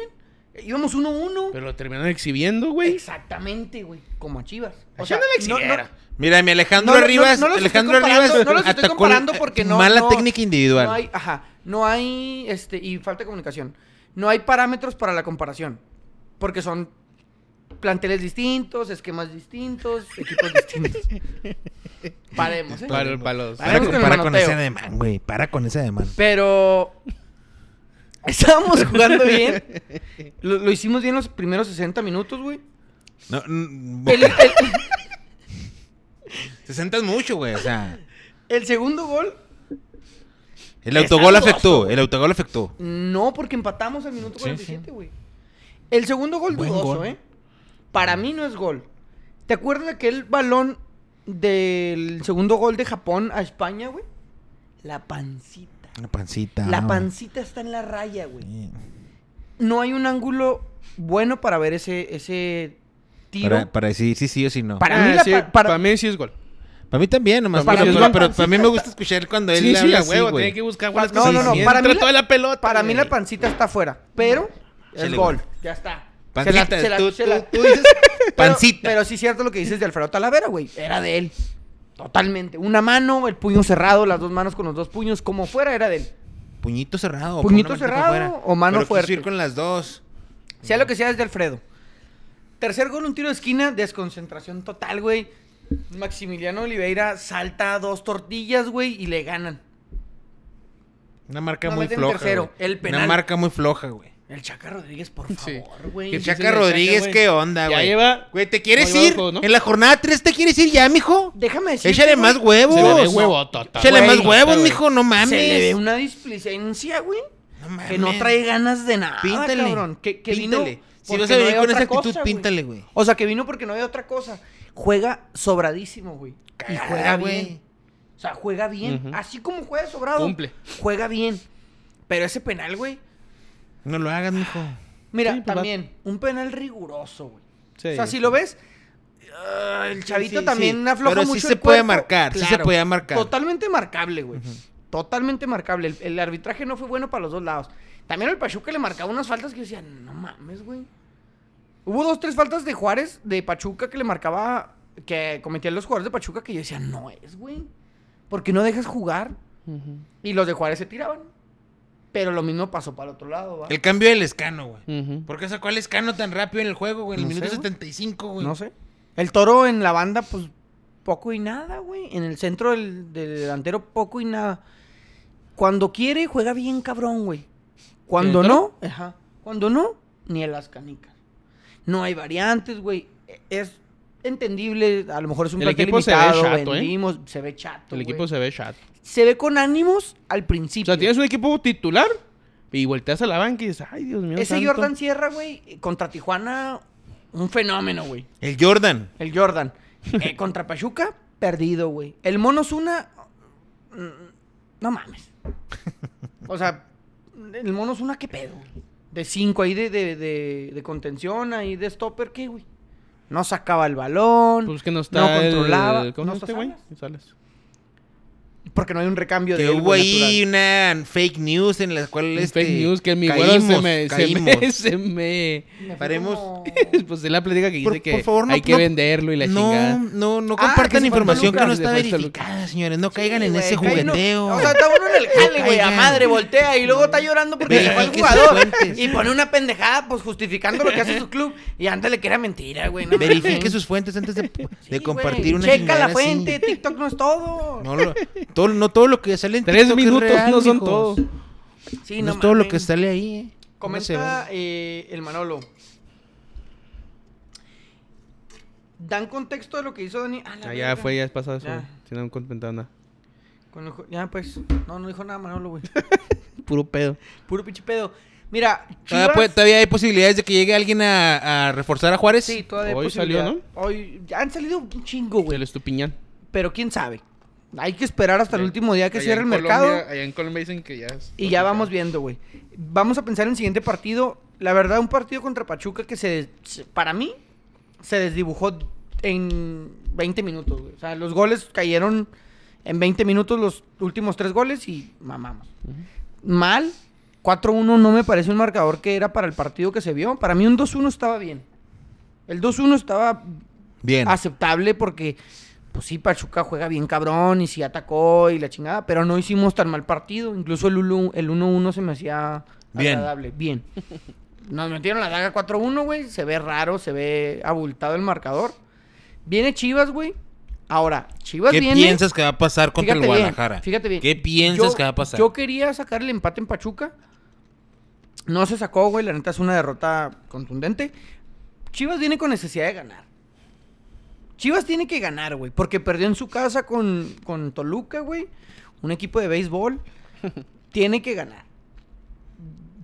[SPEAKER 3] Íbamos 1-1.
[SPEAKER 1] Pero lo terminaron exhibiendo, güey.
[SPEAKER 3] Exactamente, güey. Como a Chivas.
[SPEAKER 1] O sea, no la exhibiera.
[SPEAKER 4] Mira, mi Alejandro
[SPEAKER 3] No, no,
[SPEAKER 4] Rivas,
[SPEAKER 3] no, no los estoy
[SPEAKER 4] Alejandro
[SPEAKER 3] comparando,
[SPEAKER 4] Rivas
[SPEAKER 3] no los estoy
[SPEAKER 4] atacó
[SPEAKER 3] comparando
[SPEAKER 4] eh,
[SPEAKER 3] porque no-
[SPEAKER 4] mala
[SPEAKER 3] no-
[SPEAKER 4] técnica individual.
[SPEAKER 3] No hay, ajá, no hay, este, y falta de comunicación. No hay parámetros para la comparación. Porque son planteles distintos, esquemas distintos, equipos distintos. Paremos, ¿eh?
[SPEAKER 1] Para, para los.
[SPEAKER 3] Para- con el manoteo.
[SPEAKER 4] ademán, güey. Para con ese ademán.
[SPEAKER 3] Pero estábamos jugando bien. Lo, lo hicimos bien los primeros 60 minutos, güey.
[SPEAKER 4] No, mm,
[SPEAKER 3] El, el-
[SPEAKER 4] Te sentas mucho, güey. O sea,
[SPEAKER 3] el segundo gol,
[SPEAKER 4] el autogol
[SPEAKER 3] dudoso,
[SPEAKER 4] afectó. El autogol afectó.
[SPEAKER 3] no, porque empatamos al minuto
[SPEAKER 4] Sí,
[SPEAKER 3] 47, güey. El segundo gol
[SPEAKER 4] Buen
[SPEAKER 3] dudoso,
[SPEAKER 4] gol.
[SPEAKER 3] ¿eh? Para mí no es gol. ¿Te acuerdas de aquel balón del segundo gol de Japón a España, güey? La pancita.
[SPEAKER 4] La pancita.
[SPEAKER 3] La
[SPEAKER 4] Ah, no.
[SPEAKER 3] pancita está en la raya, güey.
[SPEAKER 4] Sí.
[SPEAKER 3] No hay un ángulo bueno para ver ese, ese tiro.
[SPEAKER 4] Para, para decir sí, sí o sí no. Para,
[SPEAKER 3] Para mí la
[SPEAKER 1] Ah, sí,
[SPEAKER 3] pa- para-
[SPEAKER 1] para mí sí es gol.
[SPEAKER 4] mí también, nomás.
[SPEAKER 1] Para
[SPEAKER 4] pero,
[SPEAKER 1] mí
[SPEAKER 4] pero-
[SPEAKER 1] la
[SPEAKER 4] pero
[SPEAKER 3] pancita-
[SPEAKER 4] para mí me gusta escuchar cuando él
[SPEAKER 1] Sí, sí,
[SPEAKER 4] habla
[SPEAKER 1] a
[SPEAKER 4] así,
[SPEAKER 1] huevo.
[SPEAKER 4] güey.
[SPEAKER 1] Tiene que buscar goles
[SPEAKER 3] No,
[SPEAKER 1] que
[SPEAKER 3] no,
[SPEAKER 1] se
[SPEAKER 3] no,
[SPEAKER 1] mientra
[SPEAKER 3] para mí la-
[SPEAKER 1] toda la pelota.
[SPEAKER 3] Para mí
[SPEAKER 1] güey.
[SPEAKER 3] la pancita está afuera, pero es
[SPEAKER 4] Chale,
[SPEAKER 3] gol.
[SPEAKER 4] güey.
[SPEAKER 3] Ya está. Se la-
[SPEAKER 4] Pancita,
[SPEAKER 3] se la-
[SPEAKER 4] tú,
[SPEAKER 3] se
[SPEAKER 4] tú-
[SPEAKER 3] la-
[SPEAKER 4] tú dices
[SPEAKER 3] Pero-
[SPEAKER 4] pancita.
[SPEAKER 3] Pero, sí es cierto lo que dices de Alfredo Talavera, güey. Era de él. Totalmente. Una mano, el puño cerrado, las dos manos con los dos puños, como fuera, era de él.
[SPEAKER 4] Puñito cerrado.
[SPEAKER 3] Puñito
[SPEAKER 4] pon una manita
[SPEAKER 3] cerrado
[SPEAKER 4] para afuera.
[SPEAKER 3] o mano
[SPEAKER 4] Pero quiso
[SPEAKER 3] fuerte.
[SPEAKER 4] ir con las dos.
[SPEAKER 3] Sea lo que sea, es de Alfredo. Tercer gol, un tiro de esquina, desconcentración total, güey. Maximiliano Oliveira salta dos tortillas, güey, y le ganan.
[SPEAKER 4] Una marca
[SPEAKER 3] No
[SPEAKER 4] muy
[SPEAKER 3] meten
[SPEAKER 4] floja.
[SPEAKER 3] tercero,
[SPEAKER 4] güey.
[SPEAKER 3] el penal.
[SPEAKER 4] Una marca muy floja, güey.
[SPEAKER 3] El Chaca Rodríguez, por
[SPEAKER 1] Sí.
[SPEAKER 3] favor, güey.
[SPEAKER 1] Que
[SPEAKER 4] El
[SPEAKER 1] sí
[SPEAKER 4] Chaca
[SPEAKER 1] se le
[SPEAKER 4] Rodríguez,
[SPEAKER 1] saca, güey.
[SPEAKER 4] qué onda,
[SPEAKER 1] Ya
[SPEAKER 4] güey.
[SPEAKER 1] lleva-
[SPEAKER 4] Güey, ¿te quieres
[SPEAKER 1] no lleva
[SPEAKER 4] ir?
[SPEAKER 1] juego, ¿no?
[SPEAKER 4] En la jornada 3 te quieres ir ya, mijo.
[SPEAKER 3] Déjame decir.
[SPEAKER 4] Échale más huevos.
[SPEAKER 1] Se le ve huevo. tota,
[SPEAKER 4] Échale
[SPEAKER 1] güey.
[SPEAKER 4] más huevos,
[SPEAKER 1] Tota, güey.
[SPEAKER 4] mijo, no mames.
[SPEAKER 3] Se le ve una displicencia, güey.
[SPEAKER 4] No mames.
[SPEAKER 3] Que no trae ganas de nada,
[SPEAKER 4] Píntale.
[SPEAKER 3] cabrón. Que, que vino
[SPEAKER 4] píntale. Si
[SPEAKER 3] porque
[SPEAKER 4] vas a
[SPEAKER 3] no
[SPEAKER 4] vivir
[SPEAKER 3] había
[SPEAKER 4] con
[SPEAKER 3] otra
[SPEAKER 4] esa actitud,
[SPEAKER 3] cosa, güey.
[SPEAKER 4] píntale, güey.
[SPEAKER 3] O sea, que vino porque no había otra cosa. Juega sobradísimo, güey. Y
[SPEAKER 4] Cagada,
[SPEAKER 3] juega
[SPEAKER 4] güey.
[SPEAKER 3] bien. O sea, juega bien.
[SPEAKER 1] Ujú.
[SPEAKER 3] Así como juega sobrado.
[SPEAKER 1] Cumple.
[SPEAKER 3] Juega bien. Pero ese penal, güey.
[SPEAKER 4] No lo hagas, mijo.
[SPEAKER 3] Mira,
[SPEAKER 1] Sí, pues, va.
[SPEAKER 3] también, un penal riguroso, güey.
[SPEAKER 1] Sí.
[SPEAKER 3] O sea, si lo ves, ah, el chavito también afloja
[SPEAKER 4] Pero sí
[SPEAKER 3] mucho
[SPEAKER 4] se
[SPEAKER 3] el
[SPEAKER 4] puede
[SPEAKER 3] cuerpo.
[SPEAKER 4] marcar, sí se podía marcar.
[SPEAKER 3] Totalmente marcable, güey. Totalmente marcable. El, el arbitraje no fue bueno para los dos lados. También el Pachuca le marcaba unas faltas que yo decía, no mames, güey. Hubo dos, tres faltas de Juárez, de Pachuca, que le marcaba, que cometían los jugadores de Pachuca, que yo decía, no es, güey. Porque no dejas jugar.
[SPEAKER 1] Ujú.
[SPEAKER 3] Y los de Juárez se tiraban. Pero lo mismo pasó para el otro lado, ¿va?
[SPEAKER 4] El cambio del escano, güey.
[SPEAKER 1] Ujú.
[SPEAKER 4] ¿Por qué sacó al escano tan rápido en el juego, güey? En el
[SPEAKER 3] No sé,
[SPEAKER 4] minuto
[SPEAKER 3] güey.
[SPEAKER 4] 75, güey.
[SPEAKER 3] No sé. El toro en la banda, pues poco y nada, güey. En el centro del, del delantero, poco y nada. Cuando quiere, juega bien cabrón, güey. Cuando
[SPEAKER 1] ¿El
[SPEAKER 3] no, ajá. Cuando no, ni a las canicas. No hay variantes, güey. E- Es entendible, a lo mejor es un
[SPEAKER 1] El equipo se ve chato, ¿eh?
[SPEAKER 3] vendimos, se ve chato,
[SPEAKER 1] El
[SPEAKER 3] güey.
[SPEAKER 1] equipo se ve chato.
[SPEAKER 3] Se ve con ánimos al
[SPEAKER 1] O
[SPEAKER 3] principio.
[SPEAKER 1] sea, tienes un equipo titular y volteas a la banca y dices, ay, Dios mío.
[SPEAKER 3] Ese
[SPEAKER 1] santo".
[SPEAKER 3] Jordan Sierra, güey, contra Tijuana, un fenómeno, güey.
[SPEAKER 4] El Jordan.
[SPEAKER 3] El Jordan. Eh, contra Pachuca, perdido, güey. El Mono Zuna. mm, No mames. O sea, el Mono Zuna, ¿qué pedo? güey? De cinco ahí de, de, de- de contención, ahí de stopper, ¿qué, güey? No sacaba el balón.
[SPEAKER 1] Pues que no está.
[SPEAKER 3] No
[SPEAKER 1] el-
[SPEAKER 3] controlaba.
[SPEAKER 1] ¿Cómo
[SPEAKER 3] No
[SPEAKER 1] se llama este güey? Salas.
[SPEAKER 3] Porque no hay un recambio de.
[SPEAKER 4] Que
[SPEAKER 3] él,
[SPEAKER 4] hubo
[SPEAKER 3] güey,
[SPEAKER 4] ahí
[SPEAKER 3] natural.
[SPEAKER 4] una fake news en la cual
[SPEAKER 1] Un
[SPEAKER 4] este,
[SPEAKER 1] fake news que mi güero
[SPEAKER 4] caímos,
[SPEAKER 1] se me. Se
[SPEAKER 4] caímos.
[SPEAKER 1] me, se me-
[SPEAKER 3] Me fui
[SPEAKER 4] Paremos.
[SPEAKER 3] como-
[SPEAKER 1] Pues es la plática que dice
[SPEAKER 4] Por-
[SPEAKER 1] que
[SPEAKER 4] por favor, no-
[SPEAKER 1] hay que
[SPEAKER 4] no-
[SPEAKER 1] venderlo y la
[SPEAKER 4] No,
[SPEAKER 1] chingada.
[SPEAKER 4] no, no
[SPEAKER 3] Ah, que
[SPEAKER 4] compartan
[SPEAKER 3] se fue
[SPEAKER 4] información
[SPEAKER 3] Toluca.
[SPEAKER 4] que no
[SPEAKER 1] Se
[SPEAKER 4] está
[SPEAKER 1] fue Toluca.
[SPEAKER 4] verificada, señores. No caigan en
[SPEAKER 3] Sí,
[SPEAKER 4] ese
[SPEAKER 3] güey, cae uno-
[SPEAKER 4] jugueteo.
[SPEAKER 3] O sea, está uno en el jale, güey, a
[SPEAKER 4] Caigan.
[SPEAKER 3] madre, voltea y luego está llorando porque se fue el
[SPEAKER 4] Verifique
[SPEAKER 3] jugador.
[SPEAKER 4] sus fuentes.
[SPEAKER 3] Y pone una pendejada, pues justificando lo que hace su club. Y ándale que era mentira, güey. no
[SPEAKER 4] Verifique
[SPEAKER 3] mames.
[SPEAKER 4] sus fuentes antes de, de
[SPEAKER 3] Sí,
[SPEAKER 4] compartir
[SPEAKER 3] güey,
[SPEAKER 4] una
[SPEAKER 3] Checa la
[SPEAKER 4] chingadera
[SPEAKER 3] fuente,
[SPEAKER 4] así.
[SPEAKER 3] TikTok no es todo.
[SPEAKER 4] No, lo- todo, no todo lo que sale en
[SPEAKER 1] Tres
[SPEAKER 4] TikTok es
[SPEAKER 1] minutos
[SPEAKER 4] real,
[SPEAKER 1] no son
[SPEAKER 4] mijos.
[SPEAKER 1] todos.
[SPEAKER 3] Sí,
[SPEAKER 4] No,
[SPEAKER 3] no
[SPEAKER 4] es todo lo
[SPEAKER 3] mames.
[SPEAKER 4] que sale ahí, ¿eh? No se
[SPEAKER 3] Comenta
[SPEAKER 4] vale.
[SPEAKER 3] eh, el Manolo. Dan contexto de lo que hizo Dani. Ah, la
[SPEAKER 1] Ah, ya
[SPEAKER 3] verga.
[SPEAKER 1] fue, ya es pasado eso.
[SPEAKER 3] Ya.
[SPEAKER 1] güey. Si no han comentado nada.
[SPEAKER 3] Con el ju- ya, pues. No, no dijo nada Manolo, güey.
[SPEAKER 1] Puro pedo.
[SPEAKER 3] Puro pinche pedo. Mira,
[SPEAKER 4] Todavía,
[SPEAKER 3] Chivas-
[SPEAKER 4] puede- todavía hay posibilidades de que llegue alguien a, a reforzar a Juárez.
[SPEAKER 3] Sí, todavía hay
[SPEAKER 1] Hoy
[SPEAKER 3] posibilidad.
[SPEAKER 1] salió,
[SPEAKER 3] Hoy ya han salido un chingo,
[SPEAKER 1] El
[SPEAKER 3] güey.
[SPEAKER 1] estupiñán.
[SPEAKER 3] Pero quién sabe. Hay que esperar hasta el último día que
[SPEAKER 1] Allá
[SPEAKER 3] cierre el
[SPEAKER 1] en
[SPEAKER 3] mercado.
[SPEAKER 1] Colombia- allá en Colombia dicen que ya es
[SPEAKER 3] Y ya vamos
[SPEAKER 1] oficial.
[SPEAKER 3] viendo, güey. Vamos a pensar en el siguiente partido. La verdad, un partido contra Pachuca que se, se- para mí, se desdibujó en 20 minutos, güey. O sea, los goles cayeron en 20 minutos los últimos tres goles y mamamos. Mal. 4-1 no me parece un marcador que era para el partido que se vio. Para mí un 2-1 estaba bien. El 2-1 estaba
[SPEAKER 4] Bien.
[SPEAKER 3] aceptable porque, pues sí, Pachuca juega bien cabrón y sí atacó y la chingada, pero no hicimos tan mal partido. Incluso el 1-1 el 1-1 se me hacía
[SPEAKER 4] Bien.
[SPEAKER 3] agradable. Bien. Nos metieron la daga 4-1, güey. Se ve raro, se ve abultado el marcador. Viene Chivas, güey. Ahora, Chivas
[SPEAKER 4] ¿Qué
[SPEAKER 3] viene...
[SPEAKER 4] piensas que va a pasar contra el
[SPEAKER 3] bien,
[SPEAKER 4] Guadalajara?
[SPEAKER 3] fíjate bien.
[SPEAKER 4] ¿Qué piensas
[SPEAKER 3] Yo-
[SPEAKER 4] que va a pasar?
[SPEAKER 3] Yo quería sacar el empate en Pachuca. No se sacó, güey. La neta es una derrota contundente. Chivas viene con necesidad de ganar. Chivas tiene que ganar, güey. Porque perdió en su casa con, con Toluca, güey. Un equipo de béisbol. tiene que ganar.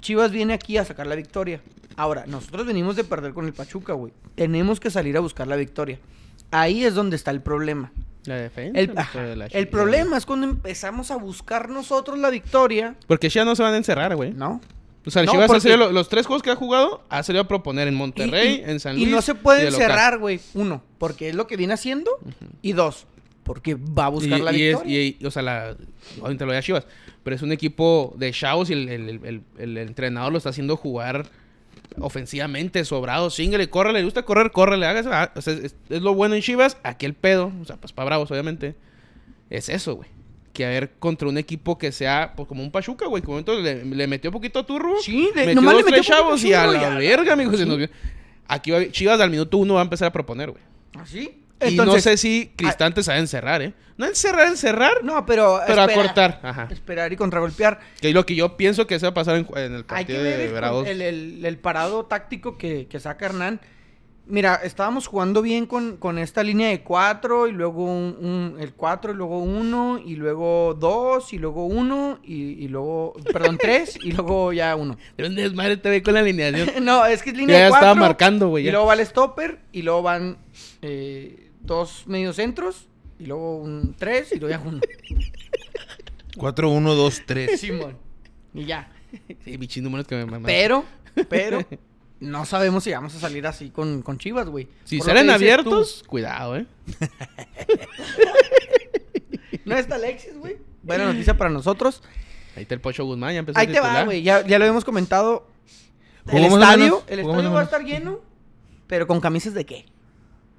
[SPEAKER 3] Chivas viene aquí a sacar la victoria. Ahora, nosotros venimos de perder con el Pachuca, güey. Tenemos que salir a buscar la victoria. Ahí es donde está el problema.
[SPEAKER 1] La defensa.
[SPEAKER 3] El,
[SPEAKER 1] no
[SPEAKER 3] ajá,
[SPEAKER 1] puede la
[SPEAKER 3] el
[SPEAKER 1] chingada.
[SPEAKER 3] problema es cuando empezamos a buscar nosotros la victoria.
[SPEAKER 1] Porque Chivas no se van a encerrar, güey.
[SPEAKER 3] ¿No?
[SPEAKER 1] O sea, el
[SPEAKER 3] No,
[SPEAKER 1] Chivas ha
[SPEAKER 3] porque-
[SPEAKER 1] salido, lo- los tres juegos que ha jugado, ha salido a proponer en
[SPEAKER 3] Y-
[SPEAKER 1] Monterrey,
[SPEAKER 3] y-
[SPEAKER 1] en San
[SPEAKER 3] Y
[SPEAKER 1] Luis.
[SPEAKER 3] no se puede
[SPEAKER 1] de local.
[SPEAKER 3] encerrar, güey. Uno, porque es lo que viene haciendo. Y dos, porque va a buscar
[SPEAKER 1] Y-
[SPEAKER 3] la
[SPEAKER 1] y es-
[SPEAKER 3] victoria.
[SPEAKER 1] y- y, o sea, la, ahorita lo veía Chivas. Pero es un equipo de chavos y el, el- el- el- el entrenador lo está haciendo jugar ofensivamente, sobrado, single, córrele, le gusta correr, córrele, hágase. ah, o sea, es, es lo bueno en Chivas, aquí el pedo, o sea, pues para bravos, obviamente. Es eso, güey. Que haber contra un equipo que sea pues, como un Pachuca, güey. Que un momento le, le metió poquito a turbo.
[SPEAKER 3] Sí, de-
[SPEAKER 1] metió
[SPEAKER 3] nomás
[SPEAKER 1] dos,
[SPEAKER 3] le metió
[SPEAKER 1] tres chavos y
[SPEAKER 3] poquito
[SPEAKER 1] a
[SPEAKER 3] turbo y
[SPEAKER 1] la
[SPEAKER 3] a la-
[SPEAKER 1] verga, mijo. se nos vio. Aquí va- Chivas al minuto uno va a empezar a proponer, güey.
[SPEAKER 3] Así.
[SPEAKER 1] y no sé si Cristante sabe encerrar, ¿eh? No encerrar, encerrar,
[SPEAKER 3] No, pero.
[SPEAKER 1] pero
[SPEAKER 3] espera.
[SPEAKER 1] a cortar. Ajá.
[SPEAKER 3] Esperar y contragolpear.
[SPEAKER 1] Que es lo que yo pienso que se va a pasar en, en el
[SPEAKER 3] Hay que
[SPEAKER 1] partido
[SPEAKER 3] ver
[SPEAKER 1] de
[SPEAKER 3] el-
[SPEAKER 1] Bravos.
[SPEAKER 3] el, el- el parado táctico que, que saca Hernán. Mira, estábamos jugando bien con, con esta línea de 4 y luego un, un- el 4 y luego 1 y luego 2 y luego 1 y, y luego, perdón, 3 y luego ya 1.
[SPEAKER 1] Era un desmadre te ve con la alineación.
[SPEAKER 3] No, es que es
[SPEAKER 1] Ya
[SPEAKER 3] línea de 4.
[SPEAKER 1] estaba marcando, güey,
[SPEAKER 3] Y
[SPEAKER 1] ya.
[SPEAKER 3] luego va el stopper y luego van eh, dos medios centros y luego un 3 y luego ya 1.
[SPEAKER 4] 4, 1, 2, 3.
[SPEAKER 3] Simón. Y ya.
[SPEAKER 1] Sí, bichis números que me mamaron.
[SPEAKER 3] Pero, pero, no sabemos si vamos a salir así con, con Chivas, güey.
[SPEAKER 1] si
[SPEAKER 3] Por lo que
[SPEAKER 1] salen
[SPEAKER 3] dices
[SPEAKER 1] abiertos, cuidado, eh.
[SPEAKER 3] tú. No está Alexis, güey. Buena noticia para nosotros.
[SPEAKER 1] Ahí está el Pocho Guzmán, ya empezó
[SPEAKER 3] Ahí
[SPEAKER 1] a
[SPEAKER 3] te va,
[SPEAKER 1] titular.
[SPEAKER 3] güey. Ya, ya lo hemos comentado. El
[SPEAKER 4] Jugamos
[SPEAKER 3] estadio,
[SPEAKER 4] menos,
[SPEAKER 3] el
[SPEAKER 4] jugamos
[SPEAKER 3] estadio va a
[SPEAKER 4] menos.
[SPEAKER 3] estar lleno, pero con camisas de qué?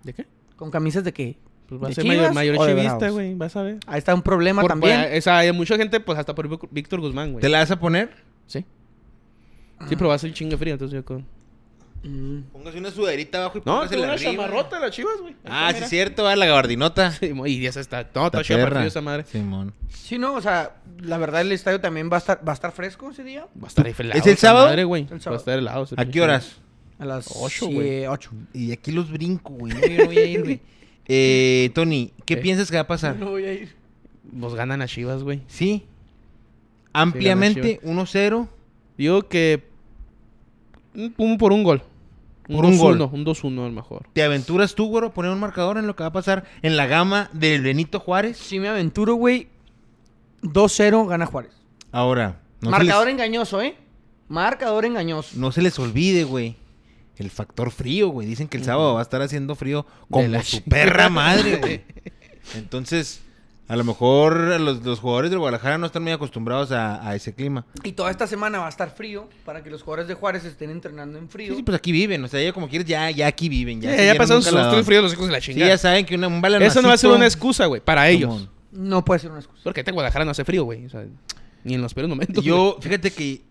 [SPEAKER 1] ¿De qué?
[SPEAKER 3] Con camisas de qué?
[SPEAKER 1] Pues va a
[SPEAKER 3] ¿De
[SPEAKER 1] ser mayor,
[SPEAKER 3] Chivas
[SPEAKER 1] mayor
[SPEAKER 3] o de
[SPEAKER 1] chivista,
[SPEAKER 3] Bravos?
[SPEAKER 1] güey. Vas a ver.
[SPEAKER 3] Ahí está un problema
[SPEAKER 1] Por-
[SPEAKER 3] también.
[SPEAKER 1] por- esa, hay mucha gente, pues hasta por Vic- Víctor Guzmán, güey.
[SPEAKER 4] ¿Te la vas a poner?
[SPEAKER 1] Sí. Sí, pero va a ser chingue frío, entonces yo con.
[SPEAKER 3] Mm.
[SPEAKER 4] Póngase una sudaderita abajo y
[SPEAKER 1] No,
[SPEAKER 4] póngase
[SPEAKER 1] es una
[SPEAKER 4] la
[SPEAKER 1] chamarrota de las chivas, güey.
[SPEAKER 4] Ah, sí es cierto, va la gabardinota.
[SPEAKER 1] sí. Y esa está. No, está
[SPEAKER 4] La
[SPEAKER 1] chida
[SPEAKER 4] perra.
[SPEAKER 1] partido esa madre.
[SPEAKER 4] Simón.
[SPEAKER 3] Sí, no, o sea, la verdad el estadio también va a estar, va a estar fresco ese día.
[SPEAKER 1] Va a estar helado.
[SPEAKER 4] ¿Es el
[SPEAKER 1] esa
[SPEAKER 4] sábado?
[SPEAKER 1] Madre, güey.
[SPEAKER 3] El
[SPEAKER 1] Va a
[SPEAKER 3] sábado.
[SPEAKER 1] estar helado. ese
[SPEAKER 4] ¿A
[SPEAKER 1] pinche-
[SPEAKER 4] qué horas?
[SPEAKER 3] A las
[SPEAKER 1] Ocho,
[SPEAKER 3] 8,
[SPEAKER 1] güey.
[SPEAKER 3] 8.
[SPEAKER 4] Y aquí los brinco, güey. No, yo no voy a ir, güey. Eh, Tony,
[SPEAKER 1] ¿Qué?
[SPEAKER 4] ¿qué piensas que va a pasar?
[SPEAKER 3] No voy a ir.
[SPEAKER 1] Pues ganan a chivas, güey.
[SPEAKER 4] Sí. Ampliamente
[SPEAKER 1] Chivas.
[SPEAKER 4] 1-0.
[SPEAKER 1] Digo que. un- Un por un gol.
[SPEAKER 4] Por un gol.
[SPEAKER 1] 2-1, Un 2-1 a lo mejor.
[SPEAKER 4] ¿Te aventuras tú, güero, a poner un marcador en lo que va a pasar en la gama del Benito Juárez?
[SPEAKER 3] Si me aventuro, güey, 2-0 gana Juárez.
[SPEAKER 4] Ahora, no,
[SPEAKER 3] Marcador
[SPEAKER 4] se,
[SPEAKER 3] engañoso, ¿eh? Marcador engañoso.
[SPEAKER 4] les, no se les olvide, güey. El factor frío, güey. Dicen que el sábado va a estar haciendo frío como
[SPEAKER 1] la
[SPEAKER 4] su
[SPEAKER 1] chi-
[SPEAKER 4] perra madre, güey. Entonces, a lo mejor los, los jugadores del Guadalajara no están muy acostumbrados a, a ese clima.
[SPEAKER 3] Y toda esta semana va a estar frío para que los jugadores de Juárez estén entrenando en frío.
[SPEAKER 4] Sí, sí, pues aquí viven. O sea, ya como quieres, ya, ya aquí viven.
[SPEAKER 1] Ya,
[SPEAKER 4] Ya, se
[SPEAKER 1] ya
[SPEAKER 4] dieron
[SPEAKER 1] pasaron
[SPEAKER 4] un
[SPEAKER 1] sus
[SPEAKER 4] caladón.
[SPEAKER 1] tres fríos los hijos de la
[SPEAKER 4] Sí, ya
[SPEAKER 1] chingada.
[SPEAKER 4] saben que una, un balón.
[SPEAKER 1] Eso no va a ser una excusa, güey, para ellos.
[SPEAKER 3] No puede ser una excusa.
[SPEAKER 1] Porque este Guadalajara no hace frío, güey. O sea, ni en los peores momentos. güey.
[SPEAKER 4] Yo, fíjate que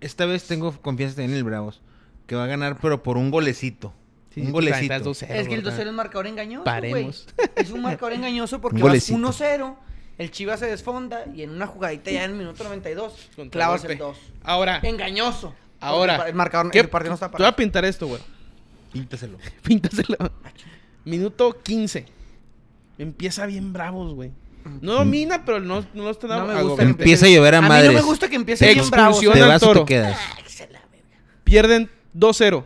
[SPEAKER 4] esta vez tengo confianza en el Bravos. Que va a ganar, pero por un golecito.
[SPEAKER 1] Sí,
[SPEAKER 4] un
[SPEAKER 1] sí, estás 2-0,
[SPEAKER 4] golecito.
[SPEAKER 3] Es que el
[SPEAKER 1] güey.
[SPEAKER 3] 2-0 es marcador engañoso, güey.
[SPEAKER 1] Paremos.
[SPEAKER 3] Es un marcador engañoso
[SPEAKER 4] Un
[SPEAKER 3] porque vas
[SPEAKER 4] golecito.
[SPEAKER 3] 1-0, el Chivas se desfonda y en una jugadita ya en el minuto 92
[SPEAKER 1] Contragolpe.
[SPEAKER 3] clavas el 2.
[SPEAKER 1] Ahora,
[SPEAKER 3] Engañoso. Porque el
[SPEAKER 1] Ah. ahora.
[SPEAKER 3] pa- el marcador
[SPEAKER 1] ¿qué-
[SPEAKER 3] el partido no está
[SPEAKER 1] Te voy a
[SPEAKER 3] parado.
[SPEAKER 1] pintar esto, güey.
[SPEAKER 4] Píntaselo.
[SPEAKER 1] Píntaselo.
[SPEAKER 3] Ah,
[SPEAKER 1] Minuto 15. Empieza bien bravos, güey. No domina, pero no, no está
[SPEAKER 3] No
[SPEAKER 1] dando
[SPEAKER 3] me gusta
[SPEAKER 1] agobiante.
[SPEAKER 3] el
[SPEAKER 4] Mm. Empieza a llover a,
[SPEAKER 3] A mí
[SPEAKER 4] madres.
[SPEAKER 3] no me gusta que empiece bien
[SPEAKER 1] Expulsión.
[SPEAKER 3] bravo.
[SPEAKER 1] Te
[SPEAKER 4] Te
[SPEAKER 1] al
[SPEAKER 4] vas o
[SPEAKER 1] toro.
[SPEAKER 4] te quedas.
[SPEAKER 1] Pierden 2-0.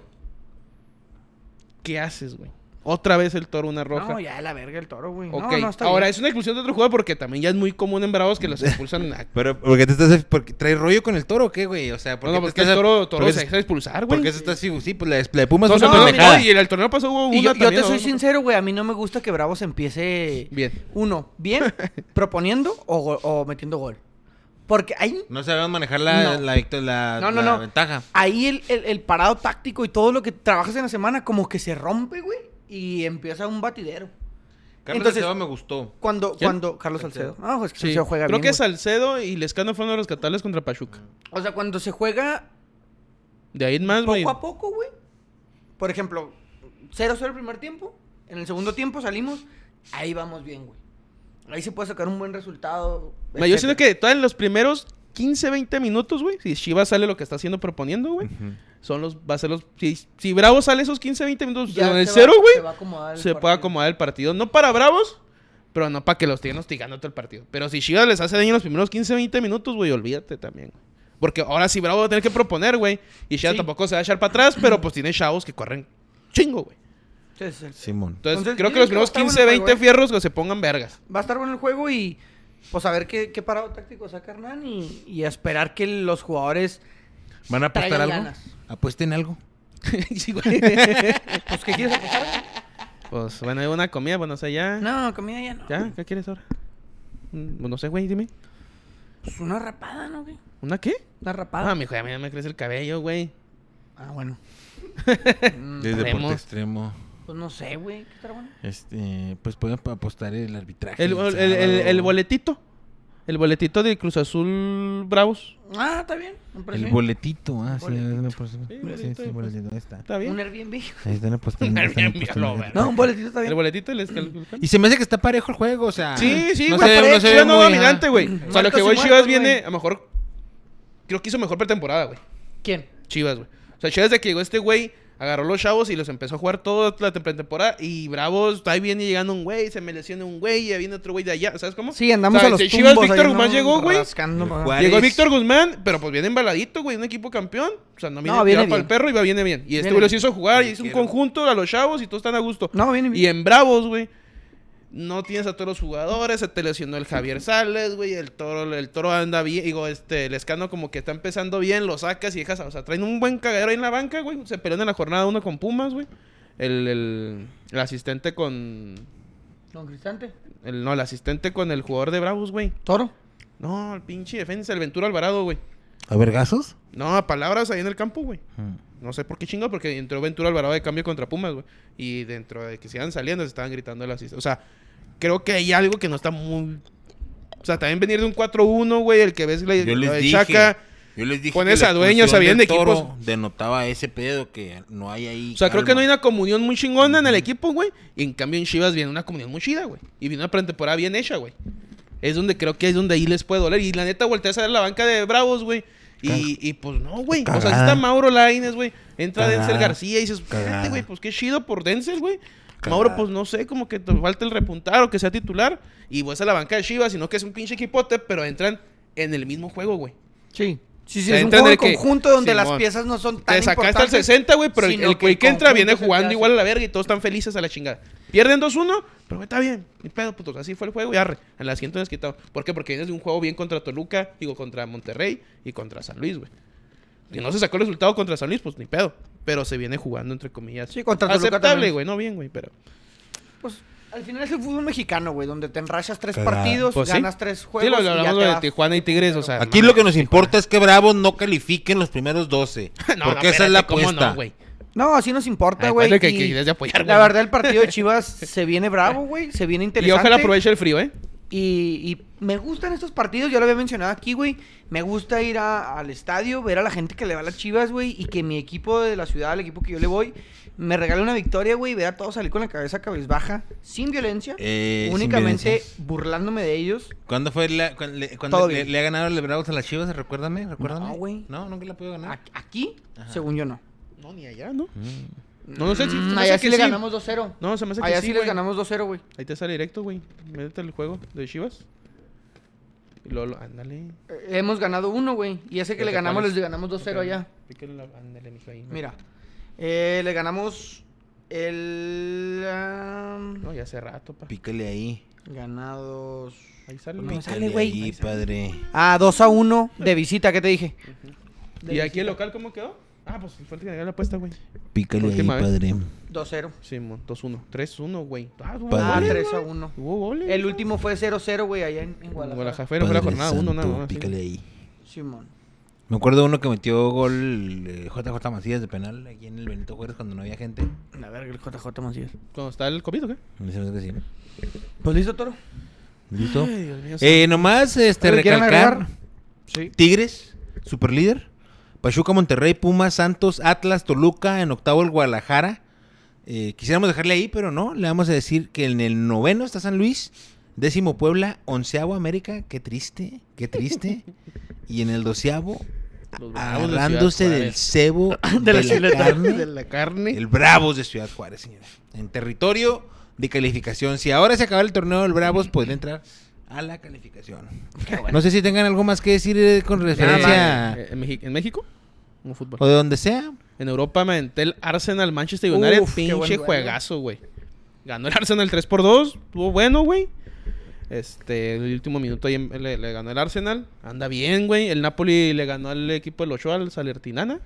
[SPEAKER 1] ¿Qué haces, güey? Otra vez el toro, una roja.
[SPEAKER 3] No, ya de la verga el toro, güey.
[SPEAKER 1] Ok,
[SPEAKER 3] No, no está
[SPEAKER 1] Ahora
[SPEAKER 3] bien.
[SPEAKER 1] es una exclusión de otro jugador porque también ya es muy común en Bravos que los expulsan. A...
[SPEAKER 4] Pero, ¿por qué te estás.? por qué- ¿Traes rollo con el toro o qué, güey? O sea, ¿por
[SPEAKER 1] No,
[SPEAKER 4] qué
[SPEAKER 1] no,
[SPEAKER 4] te
[SPEAKER 1] porque el
[SPEAKER 4] estás-
[SPEAKER 1] toro, toro
[SPEAKER 4] por qué
[SPEAKER 1] se
[SPEAKER 4] se-
[SPEAKER 1] deja expulsar,
[SPEAKER 4] ¿Por
[SPEAKER 1] güey.
[SPEAKER 4] qué se está así? Sí, pues la, la de Pumas
[SPEAKER 1] No,
[SPEAKER 4] es una
[SPEAKER 1] no, no,
[SPEAKER 4] pendejada.
[SPEAKER 1] no, y el torneo pasado hubo
[SPEAKER 3] Y
[SPEAKER 1] una
[SPEAKER 3] yo, yo
[SPEAKER 1] también,
[SPEAKER 3] te
[SPEAKER 1] ¿no?
[SPEAKER 3] soy sincero, güey. A mí no me gusta que Bravos empiece.
[SPEAKER 1] Bien.
[SPEAKER 3] Uno, bien, proponiendo o, go- o metiendo gol. Porque ahí,
[SPEAKER 4] No sabemos manejar la,
[SPEAKER 3] No.
[SPEAKER 4] la, victo- la-
[SPEAKER 3] No, no,
[SPEAKER 4] la
[SPEAKER 3] no.
[SPEAKER 4] ventaja.
[SPEAKER 3] ahí el, el- el parado táctico y todo lo que trabajas en la semana, como que se rompe, güey, y empieza un batidero.
[SPEAKER 4] Carlos
[SPEAKER 3] Entonces-
[SPEAKER 4] Acevedo me gustó.
[SPEAKER 3] Cuando,
[SPEAKER 1] ¿Quién?
[SPEAKER 3] cuando, Carlos Salcedo.
[SPEAKER 4] Salcedo.
[SPEAKER 3] No, es que
[SPEAKER 1] Sí.
[SPEAKER 3] Salcedo juega
[SPEAKER 1] Creo
[SPEAKER 3] bien.
[SPEAKER 1] que
[SPEAKER 3] güey.
[SPEAKER 1] Salcedo y Lescano fueron a rescatarles contra Pachuca.
[SPEAKER 3] O sea, cuando se juega
[SPEAKER 1] De ahí en más, güey.
[SPEAKER 3] poco a poco, güey. Por ejemplo, 0-0 el primer tiempo. En el segundo tiempo salimos. Ahí vamos bien, güey. Ahí se puede sacar un buen resultado.
[SPEAKER 1] Ma, Yo siento
[SPEAKER 3] etcétera.
[SPEAKER 1] que todavía en los primeros 15, 20 minutos, güey, si Chivas sale lo que está haciendo proponiendo, güey, son los, va a ser los, si, si Bravos sale esos 15, 20 minutos
[SPEAKER 3] Ya
[SPEAKER 1] Pues, en el
[SPEAKER 3] se va-
[SPEAKER 1] cero,
[SPEAKER 3] Se, va a
[SPEAKER 1] güey,
[SPEAKER 3] acomodar el
[SPEAKER 1] se puede
[SPEAKER 3] partido.
[SPEAKER 1] acomodar el partido. No para Bravos, pero no para que los estén hostigando todo el partido. Pero si Chivas les hace daño en los primeros 15, 20 minutos, güey, olvídate también, güey. Porque ahora sí Bravo va a tener que proponer, güey. Y Chivas
[SPEAKER 3] Sí.
[SPEAKER 1] tampoco se va a echar para atrás, pero pues tiene chavos que corren chingo, güey.
[SPEAKER 3] Sí, sí, sí.
[SPEAKER 4] Simón.
[SPEAKER 1] Entonces,
[SPEAKER 3] Entonces,
[SPEAKER 1] creo que
[SPEAKER 3] yo
[SPEAKER 1] los
[SPEAKER 3] digo que va
[SPEAKER 1] primeros
[SPEAKER 3] a estar
[SPEAKER 1] 15,
[SPEAKER 3] bueno el
[SPEAKER 1] 20
[SPEAKER 3] juego, ¿eh?
[SPEAKER 1] fierros que se pongan vergas.
[SPEAKER 3] Va a estar bueno el juego y pues a ver qué, qué parado táctico saca Hernán y, y a esperar que los jugadores...
[SPEAKER 4] ¿Van a apostar
[SPEAKER 3] Traigan
[SPEAKER 4] algo?
[SPEAKER 3] ganas.
[SPEAKER 4] Apuesten algo.
[SPEAKER 1] Sí, güey.
[SPEAKER 3] Pues, ¿qué quieres apostar?
[SPEAKER 1] pues bueno, hay una comida, bueno, o sea, ya.
[SPEAKER 3] No, comida ya no.
[SPEAKER 1] ¿Ya? ¿Qué quieres ahora? Mm, No sé, güey, dime.
[SPEAKER 3] Pues una rapada, ¿no, güey?
[SPEAKER 1] ¿Una qué?
[SPEAKER 3] Una rapada.
[SPEAKER 1] Ah, mijo, a mí ya me crece el cabello, güey.
[SPEAKER 3] Ah, bueno. Mm,
[SPEAKER 4] Desde
[SPEAKER 1] Extremos.
[SPEAKER 4] deporte extremo.
[SPEAKER 3] pues no sé, güey. ¿Qué estará bueno?
[SPEAKER 4] Este, pues pueden apostar el arbitraje.
[SPEAKER 1] El, el, el- el- el boletito. El boletito de Cruz Azul Bravos.
[SPEAKER 3] Ah, está bien. me
[SPEAKER 4] El
[SPEAKER 3] parece bien.
[SPEAKER 4] boletito, ah, sí,
[SPEAKER 3] Boletito.
[SPEAKER 4] es una persona-
[SPEAKER 1] Sí,
[SPEAKER 4] sí,
[SPEAKER 1] boletito,
[SPEAKER 4] sí, el boletito, ahí está.
[SPEAKER 1] Está
[SPEAKER 3] Un
[SPEAKER 1] bien.
[SPEAKER 3] Airbnb.
[SPEAKER 4] Ahí están apostando.
[SPEAKER 1] Un
[SPEAKER 4] están
[SPEAKER 1] Airbnb,
[SPEAKER 4] apostando.
[SPEAKER 1] a la verga.
[SPEAKER 3] No, un boletito está
[SPEAKER 1] El
[SPEAKER 3] bien.
[SPEAKER 1] boletito del escal-
[SPEAKER 4] Y se me hace que está parejo el juego, o sea.
[SPEAKER 1] Sí, sí,
[SPEAKER 4] no
[SPEAKER 1] güey.
[SPEAKER 4] se ve-
[SPEAKER 1] pero
[SPEAKER 4] no se ve
[SPEAKER 1] Chivas no
[SPEAKER 4] muy- ah.
[SPEAKER 1] dominante, güey. O sea, lo que
[SPEAKER 3] Muertos y
[SPEAKER 1] voy, Chivas
[SPEAKER 3] muertos,
[SPEAKER 1] viene,
[SPEAKER 3] güey.
[SPEAKER 1] a lo mejor. Creo que hizo mejor pretemporada, güey.
[SPEAKER 3] ¿Quién?
[SPEAKER 1] Chivas, güey. O sea, Chivas de que llegó este güey Agarró los chavos y los empezó a jugar toda la tem- temporada. Y Bravos, ahí viene llegando un güey, se me lesiona un güey, y ahí viene otro güey de allá. ¿Sabes cómo?
[SPEAKER 3] Sí, andamos
[SPEAKER 1] O sea,
[SPEAKER 3] a los
[SPEAKER 1] si Chivas,
[SPEAKER 3] tumbos ahí,
[SPEAKER 1] Víctor
[SPEAKER 3] ¿no?
[SPEAKER 1] Guzmán llegó, güey.
[SPEAKER 3] Rascando,
[SPEAKER 4] El
[SPEAKER 3] pa-
[SPEAKER 4] Juárez.
[SPEAKER 1] Llegó Víctor Guzmán, pero pues viene embaladito, güey, un equipo campeón. O sea, no viene
[SPEAKER 3] No, viene
[SPEAKER 1] para el
[SPEAKER 3] bien.
[SPEAKER 1] perro y va viene bien. Y este
[SPEAKER 3] Viene
[SPEAKER 1] güey los
[SPEAKER 3] bien.
[SPEAKER 1] hizo jugar y hizo un
[SPEAKER 4] Quiero.
[SPEAKER 1] conjunto a los chavos y todos están a gusto.
[SPEAKER 3] No, viene
[SPEAKER 1] Y
[SPEAKER 3] bien.
[SPEAKER 1] en Bravos, güey. No tienes a todos los jugadores, se te lesionó el Javier Sales, güey, el toro, el toro anda bien, digo, este, el escano como que está empezando bien, lo sacas y dejas, a- o sea, traen un buen cagadero ahí en la banca, güey, se pelean en la jornada uno con Pumas, güey, el, el, el asistente con,
[SPEAKER 3] ¿Don Cristante?
[SPEAKER 1] el, no, el asistente con el jugador de Bravos, güey,
[SPEAKER 3] ¿Toro?
[SPEAKER 1] no, el pinche defensa, el Ventura Alvarado, güey,
[SPEAKER 2] ¿A vergazos?
[SPEAKER 1] no, a palabras ahí en el campo, güey. No sé por qué chingo, porque entró Ventura Alvarado de cambio contra Pumas, güey. Y dentro de que sigan saliendo, se estaban gritando las islas. O sea, creo que hay algo que no está muy. O sea, también venir de un 4-1, güey, el que ves la,
[SPEAKER 4] Yo les
[SPEAKER 1] la de
[SPEAKER 4] dije.
[SPEAKER 1] Chaca.
[SPEAKER 4] yo les dije
[SPEAKER 1] Eh, pones
[SPEAKER 4] que la
[SPEAKER 1] a dueños,
[SPEAKER 4] expulsión
[SPEAKER 1] habían
[SPEAKER 4] del
[SPEAKER 1] de
[SPEAKER 4] Toro
[SPEAKER 1] equipos-
[SPEAKER 4] Denotaba ese pedo que no hay ahí.
[SPEAKER 1] O sea, creo que no
[SPEAKER 4] calma.
[SPEAKER 1] hay una comunión muy chingona en el equipo, güey. Y en cambio en Chivas viene una comunión muy chida, güey. Y viene una pretemporada bien hecha, güey. Es donde creo que es donde ahí les puede doler. Y la neta, volteas a ver la banca de Bravos, güey. Y, y pues no, güey. O sea,
[SPEAKER 2] Cagada.
[SPEAKER 1] está Mauro Laines, güey. Entra
[SPEAKER 2] Cagada.
[SPEAKER 1] Denzel García y dices, fíjate,
[SPEAKER 2] Cagada.
[SPEAKER 1] güey, pues qué chido por Denzel, güey.
[SPEAKER 2] Cagada.
[SPEAKER 1] Mauro, pues no sé, como que te falta el repuntar o que sea titular. Y vas a la banca de Chivas, sino que es un pinche equipote, pero entran en el mismo juego, güey.
[SPEAKER 3] Sí. Sí, sí,
[SPEAKER 1] Ahí
[SPEAKER 3] es un
[SPEAKER 1] entender
[SPEAKER 3] juego en
[SPEAKER 1] que-
[SPEAKER 3] conjunto donde las
[SPEAKER 1] Simón.
[SPEAKER 3] piezas no son tan
[SPEAKER 1] Te
[SPEAKER 3] importantes.
[SPEAKER 1] sacaste al 60, güey, pero el-
[SPEAKER 3] sino
[SPEAKER 1] el güey que, entra
[SPEAKER 3] conjunto
[SPEAKER 1] viene
[SPEAKER 3] se te
[SPEAKER 1] jugando
[SPEAKER 3] hace.
[SPEAKER 1] igual a la verga y todos están felices a la chingada. Pierden 2-1, pero güey, está bien. Ni pedo, putos. Así fue el juego y arre. En la siguiente nos quitado. ¿Por qué? Porque vienes de un juego bien contra Toluca, digo, contra Monterrey y contra San Luis, güey. Y no se sacó el resultado contra San Luis, pues ni pedo. Pero se viene jugando, entre comillas.
[SPEAKER 3] Sí, contra Toluca
[SPEAKER 1] Aceptable,
[SPEAKER 3] también.
[SPEAKER 1] güey. No bien, güey, pero...
[SPEAKER 3] Pues, al final es el fútbol mexicano, güey, donde te enrachas tres
[SPEAKER 2] Cagado.
[SPEAKER 3] partidos,
[SPEAKER 1] Pues sí.
[SPEAKER 3] ganas tres
[SPEAKER 1] Sí,
[SPEAKER 3] juegos
[SPEAKER 1] lo, lo
[SPEAKER 3] y ya
[SPEAKER 1] hablamos
[SPEAKER 3] te
[SPEAKER 1] de
[SPEAKER 3] vas.
[SPEAKER 1] Tijuana y Tigres, o sea...
[SPEAKER 4] Aquí
[SPEAKER 1] Ah, mames.
[SPEAKER 4] lo que nos importa es que Bravos no califiquen los primeros 12.
[SPEAKER 1] No, no,
[SPEAKER 4] porque esa es la
[SPEAKER 1] espérate, ¿cómo
[SPEAKER 4] apuesta.
[SPEAKER 1] no, güey?
[SPEAKER 3] No, así nos importa,
[SPEAKER 1] Ay,
[SPEAKER 3] güey.
[SPEAKER 1] acuérdate que-
[SPEAKER 3] y
[SPEAKER 1] que debes de apoyar,
[SPEAKER 3] La
[SPEAKER 1] güey.
[SPEAKER 3] verdad, el partido de Chivas se viene bravo, güey. Se viene
[SPEAKER 1] y
[SPEAKER 3] interesante.
[SPEAKER 1] ojalá aproveche el frío, ¿eh?
[SPEAKER 3] Y, y me gustan estos partidos, yo lo había mencionado aquí, güey. Me gusta ir a- al estadio, ver a la gente que le va a las chivas, güey. Y que mi equipo de la ciudad, el equipo que yo le voy, me regale una victoria, güey. y Ver a todos salir con la cabeza cabizbaja, sin violencia.
[SPEAKER 4] Eh, sin
[SPEAKER 3] únicamente
[SPEAKER 4] violencia.
[SPEAKER 3] burlándome de ellos.
[SPEAKER 4] ¿Cuándo fue la, cuan- le, cuando
[SPEAKER 3] Todo
[SPEAKER 4] le,
[SPEAKER 3] bien.
[SPEAKER 4] le ha ganado los Bravos a las Chivas? Recuérdame, recuérdame.
[SPEAKER 3] No, güey.
[SPEAKER 4] No, nunca la pudo ganar.
[SPEAKER 3] A- Aquí, según yo no.
[SPEAKER 1] No, ni allá, ¿no?
[SPEAKER 4] Mm.
[SPEAKER 1] No, no sé si-
[SPEAKER 3] Mm,
[SPEAKER 1] se me
[SPEAKER 3] allá
[SPEAKER 1] hace
[SPEAKER 3] sí
[SPEAKER 1] que
[SPEAKER 3] le
[SPEAKER 1] sí.
[SPEAKER 3] ganamos 2-0.
[SPEAKER 1] No, se me hace que
[SPEAKER 3] Allá
[SPEAKER 1] sí,
[SPEAKER 3] sí, les
[SPEAKER 1] güey.
[SPEAKER 3] ganamos 2-0, güey.
[SPEAKER 1] Ahí te sale directo, güey. Métete el juego de Chivas. Y luego, lo- ándale.
[SPEAKER 3] Eh, Hemos ganado uno, güey. Y ese que le
[SPEAKER 1] ¿Ese cuál
[SPEAKER 3] ganamos,
[SPEAKER 1] es?
[SPEAKER 3] les ganamos 2-0 allá.
[SPEAKER 1] Píquele la- ándale, mijo, ahí, ¿no?
[SPEAKER 3] Mira, eh, le ganamos el... ah, am,
[SPEAKER 1] No, ya hace rato, pa.
[SPEAKER 4] Pícale ahí.
[SPEAKER 3] Ganados.
[SPEAKER 1] Ahí sale.
[SPEAKER 3] No
[SPEAKER 1] ¿no?
[SPEAKER 3] me
[SPEAKER 4] Pícale
[SPEAKER 3] Pues sale, güey.
[SPEAKER 4] ahí, padre.
[SPEAKER 3] Ah, 2 a 1 de visita, ¿qué te dije?
[SPEAKER 1] ¿Y aquí el local cómo quedó? Ah, pues fue el que ganó la apuesta, güey.
[SPEAKER 4] Pícale ahí,
[SPEAKER 1] Última vez.
[SPEAKER 4] padre.
[SPEAKER 3] 2-0.
[SPEAKER 1] Sí, mon, 2-1. 3-1, güey. Ah, hubo
[SPEAKER 4] Padre.
[SPEAKER 3] Ah,
[SPEAKER 1] goles,
[SPEAKER 3] 3 a
[SPEAKER 1] güey.
[SPEAKER 3] 1.
[SPEAKER 1] Hubo goles.
[SPEAKER 3] El último fue 0-0, güey, allá en, en Guadalajara.
[SPEAKER 1] Guadalajara fue fue la
[SPEAKER 4] Padre
[SPEAKER 1] jornada 1, nada
[SPEAKER 4] santo,
[SPEAKER 1] más. ¿eh? sí.
[SPEAKER 4] Pícale ahí.
[SPEAKER 3] Simón.
[SPEAKER 4] Me acuerdo uno que metió gol eh, JJ Macías de penal aquí en el Benito Juárez cuando no había gente.
[SPEAKER 3] La verga, el JJ Macías.
[SPEAKER 1] ¿Cuándo está el COVID o qué?
[SPEAKER 4] Me dice que sí.
[SPEAKER 3] Pues listo, Toro.
[SPEAKER 4] ¿Listo?
[SPEAKER 1] Ay, Dios mío,
[SPEAKER 4] Eh, nomás este,
[SPEAKER 3] ¿Algo quieren
[SPEAKER 4] recalcar.
[SPEAKER 3] agregar? Sí.
[SPEAKER 4] Tigres, superlíder. Pachuca, Monterrey, Pumas, Santos, Atlas, Toluca, en octavo el Guadalajara. Eh, quisiéramos dejarle ahí, pero no. Le vamos a decir que en el noveno está San Luis, décimo Puebla, onceavo América. Qué triste, qué triste. y en el doceavo,
[SPEAKER 1] los bravos de Ciudad
[SPEAKER 4] agarrándose del
[SPEAKER 1] Juárez.
[SPEAKER 4] cebo de, la, carne,
[SPEAKER 1] De la carne.
[SPEAKER 4] el Bravos de Ciudad Juárez, señora. En territorio de calificación. Si ahora se acaba el torneo, el Bravos podría entrar a la calificación. No sé si tengan algo más que decir eh, con referencia
[SPEAKER 1] Eh, ¿En, Meji- en México? Un fútbol.
[SPEAKER 4] o de donde sea.
[SPEAKER 1] En Europa me aventé el Arsenal Manchester United.
[SPEAKER 3] Uf, qué
[SPEAKER 1] pinche
[SPEAKER 3] buen duelo.
[SPEAKER 1] juegazo, güey. Ganó el Arsenal 3 por 2 Estuvo bueno, güey. Este, el último minuto ahí em- le, le ganó el Arsenal. Anda bien, güey. El Napoli le ganó al equipo del Ochoa, al Salertinana.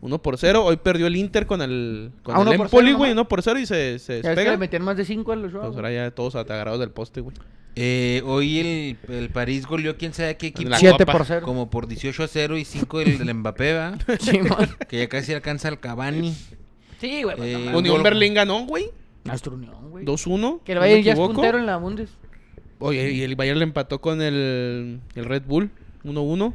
[SPEAKER 1] 1 por 0. Hoy perdió el Inter con el, con
[SPEAKER 3] Ah,
[SPEAKER 1] el
[SPEAKER 3] uno por
[SPEAKER 1] Empoli,
[SPEAKER 3] cero,
[SPEAKER 1] güey.
[SPEAKER 3] nomás.
[SPEAKER 1] 1 por 0 y se, se
[SPEAKER 3] Ya ves que le
[SPEAKER 1] despega.
[SPEAKER 3] metían más de 5 a los
[SPEAKER 1] Pues
[SPEAKER 3] juegos.
[SPEAKER 1] ahora ya todos agarrados del poste, güey.
[SPEAKER 4] Eh, hoy el, el París goleó quién sabe qué equipo.
[SPEAKER 1] la
[SPEAKER 3] 7
[SPEAKER 1] copa,
[SPEAKER 3] por 0.
[SPEAKER 4] Como por 18 a 0 y 5 el del Mbappé, ¿va?
[SPEAKER 3] Simón.
[SPEAKER 4] Que ya casi alcanza al Cavani.
[SPEAKER 3] Sí, güey.
[SPEAKER 4] Eh,
[SPEAKER 3] pues, no
[SPEAKER 1] Unión
[SPEAKER 4] gol-
[SPEAKER 1] Berlín ganó, güey.
[SPEAKER 3] Nuestra unión, güey.
[SPEAKER 1] 2-1.
[SPEAKER 3] Que el
[SPEAKER 1] no me
[SPEAKER 3] Bayern ya es
[SPEAKER 1] equivoco.
[SPEAKER 3] puntero en la Bundes.
[SPEAKER 1] Oye, y el Bayern le empató con el, el Red Bull. 1-1.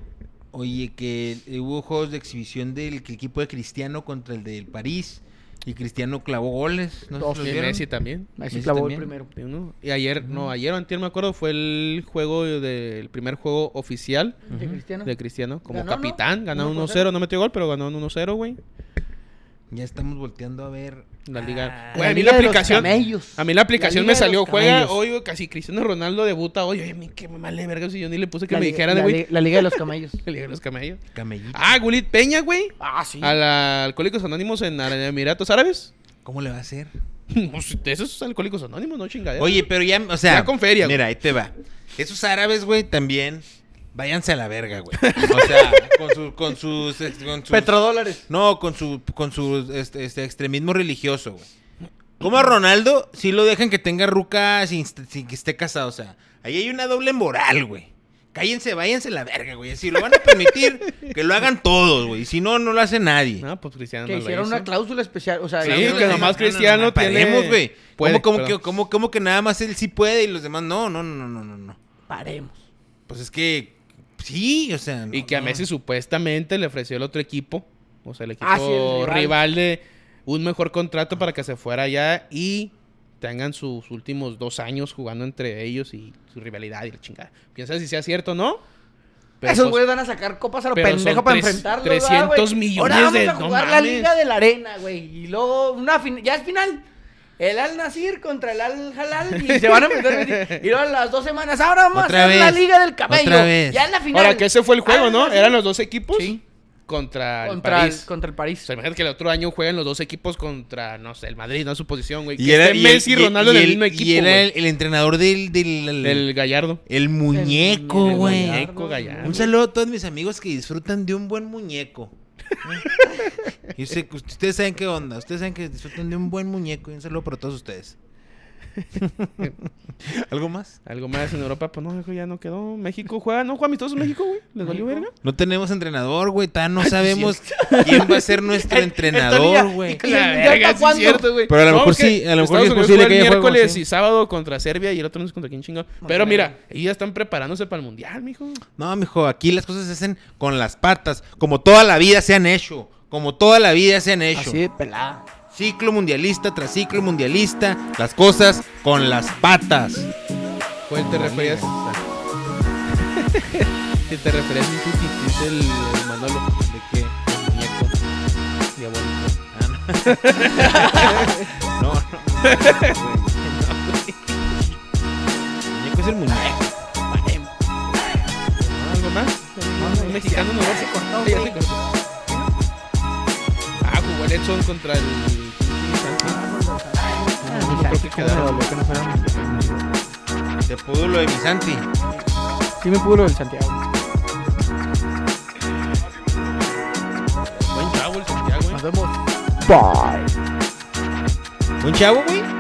[SPEAKER 4] Oye, que eh, hubo juegos de exhibición del que equipo de Cristiano contra el del París. Y Cristiano clavó goles. No sé si
[SPEAKER 3] Dos
[SPEAKER 4] los
[SPEAKER 1] Y
[SPEAKER 4] vieron.
[SPEAKER 1] Messi también.
[SPEAKER 3] Messi
[SPEAKER 4] Messi
[SPEAKER 3] clavó el primero.
[SPEAKER 4] también.
[SPEAKER 1] Sí, ¿no? Y ayer, no, ayer o antier me acuerdo, fue el juego del primer juego oficial
[SPEAKER 3] De Cristiano.
[SPEAKER 1] de Cristiano como
[SPEAKER 3] Ganó, ¿no?
[SPEAKER 1] capitán.
[SPEAKER 3] Uno
[SPEAKER 1] Ganaron
[SPEAKER 3] por
[SPEAKER 1] 1-0,
[SPEAKER 3] cero.
[SPEAKER 1] no metió gol, pero ganaron 1-0, güey.
[SPEAKER 4] Ya estamos volteando a ver.
[SPEAKER 1] La liga.
[SPEAKER 4] Ah,
[SPEAKER 1] Güey, a mí
[SPEAKER 2] liga
[SPEAKER 1] la
[SPEAKER 2] de los
[SPEAKER 1] aplicación.
[SPEAKER 2] camellos.
[SPEAKER 1] A mí la aplicación
[SPEAKER 2] La
[SPEAKER 1] me
[SPEAKER 2] liga de
[SPEAKER 1] salió,
[SPEAKER 2] los
[SPEAKER 1] juega
[SPEAKER 2] camellos.
[SPEAKER 1] hoy, güey, casi Cristiano Ronaldo debuta hoy. Oye, a mí qué me vale verga si yo ni le puse que
[SPEAKER 2] La
[SPEAKER 1] me
[SPEAKER 2] li-
[SPEAKER 1] dijeran,
[SPEAKER 2] la
[SPEAKER 1] güey.
[SPEAKER 2] li- La Liga de los Camellos.
[SPEAKER 1] La liga de los camellos.
[SPEAKER 4] Camellito.
[SPEAKER 1] Ah, Gulit Peña, güey.
[SPEAKER 2] Ah, sí.
[SPEAKER 1] A la Alcohólicos Anónimos en Ara- Emiratos Árabes.
[SPEAKER 4] ¿Cómo le va a hacer?
[SPEAKER 1] No, si- esos son Alcohólicos Anónimos, no chingadera.
[SPEAKER 4] Oye, pero ya, o sea.
[SPEAKER 1] Ya con feria,
[SPEAKER 4] Mira, ahí te va. Esos árabes, güey, también. Váyanse a la verga, güey. O sea, con, su- con sus. Con sus
[SPEAKER 3] Petrodólares.
[SPEAKER 4] no, con su, con su este, este, extremismo religioso, güey. Como a Ronaldo, sí lo dejan que tenga ruca sin, sin que esté casado. O sea, ahí hay una doble moral, güey. Cállense, váyanse a la verga, güey. Si lo van a permitir, que lo hagan todos, güey. Si no, no lo hace nadie.
[SPEAKER 1] No, pues Cristiano
[SPEAKER 2] Que
[SPEAKER 1] no lo
[SPEAKER 2] hicieron
[SPEAKER 1] hizo.
[SPEAKER 2] una cláusula especial. O sea,
[SPEAKER 1] Sí,
[SPEAKER 2] la-
[SPEAKER 1] que
[SPEAKER 4] güey,
[SPEAKER 1] nomás Cristiano tiene-
[SPEAKER 4] paremos, güey.
[SPEAKER 1] Puede,
[SPEAKER 4] ¿Cómo, cómo
[SPEAKER 1] perdón.
[SPEAKER 4] que, cómo- cómo que nada más él sí puede y los demás no? No, no, no, no, no, no.
[SPEAKER 2] paremos.
[SPEAKER 4] Pues es que sí, o sea. no,
[SPEAKER 1] Y que a
[SPEAKER 4] no.
[SPEAKER 1] Messi supuestamente le ofreció el otro equipo, o sea, el equipo
[SPEAKER 2] Ah, sí, el rival.
[SPEAKER 1] rival. de un mejor contrato para que se fuera allá y tengan sus últimos dos años jugando entre ellos y su rivalidad y la chingada. Quién sabe si sea cierto o no.
[SPEAKER 2] Esos
[SPEAKER 1] pues,
[SPEAKER 2] güeyes van a sacar copas a lo
[SPEAKER 1] pero son
[SPEAKER 2] pendejo para
[SPEAKER 1] tres-
[SPEAKER 2] enfrentarlos.
[SPEAKER 1] 300 millones
[SPEAKER 2] Ahora vamos
[SPEAKER 1] de-
[SPEAKER 2] a
[SPEAKER 1] no
[SPEAKER 2] jugar la
[SPEAKER 1] mames.
[SPEAKER 2] Liga de la Arena, güey. Y luego una fin- ya es final. El Al Nasir contra el Al Halal y se van a meter. y luego a las dos semanas, ahora vamos
[SPEAKER 4] Otra
[SPEAKER 2] a hacer la
[SPEAKER 4] vez.
[SPEAKER 2] Liga del Camello.
[SPEAKER 4] Otra vez.
[SPEAKER 2] Ya en la final.
[SPEAKER 1] Ahora que ese fue el juego,
[SPEAKER 2] Al
[SPEAKER 1] ¿no?
[SPEAKER 2] Nassr
[SPEAKER 1] Eran los dos equipos
[SPEAKER 2] Sí.
[SPEAKER 1] contra,
[SPEAKER 2] contra
[SPEAKER 1] el
[SPEAKER 2] el-
[SPEAKER 1] París.
[SPEAKER 2] Contra el
[SPEAKER 1] O
[SPEAKER 2] París.
[SPEAKER 1] sea, imagínate que el otro año juegan los dos equipos contra, no sé, el Madrid, no es su posición, güey.
[SPEAKER 4] Y
[SPEAKER 1] Que
[SPEAKER 4] era
[SPEAKER 1] esté
[SPEAKER 4] y el-
[SPEAKER 1] Messi y
[SPEAKER 4] y-
[SPEAKER 1] Ronaldo
[SPEAKER 4] y
[SPEAKER 1] en el
[SPEAKER 4] el-
[SPEAKER 1] mismo equipo,
[SPEAKER 4] Y era
[SPEAKER 1] güey.
[SPEAKER 4] el, el entrenador del. del, del-
[SPEAKER 1] Del Gallardo.
[SPEAKER 4] el muñeco,
[SPEAKER 2] El-
[SPEAKER 4] güey.
[SPEAKER 1] Gallardo, Gallardo.
[SPEAKER 4] Un saludo a todos mis amigos que disfrutan de un buen muñeco. Yo sé que ustedes saben qué onda. Ustedes saben que disfrutan de un buen muñeco. Y un saludo para todos ustedes. ¿Algo más?
[SPEAKER 1] Algo más en Europa, pues no, eso ya no quedó. México juega, no juega amistosos México, güey. ¿Les valió verga?
[SPEAKER 4] No tenemos entrenador, güey. Todavía no sabemos quién va a ser nuestro entrenador, güey.
[SPEAKER 2] ¿Y el Mundial para cuándo?
[SPEAKER 1] güey.
[SPEAKER 4] Pero a lo
[SPEAKER 1] No,
[SPEAKER 4] mejor
[SPEAKER 1] que
[SPEAKER 4] sí, a lo
[SPEAKER 1] Estados
[SPEAKER 4] mejor es
[SPEAKER 1] Unidos
[SPEAKER 4] posible
[SPEAKER 1] juega
[SPEAKER 4] que haya
[SPEAKER 1] el
[SPEAKER 4] juego,
[SPEAKER 1] miércoles
[SPEAKER 4] sí.
[SPEAKER 1] y sábado contra Serbia y el otro no sé contra quién chingado. Pero mira, ellos ya están preparándose para el mundial, mijo.
[SPEAKER 4] No, mijo, aquí las cosas se hacen con las patas, como toda la vida se han hecho, como toda la vida se han hecho.
[SPEAKER 2] Así de pelada.
[SPEAKER 4] Ciclo mundialista tras ciclo mundialista, las cosas con las patas.
[SPEAKER 1] Pues te referías. Si te referías a un chiste el el Manolo de que muñeco diabólico.
[SPEAKER 4] No, no. Muñeco es el muñeco.
[SPEAKER 2] Paremos.
[SPEAKER 1] ¿Algo más? Un mexicano Ah, no
[SPEAKER 2] Ya se cortó,
[SPEAKER 1] Ya
[SPEAKER 2] güey.
[SPEAKER 1] se cortó. Ah, jugó el Edson contra el.
[SPEAKER 2] Ah,
[SPEAKER 1] creo
[SPEAKER 2] Santi,
[SPEAKER 1] que
[SPEAKER 2] cómo me
[SPEAKER 1] quedaron.
[SPEAKER 2] dolió que no fuera mi-
[SPEAKER 4] Te pudo lo de mi Santi.
[SPEAKER 2] Sí me pudo lo del Santiago.
[SPEAKER 1] Buen chavo el Santiago, eh. güey.
[SPEAKER 2] Nos vemos.
[SPEAKER 4] ¿Un chavo, güey?